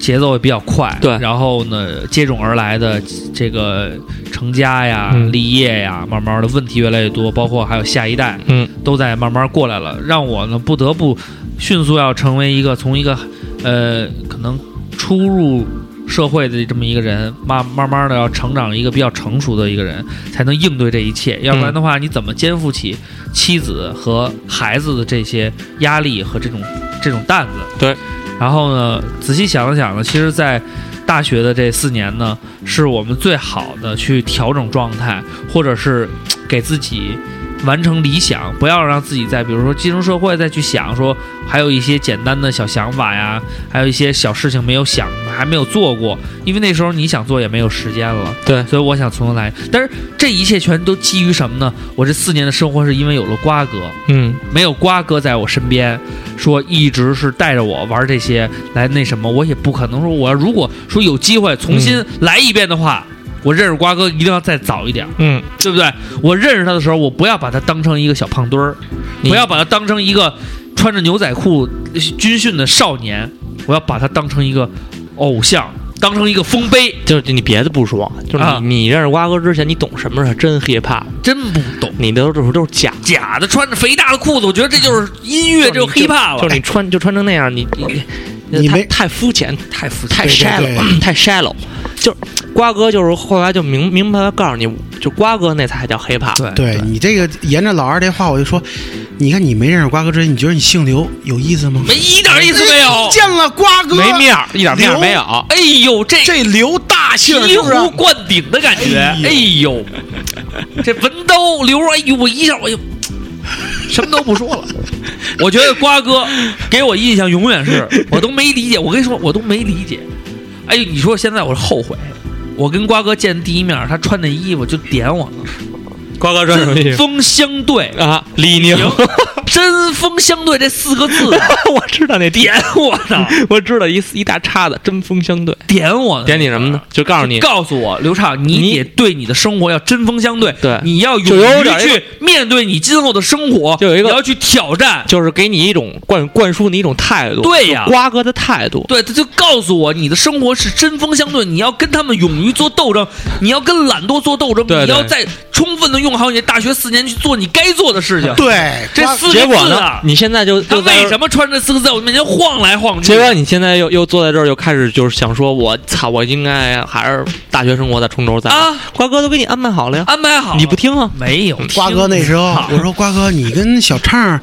B: 节奏也比较快，
C: 对
B: 然后呢，接踵而来的这个成家呀、
C: 嗯
B: 立业呀，慢慢的问题越来越多，包括还有下一代，
C: 嗯，
B: 都在慢慢过来了，让我呢不得不迅速要成为一个从一个呃可能初入。社会的这么一个人，慢慢慢的要成长一个比较成熟的一个人，才能应对这一切。要不然的
C: 嗯
B: 话，你怎么肩负起妻子和孩子的这些压力和这种这种担子。
C: 对，
B: 然后呢，仔细想了想呢，其实，在大学的这四年呢，是我们最好的去调整状态，或者是嘖给自己完成理想，不要让自己在比如说进入社会再去想说，还有一些简单的小想法呀，还有一些小事情没有想，还没有做过，因为那时候你想做也没有时间了。
C: 对
B: 所以我想从头来。但是这一切全都基于什么呢？我这四年的生活是因为有了瓜哥，
C: 嗯
B: 没有瓜哥在我身边，说一直是带着我玩这些来那什么，我也不可能说我如果说有机会重新
C: 嗯
B: 来一遍的话，我认识瓜哥一定要再早一点，
C: 嗯，
B: 对不对？我认识他的时候，我不要把他当成一个小胖墩儿，
C: 你
B: 不要把他当成一个穿着牛仔裤呃军训的少年，我要把他当成一个偶像，当成一个丰碑。
C: 就是你别的不说，就是你、
B: 啊
C: 你认识瓜哥之前，你懂什么是真 hiphop，
B: 真不懂
C: 你的都是都是假的。
B: 假的，穿着肥大的裤子，我觉得这就是音乐，这
C: 就是是你
B: hiphop 了，
C: 就是你穿就穿成那样，你你
D: 你
C: 太
D: 没
C: 太肤浅，
B: 太复杂
C: 太
D: 对对
C: shallow，太 shallow。就是瓜哥，就是后来就明明白地告诉你，就瓜哥那才叫 hiphop。
B: 了。
D: 对你这个沿着老二这话，我就说，你看你没认识瓜哥之前，你觉得你姓刘有意思吗？
B: 没一点意思没有。
D: 见了瓜哥
C: 没面儿，一点面儿没有。
B: 哎呦，这
D: 这刘大姓
B: 醍
D: 是不是？
C: 啊
B: 醐灌顶的感觉，哎
D: 哎
B: 呦，这文刀刘，哎呦，我一下我就什么都不说了。我觉得瓜哥给我印象永远 是，我都没理解。我跟你说，我都没理解。哎呦，你说现在我是后悔，我跟瓜哥见第一面，他穿那衣服就点我了，
C: 瓜哥
B: 针锋相对。
C: 啊，李宁，
B: 针锋相对这四个字啊
C: 我知道那点，
B: 点我呢，
C: 我知道一一大叉子，针锋相对。
B: 点我呢，
C: 点你什么呢？就告诉你，
B: 告诉我，刘畅，
C: 你
B: 你得对你的生活要针锋相对，
C: 对
B: 你要
C: 就
B: 勇
C: 有
B: 于
C: 点
B: 去面对你今后的生活，
C: 就有一个
B: 你要去挑战。
C: 就是给你一种灌灌输你一种态度，
B: 对呀
C: 就瓜哥的态度。
B: 对，他就告诉我，你的生活是针锋相对，你要跟他们勇于做斗争，你要跟懒惰做斗争，
C: 对对
B: 你要在充分的用好你的大学四年去做你该做的事情。
D: 对，
B: 这
D: 瓜
B: 四
C: 结
B: 个
C: 果
B: 字
C: 呢
B: 啊？，
C: 你现在就
B: 他
C: 就在
B: 为
C: 这儿
B: 什么穿着四个字在我面前晃来晃去？
C: 结果你现在又又坐在这儿，又开始就是想说，我操，我应该还是大学生活在冲轴在
B: 啊，
C: 瓜哥都给你安排好了呀，
B: 安排好了，
C: 你不听啊？
B: 没有
D: 瓜哥那时候
B: 好，
D: 我说瓜哥，你跟小畅儿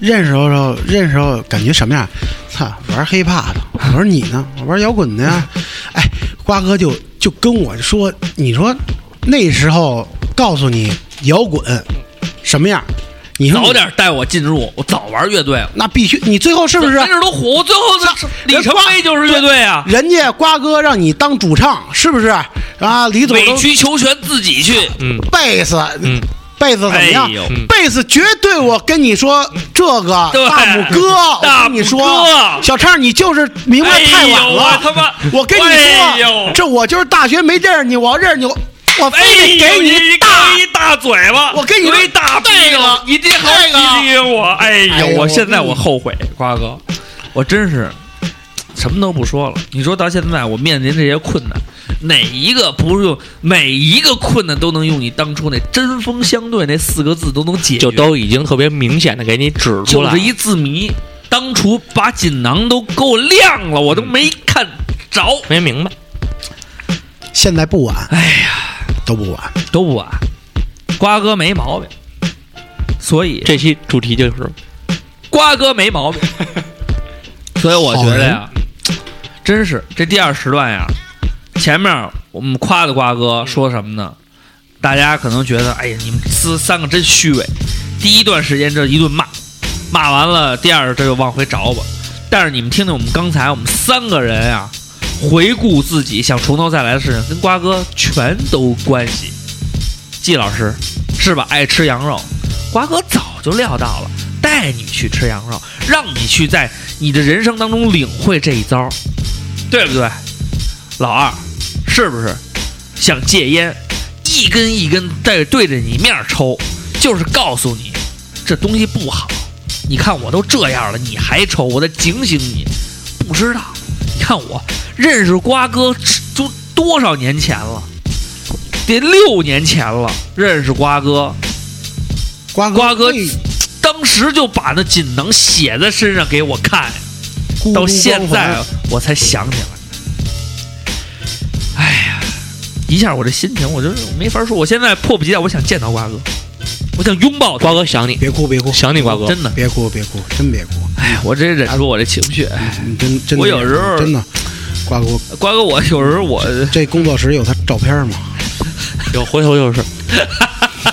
D: 认识的时候，认识的时候感觉什么样？操，玩黑怕的。我说你呢？我玩摇滚的呀。哎，瓜哥就就跟我说，你说那时候告诉你摇滚什么样，你说你
B: 早，点带我进入，我早玩乐队了，啊
D: 那必须，你最后是不是
B: 在这儿都火，我最后的里程碑就是乐队啊！
D: 人家瓜哥让你当主唱，是不是？啊，李总
B: 委
D: 都
B: 曲求全，自己去。
C: 嗯
D: 贝斯，
C: 嗯，
D: 贝斯怎么样
B: 哎呦？
C: 嗯
D: 贝斯绝对，我跟你说，这个
B: 对
D: 大 拇哥，我
B: 大
D: 跟你
B: 拇
D: 说
B: 哥，
D: 小畅，你就是明白太晚
B: 哎呦我他
D: 了。
B: 妈！
D: 我跟你
B: 哎
D: 说，
B: 呦
D: 这我就是大学没认识你，我要认识你，我我
B: 哎
D: 非得
B: 呦，
D: 给你
B: 一
D: 一大。
B: 一大嘴巴，
D: 我跟你说
B: 一大逼
D: 这个
B: 你这好
D: 这个
B: 批评我，哎
D: 哎
B: 呦，
D: 呦
B: 我现在我后悔，瓜哥，我真是什么都不说了。你说到现在，我面临这些困难，哪一个不是用每一个困难都能用你当初那针锋相对那四个字都能解决？
C: 就都已经特别明显的给你指出
B: 就
C: 来了，
B: 是一字谜，当初把锦囊都给我亮了，我都没看着，
C: 没明白。
D: 现在不晚，哎呀，都不晚。
B: 都不晚。瓜哥没毛病，所以
C: 这期主题就是
B: 瓜哥没毛病。所以我觉得呀，真是这第二时段呀，前面我们夸的瓜哥说什么呢？大家可能觉得，哎呀，你们四三个真虚伪。第一段时间这一顿骂，骂完了，第二这就往回找吧。但是你们听听我们刚才我们三个人啊，回顾自己想从头再来的事情，跟瓜哥全都关系。季老师是吧？爱吃羊肉，瓜哥早就料到了，带你去吃羊肉，让你去在你的人生当中领会这一招，对不对？老二，是不是想戒烟，一根一根在对着你面儿抽，就是告诉你这东西不好。你看我都这样了，你还抽，我得警醒你。不知道，你看我认识瓜哥都多少年前了，得六年前了，认识瓜哥，
D: 瓜哥，
B: 瓜哥
D: 最
B: 当时就把那锦囊写在身上给我看，
D: 孤独
B: 到现
D: 光
B: 在啊
D: 环
B: 我才想起来。哎呀，一下我这心情，我就是没法说。我现在迫不及待，我想见到瓜哥，我想拥抱他，
C: 瓜哥想你，
D: 别哭，别哭，
C: 想你瓜哥，
B: 真的。
D: 别哭，别哭，真别哭，
B: 哎，我这忍住我这情绪。
D: 你真真的
B: 哎我有
D: 别哭
B: 时候
D: 真的，瓜哥，
B: 瓜哥，我有时候我
D: 这工作室有他照片吗？
C: 有回头就是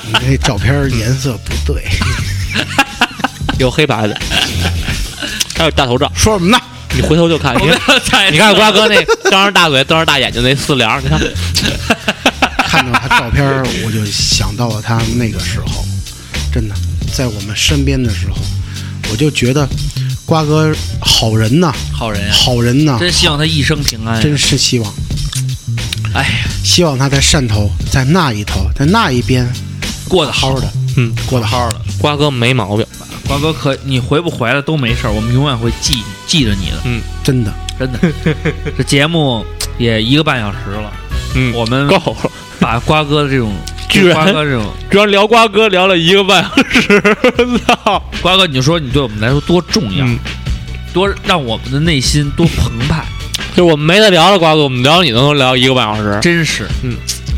D: 你这照片颜色不对，
C: 有黑 白的，还有大头照，
D: 说什么呢？
C: 你回头就看。
B: 我
C: 你
B: 们
C: 看
B: 要在
C: 你看瓜哥那张着大嘴、瞪着大眼睛那四梁，你 看
D: 看到他照片儿，我就想到了他那个时候，真的在我们身边的时候，我就觉得瓜哥好人呐，
B: 好人呀，啊
D: 好人呐，
B: 真希望他一生平安。
D: 真是希望，
B: 哎呀，
D: 希望他在汕头，在那一头，在那一边
B: 过得
D: 好
B: 好
D: 好的，
C: 嗯，
D: 过得好好的。
C: 瓜哥没毛病，
B: 瓜哥可你回不回来都没事儿，我们永远会记记着你的。
D: 真的，
B: 真的，这节目也一个半小时了，
C: 嗯，
B: 我们
C: 够了，
B: 把瓜哥的这种，
C: 居然
B: 瓜哥这种，
C: 居然聊瓜哥聊了一个半小时，操！
B: 瓜哥，你就说你对我们来说多重要，
C: 嗯
B: 多让我们的内心多澎湃，
C: 就是我们没得聊了，瓜哥，我们聊你都能聊一个半小时，
B: 真是，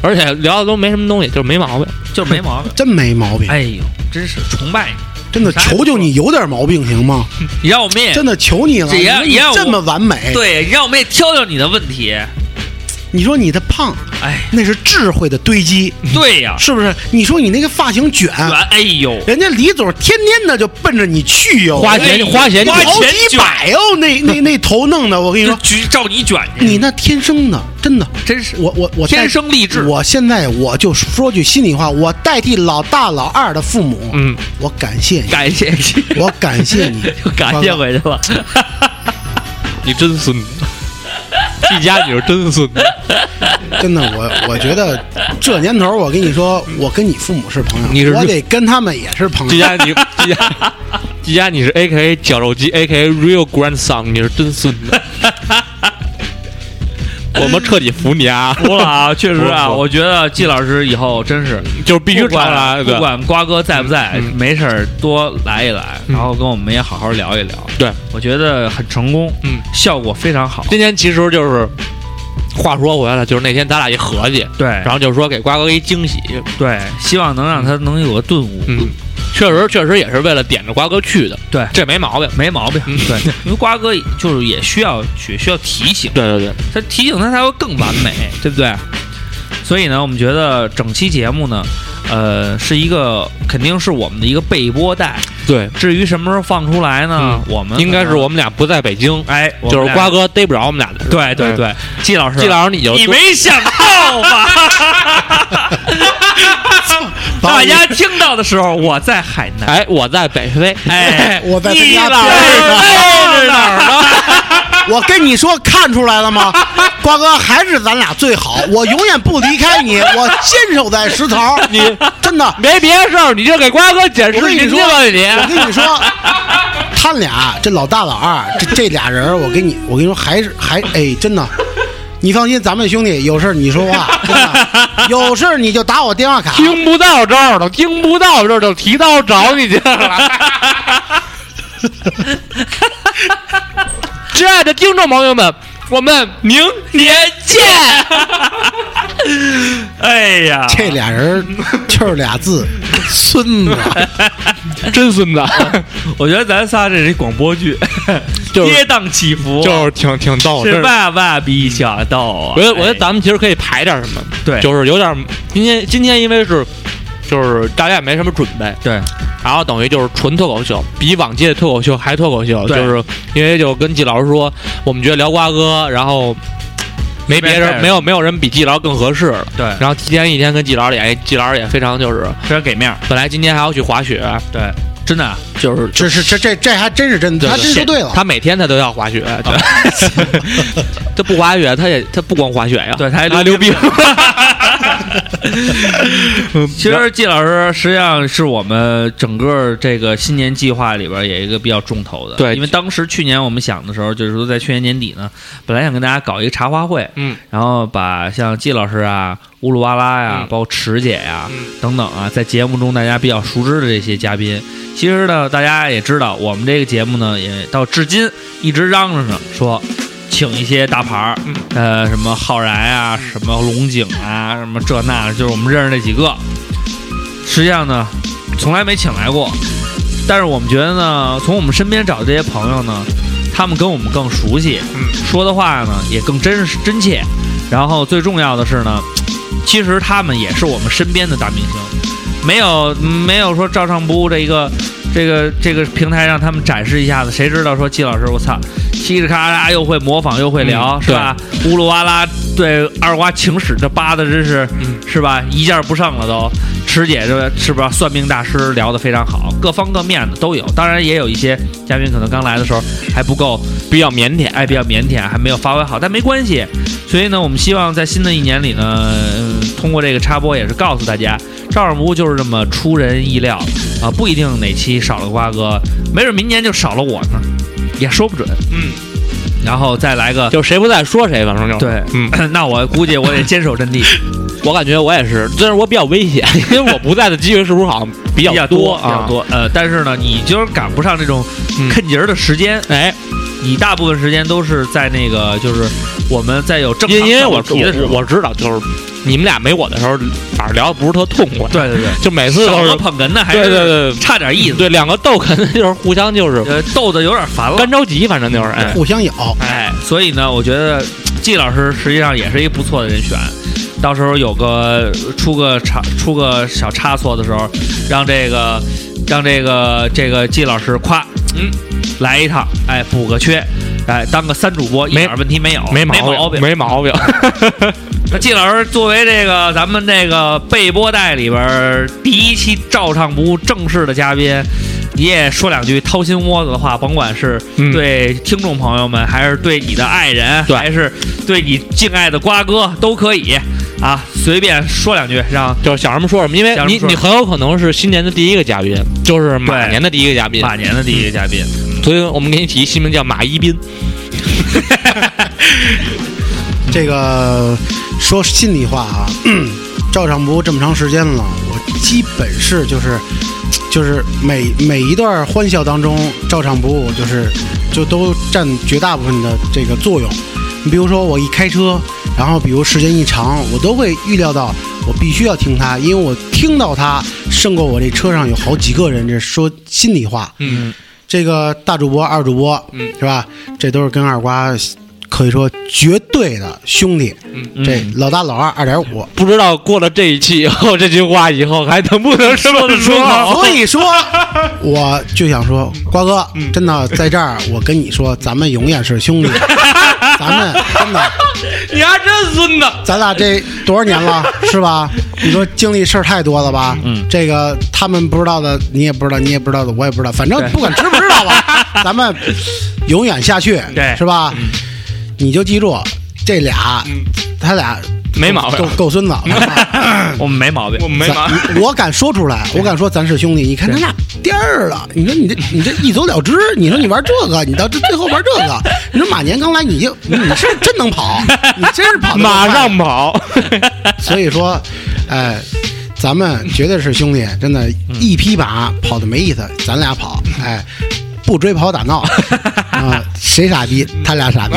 C: 而且聊的都没什么东西，就是没毛病。
B: 就是没毛 病。
D: 真没毛病，
B: 哎呦，真是崇拜你，
D: 真的，
B: 啥也不
D: 求
B: 说
D: 求你有点毛病行吗？
B: 你让我们也
D: 真的求你了，
B: 哎这也
D: 你
B: 也让我
D: 这么完美，
B: 对，你让我们也挑挑你的问题。
D: 你说你的胖，
B: 哎，
D: 那是智慧的堆积，
B: 对 呀、
D: 是不是？你说你那个发型卷，
B: 卷哎呦，
D: 人家李总天天的就奔着你去哟，哎
C: 花钱花钱
B: 哎花
D: 好
B: 钱
D: 几
B: 卷
D: 百哟，那那那头弄的，我跟你
B: 就
D: 说，
B: 举照你卷去，
D: 你那天生的，真的，
B: 真是
D: 我我我代
B: 天生丽质
D: 我现在我就说句心里话，我代替老大老二的父母，
C: 嗯，
D: 我 感谢你，
B: 感谢你，，
D: 我感谢你
B: 感谢
D: 我。
B: 回去了。
C: 你真孙子，季家你是真孙子，
D: 真的，我我觉得这年头，我跟你说，我跟你父母是朋友，
C: 你是
D: 我得跟他们也是朋
C: 季
D: 友。
C: 家你季家 季家你是 A K A 绞肉机 A K A Real Grandson，你是真孙子。 我们彻底服你啊！
B: 服了 啊，确实啊，
C: 服了
B: 我觉得季老师以后真是
C: 就是 必须
B: 不
C: 常来，
B: 管
C: 对
B: 不管瓜哥在不在，
C: 嗯
B: 没事儿多来一来，
C: 嗯
B: 然后跟我们也好好聊一聊。
C: 对，
B: 我觉得很成功，
C: 嗯，
B: 效果非常好。
C: 今天其实就是，话说回来了，就是那天咱俩一合计，
B: 对，
C: 然后就说给瓜哥一惊喜，
B: 对，希望能让他能有个顿悟，
C: 嗯，确实确实也是为了点着瓜哥去的，
B: 对
C: 这没毛病，嗯
B: 没毛病。对，因为瓜哥就是也需要也需要提醒，
C: 对对对，嗯
B: 他提醒他才会更完美，对不对？所以呢，我们觉得整期节目呢，呃，是一个肯定是我们的一个备播带。
C: 对，嗯
B: 至于什么时候放出来呢？我们
C: 应该是
B: 可能
C: 我们俩不在北京，
B: 哎，我们
C: 就是
B: 俩
C: 瓜哥逮不着我们俩的时候，
B: 对
C: 嗯
B: 对对，季老师，
C: 哎季老师你就
B: 你
C: 多
B: 没想到吧？ 大家听到的时候，我在海南。
C: 哎，我在北非，
B: 哎，
D: 我在
B: 季
D: 参加
B: 老
D: 表
B: 师在
D: 演
B: 哪儿呢？
D: 我跟你说，看出来了 吗？瓜哥还是咱俩最好，我永远不离开 你，我坚守在石头。你真的，
C: 没别的事儿，你就给瓜哥解
D: 我
C: 释
D: 跟
C: 去
D: 你说，
C: 吧你，
D: 我跟你说，他俩这老大老二，这这俩人儿，我跟你，我跟你说，还是还哎，真的，你放心，咱们兄弟有事儿你说话，真的，有事儿你就打我电话卡。
C: 听不到这儿了，听不到这儿就提刀找你去 了。亲爱的听众朋友们，我们明年见。
B: 哎呀，
D: 这俩人儿就是俩字，孙子。
C: 真孙子，
B: 我觉得咱仨这是一广播剧，
C: 就是
B: 跌宕起伏，
C: 就是挺挺逗，真
B: 是
C: 是。
B: 万万没想到啊！
C: 我觉得，我觉得
B: 哎
C: 咱们其实可以排点什么，
B: 对
C: 就是有点今天今天因为是就是大家也没什么准备，
B: 对
C: 然后等于就是纯脱口秀，比往届的脱口秀还脱口秀，就
B: 对
C: 是因为就跟季老师说，我们觉得聊瓜哥，然后没别
B: 随便配
C: 人，没有没有人比季老师更合适了。
B: 对，
C: 然后提前一天跟季老师演，季老师也非常就是，
B: 非常给面儿，
C: 本来今天还要去滑雪，
B: 对，真的啊
C: 就是
D: 这是这这这还真是真的，他真说对了。
C: 他每天他都要滑雪， 对他不滑雪，他也他不光滑雪呀，
B: 对他还
C: 他溜冰，
B: 其实季老师实际上是我们整个这个新年计划里边也一个比较重头的，
C: 对
B: 因为当时去年我们想的时候，就是说在去年年底呢，本来想跟大家搞一个茶话会，
C: 嗯，
B: 然后把像季老师啊、乌鲁哇啦呀、
C: 嗯
B: 包括池姐呀、
C: 嗯
B: 等等啊，在节目中大家比较熟知的这些嘉宾，其实呢，大家也知道，我们这个节目呢，也到至今一直嚷嚷着说。请一些大牌儿，
C: 嗯
B: 呃，什么浩然啊，什么龙井啊，什么这那的，就是我们认识那几个。实际上呢，从来没请来过。但是我们觉得呢，从我们身边找这些朋友呢，他们跟我们更熟悉，
C: 嗯
B: 说的话呢也更真实真切。然后最重要的是呢，其实他们也是我们身边的大明星，没有没有说照上不误这一个这个这个平台让他们展示一下子，谁知道说季老师我操，嘁哩咔啦又会模仿又会聊、
C: 嗯
B: 是吧？乌噜哇啦对二瓜情史这扒的真是、
C: 嗯
B: 是吧一件不剩了都。池姐这是吧算命大师聊得非常好，各方各面的都有，当然也有一些嘉宾可能刚来的时候还不够
C: 比较腼腆，
B: 哎，比较腼腆，还没有发挥好，但没关系。所以呢，我们希望在新的一年里呢，嗯通过这个插播也是告诉大家，照样不误就是这么出人意料啊，不一定哪期少了瓜哥，没准明年就少了我 呢，也说不准。
C: 嗯，
B: 然后再来个，
C: 就谁不在说谁，反正就，
B: 对，
C: 嗯，
B: 那我估计我得坚守阵地，
C: 我感觉我也是，但是我比较危险，因为我不在的机会是不是好像比
B: 比较
C: 多
B: 比较
C: 啊？
B: 多。呃，但是呢，你就是赶不上这种
C: 嗯
B: 啃节儿的时间，
C: 哎，
B: 你大部分时间都是在那个，就是我们在有正
C: 因
B: 常
C: 因为
B: 上
C: 我
B: 题的时
C: 我
B: 候，
C: 我知道，就是你们俩没我的时候，反正聊的不是特痛快，
B: 对对对。
C: 就每次
B: 少
C: 都
B: 了
C: 是
B: 捧哏呢，还
C: 对
B: 是
C: 对对
B: 差点意
C: 对
B: 思，
C: 对两个斗肯定就是互相就是
B: 呃，逗得有点烦了
C: 干。着急，反正就是哎
D: 互相咬，
B: 哎，所以呢，我觉得季老师实际上也是一不错的人选，到时候有个出个差出个小差错的时候，让这个让这个这个季老师夸，嗯，来一趟，哎，补个缺，哎，当个三主播一
C: 没
B: 点问题没有，
C: 没
B: 没
C: 毛
B: 毛病。
C: 没毛病。
B: 那季老师作为这个咱们这个备播带里边儿第一期照唱不误正式的嘉宾，你也说两句掏心窝子的话，甭管是
C: 嗯
B: 对听众朋友们，还是对你的爱人，
C: 对
B: 还是对你敬爱的瓜哥，都可以啊，随便说两句，让
C: 啊就是想什么说什么，因为
B: 想什
C: 你
B: 么说
C: 你很有可能是新年的第一个嘉宾，就是马
B: 对
C: 年的第一个嘉宾，
B: 马年的第一个嘉宾。
C: 所以我们给你起一新名叫马一斌。
D: 这个说心里话啊， 照常不误这么长时间了，我基本是就是就是每每一段欢笑当中，照常不误就是就都占绝大部分的这个作用。你比如说我一开车，然后比如时间一长，我都会预料到我必须要听它，因为我听到它胜过我这车上有好几个人。这说心里话，
C: 嗯，
D: 这个大主播、二主播，
C: 嗯，
D: 是吧？这都是跟二瓜可以说绝对的兄弟。
B: 嗯
D: 这老大、老二二点五，
C: 不知道过了这一期以后，这句话以后还能 不能这么说？
D: 所以 说，我就想说，瓜哥，
C: 嗯
D: 真的在这儿，我跟你说，咱们永远是兄弟。 咱们真的，
C: 你还真孙子！
D: 咱俩这多少年了，是吧？你说经历事儿太多了吧？
B: 嗯
D: 这个他们不知道的，你也不知道，你也不知道的，我也不知道，反正不管知不知道吧， 咱们永远下去，
B: 对
D: 是吧？
C: 嗯
D: 你就记住这俩，他俩
C: 没毛病
D: 够够 孙子。
B: 我们没毛病，
C: 我没
D: 咱我敢说出来，我敢说咱是兄弟。你看咱俩颠儿了，你说你这你这一走了之，你说你玩这个，你到这最后玩这个，你说马年刚来你就你是真能跑，你真是跑得够快
C: 马上跑，
D: 所以说，哎、咱们绝对是兄弟，真的，
B: 嗯
D: 一匹马跑的没意思，咱 俩跑，哎，不追跑打闹，啊、谁傻逼，他 俩傻逼。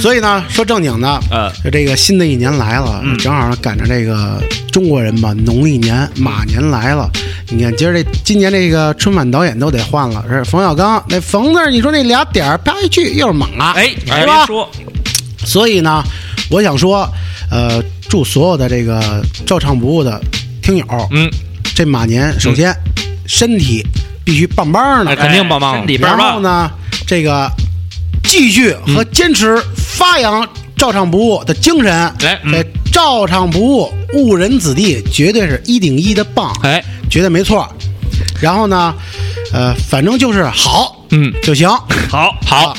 D: 所以呢，说正经的，
B: 呃，嗯
D: 这个新的一年来了，正好赶上这个中国人嘛，农历年马年来了。你看，今儿这今年这个春晚导演都得换了，是冯小刚那冯字儿，你说那俩点儿啪一去又是猛了，
B: 哎，你
D: 是
B: 别
D: 吧？
B: 说，
D: 所以呢，我想说，呃，祝所有的这个照唱不误的听友，
C: 嗯，
D: 这马年首先、身体必须棒棒的，
C: 哎肯定棒棒
B: 哎身体倍儿
D: 然后
B: 棒。
D: 呢，这个继续和坚持发扬照唱不误的精神，
C: 哎嗯
D: 这照唱不误，误人子弟，绝对是一顶一的棒，
C: 哎，
D: 绝对没错。然后呢，呃，反正就是好，
C: 嗯，
D: 就行。
B: 好，
D: 好，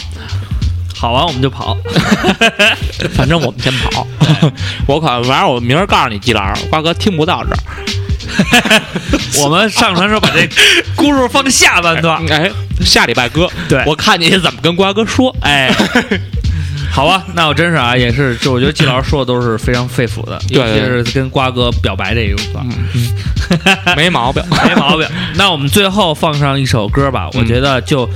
B: 好完我们就 跑。
C: 反正我们先跑。 我靠，晚上我明儿告诉你，季老师，瓜哥听不到 这儿。
B: 我们上传时候把这轱辘放下半 段。
C: 哎，下礼拜哥，
B: 对
C: 我看你怎么跟瓜哥说。
B: 哎，好吧，那我真是啊，也是，就我觉得季老师说的都是非常肺腑的，
C: 对对
B: 尤其是跟瓜哥表白这一块儿，
C: 没毛病，
B: 没毛 病。那我们最后放上一首歌吧，
C: 嗯
B: 我觉得就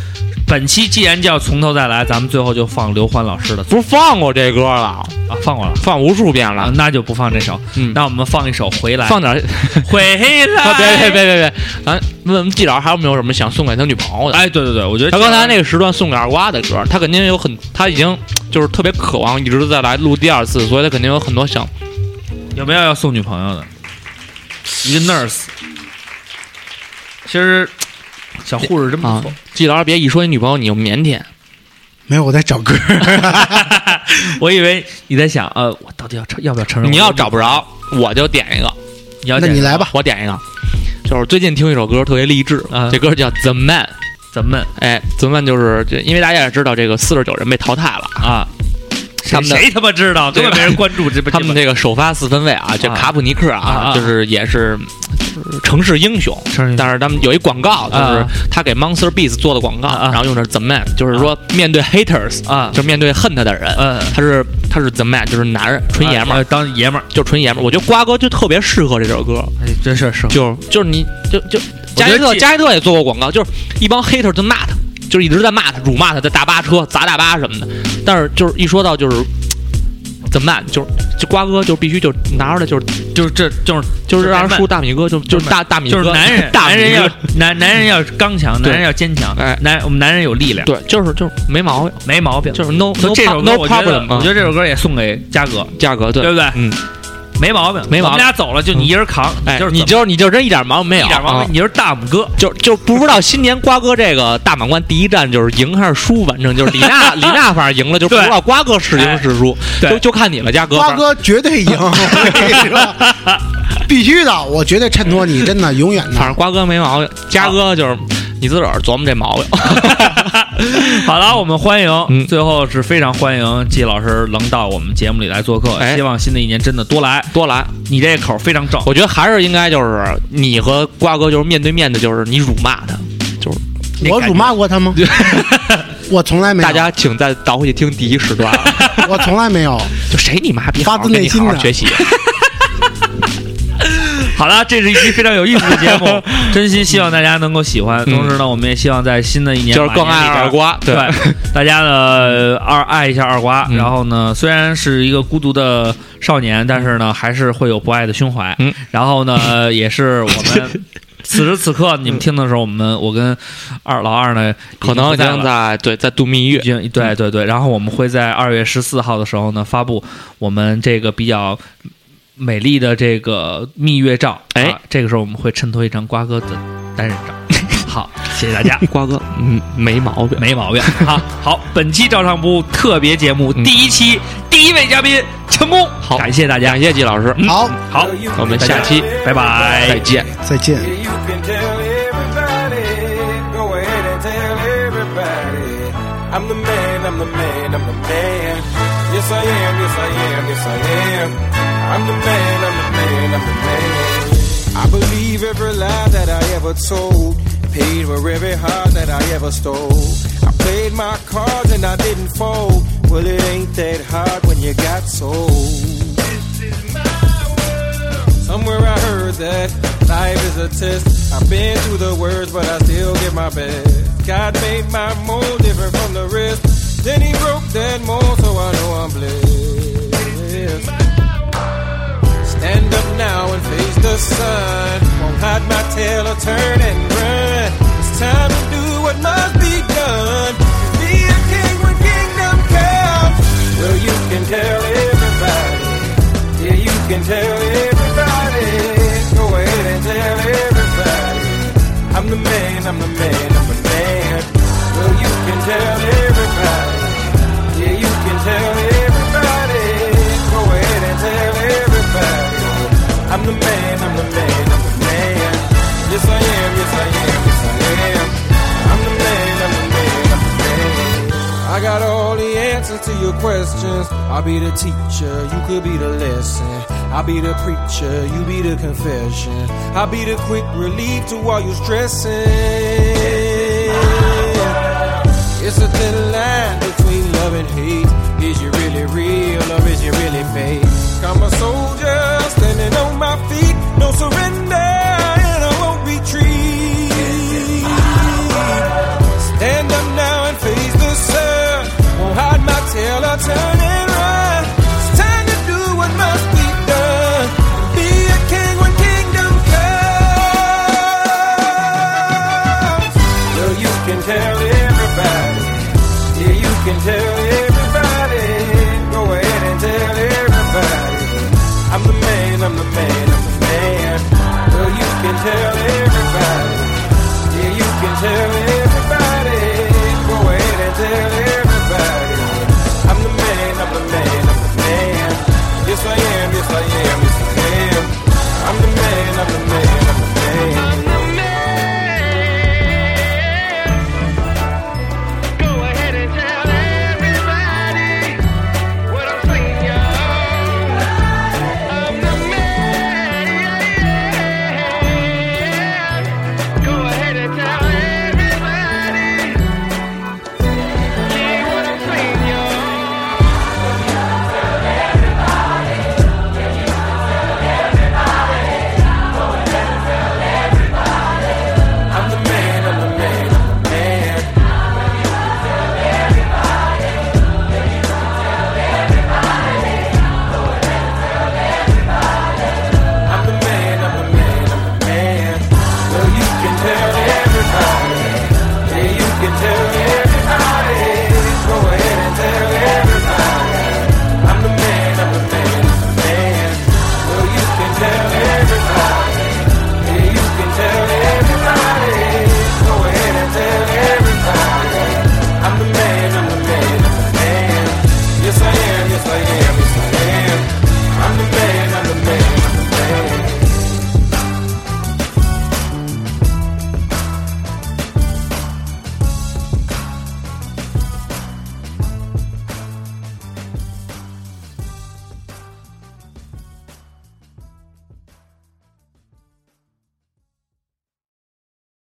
B: 本期既然叫从头再来，咱们最后就放刘欢老师的
C: 不是放过这歌了，
B: 啊，放过了
C: 放无数遍
B: 啊
C: 了，。
B: 那就不放这首，
C: 嗯
B: 那我们放一首《回来》，
C: 放点儿，啊
B: 回 来，
C: 别别别，别别，咱问问季老师还有没有什么想送给他女朋友的？
B: 哎，对对对，我觉得
C: 他刚才那
B: 个
C: 个时段送给二瓜的歌，他肯定有很，他已经就是特别渴望一直在来录第二次，所以他肯定有很多想。
B: 有没有要送女朋友的？一个 nurse，其实小护士真不
C: 啊
B: 错。，
C: 季老师别一说你女朋友你就腼腆，
D: 没有，我在找歌。
B: 我以为你在想，呃，我到底要承要不要承认？
C: 你要找不，着我就点一个，
B: 你要
D: 那你
B: 点
D: 来吧，
C: 我点一个，就是最近听一首歌特别励志
B: 啊，
C: 这歌叫《The Man》。
B: 咱们
C: 哎，怎么办？就是这，因为大家也知道，这个四十九人被淘汰了，
B: 啊，
C: 他们的
B: 谁谁他妈知道？根
C: 对吧
B: 本没人关注这
C: 他们这个首发四分卫啊，这
B: 啊
C: 卡普尼克
B: 啊
C: 啊，
B: 啊
C: 就是也是呃城市英雄。
B: 这
C: 但是他们有一广告，就是
B: 啊
C: 他给 Monster Beats 做的广告，
B: 啊啊
C: 然后用的是 The Man，就是说面对 haters，
B: 啊，
C: 就是面对恨他的人，
B: 嗯，
C: 他是他是 The Man，就是男人，纯爷们
B: 啊
C: 儿，
B: 当爷们儿，
C: 就纯爷们儿。我觉得瓜哥就特别适合这首歌，
B: 哎，真是是，
C: 就是就是你就就加
B: 觉得
C: 一特
B: 这
C: 加一特也做过广告，就是一帮 hater 就骂他，就是一直在骂他、辱骂他，在大巴车砸大巴什么的。但是就是一说到就是怎么办？就是就瓜哥就必须就拿出来就是
B: 就是这就是
C: 就是让人
B: 人
C: 叔大米哥就就是大大米哥
B: 就是男人，
C: 大米
B: 男人
C: 哥
B: 要男男人要刚强，
C: 对
B: 男人要坚强，
C: 哎
B: 男我们男人有力量，
C: 对，就是就是没毛病，
B: 没毛病。
C: 就是 no
B: 所
C: no
B: 以这首
C: pro-
B: 歌
C: no
B: 我觉得，
C: problem
B: 我
C: 啊
B: 觉，得这首歌也送给嘉哥，
C: 价格
B: 对
C: 对
B: 不对？
C: 嗯，
B: 没毛病，
C: 没毛病
B: 我们俩走了就你一人扛，
C: 哎，
B: 就是
C: 你
B: 怎么
C: 就你就真一点毛病没有，
B: 一点毛
C: 啊
B: 病，你就是大拇哥。
C: 就就不知道新年瓜哥这个大满贯第一站就是赢还是输，反正就是李娜 李娜反正赢了，就不知道瓜哥是赢是输，
B: 对
C: 就就看你了，嘉哥。
D: 瓜哥绝对赢，我跟你说， 必须的，我绝对衬托你，真的永远
C: 反正
D: 的。
C: 瓜哥没毛病，嘉哥就是你自个儿琢磨这 毛病。
B: 好了，我们欢迎，
C: 嗯
B: 最后是非常欢迎季老师能到我们节目里来做客，
C: 哎
B: 希望新的一年真的多来。啊
C: 多来，
B: 你这口非常正，
C: 我觉得还是应该就是你和瓜哥就是面对面的，就是你辱骂他，就是
D: 我辱骂过他吗？我从来没有，
C: 大家请再倒回去听第一时段，
D: 我从来没有。
C: 就谁你妈逼，
D: 发自内心
C: 好
D: 的
C: 好跟你好好学习。
B: 好了，这是一期非常有意思的节 目，真心希望大家能够喜欢。同时呢，我们也希望在新的一年
C: 嗯就是
B: 马
C: 更
B: 年
C: 爱
B: 里边
C: 二瓜，
B: 对，大家呢二爱一下二瓜，
C: 嗯
B: 然后呢，虽然是一个孤独的少年，但是呢，还是会有博爱的胸怀。
C: 嗯，
B: 然后呢，也是我们此时此刻你们听的时候，我们我跟二老二呢，
C: 可能已
B: 已经不在
C: 经
B: 了
C: 在嗯对在度蜜月
B: 已，经对对对，然后我们会在二月十四号的时候呢，发布我们这个比较美丽的这个蜜月照。
C: 哎
B: 啊这个时候我们会衬托一张瓜哥的单人 照。好，谢谢大家，
C: 瓜哥，嗯，没毛病。
B: 没毛病啊。 好，本期照常不误特别节目
C: 嗯
B: 第一期第一位嘉宾成功，
C: 好
B: 感谢大家嗯
C: 感，谢季老师，
D: 好，
B: 好，
C: 我们下期
B: 拜拜，
C: 再见。
D: 再见。
E: Yeah, you can tell everybody. Go ahead and tell everybody. I'm the man, I'm the man, I'm the man. Yes, I am, yes, I am, yes, I am. I'm the man, I'm the man, I'm the man. I believe every lie that I ever told. Paid for every heart that I ever stole. I played my cards and I didn't fold. Well, it ain't that hard when you got sold. Somewhere I heard that life is a test. I've been through the worst, but I still get my best. God made my mold different from the rest. Then He broke that mold, so I know I'm blessed. Stand up now and face the sun. Won't hide my tail or turn and run. It's time to do what must be done. Be a king when kingdom comes. Well, you can tell everybody. Yeah, you can tell everybody. Go ahead and tell everybody. I'm the man, I'm the man, I'm the man. Well, you can tell everybody. Yeah, you can tell everybody. Go ahead and tell everybody. I'm the man, I'm the man, I'm the man. Yes, I am, yes, I am, yes, I am. I'm the man, I'm the man, I'm the man. I got all the answers to your questions. I'll be the teacher, you could be the lesson. I'll be the preacher, you be the confession. I'll be the quick relief to all you stressing. It's a thin line between love and hate. Is you really real or is you really fake? Kama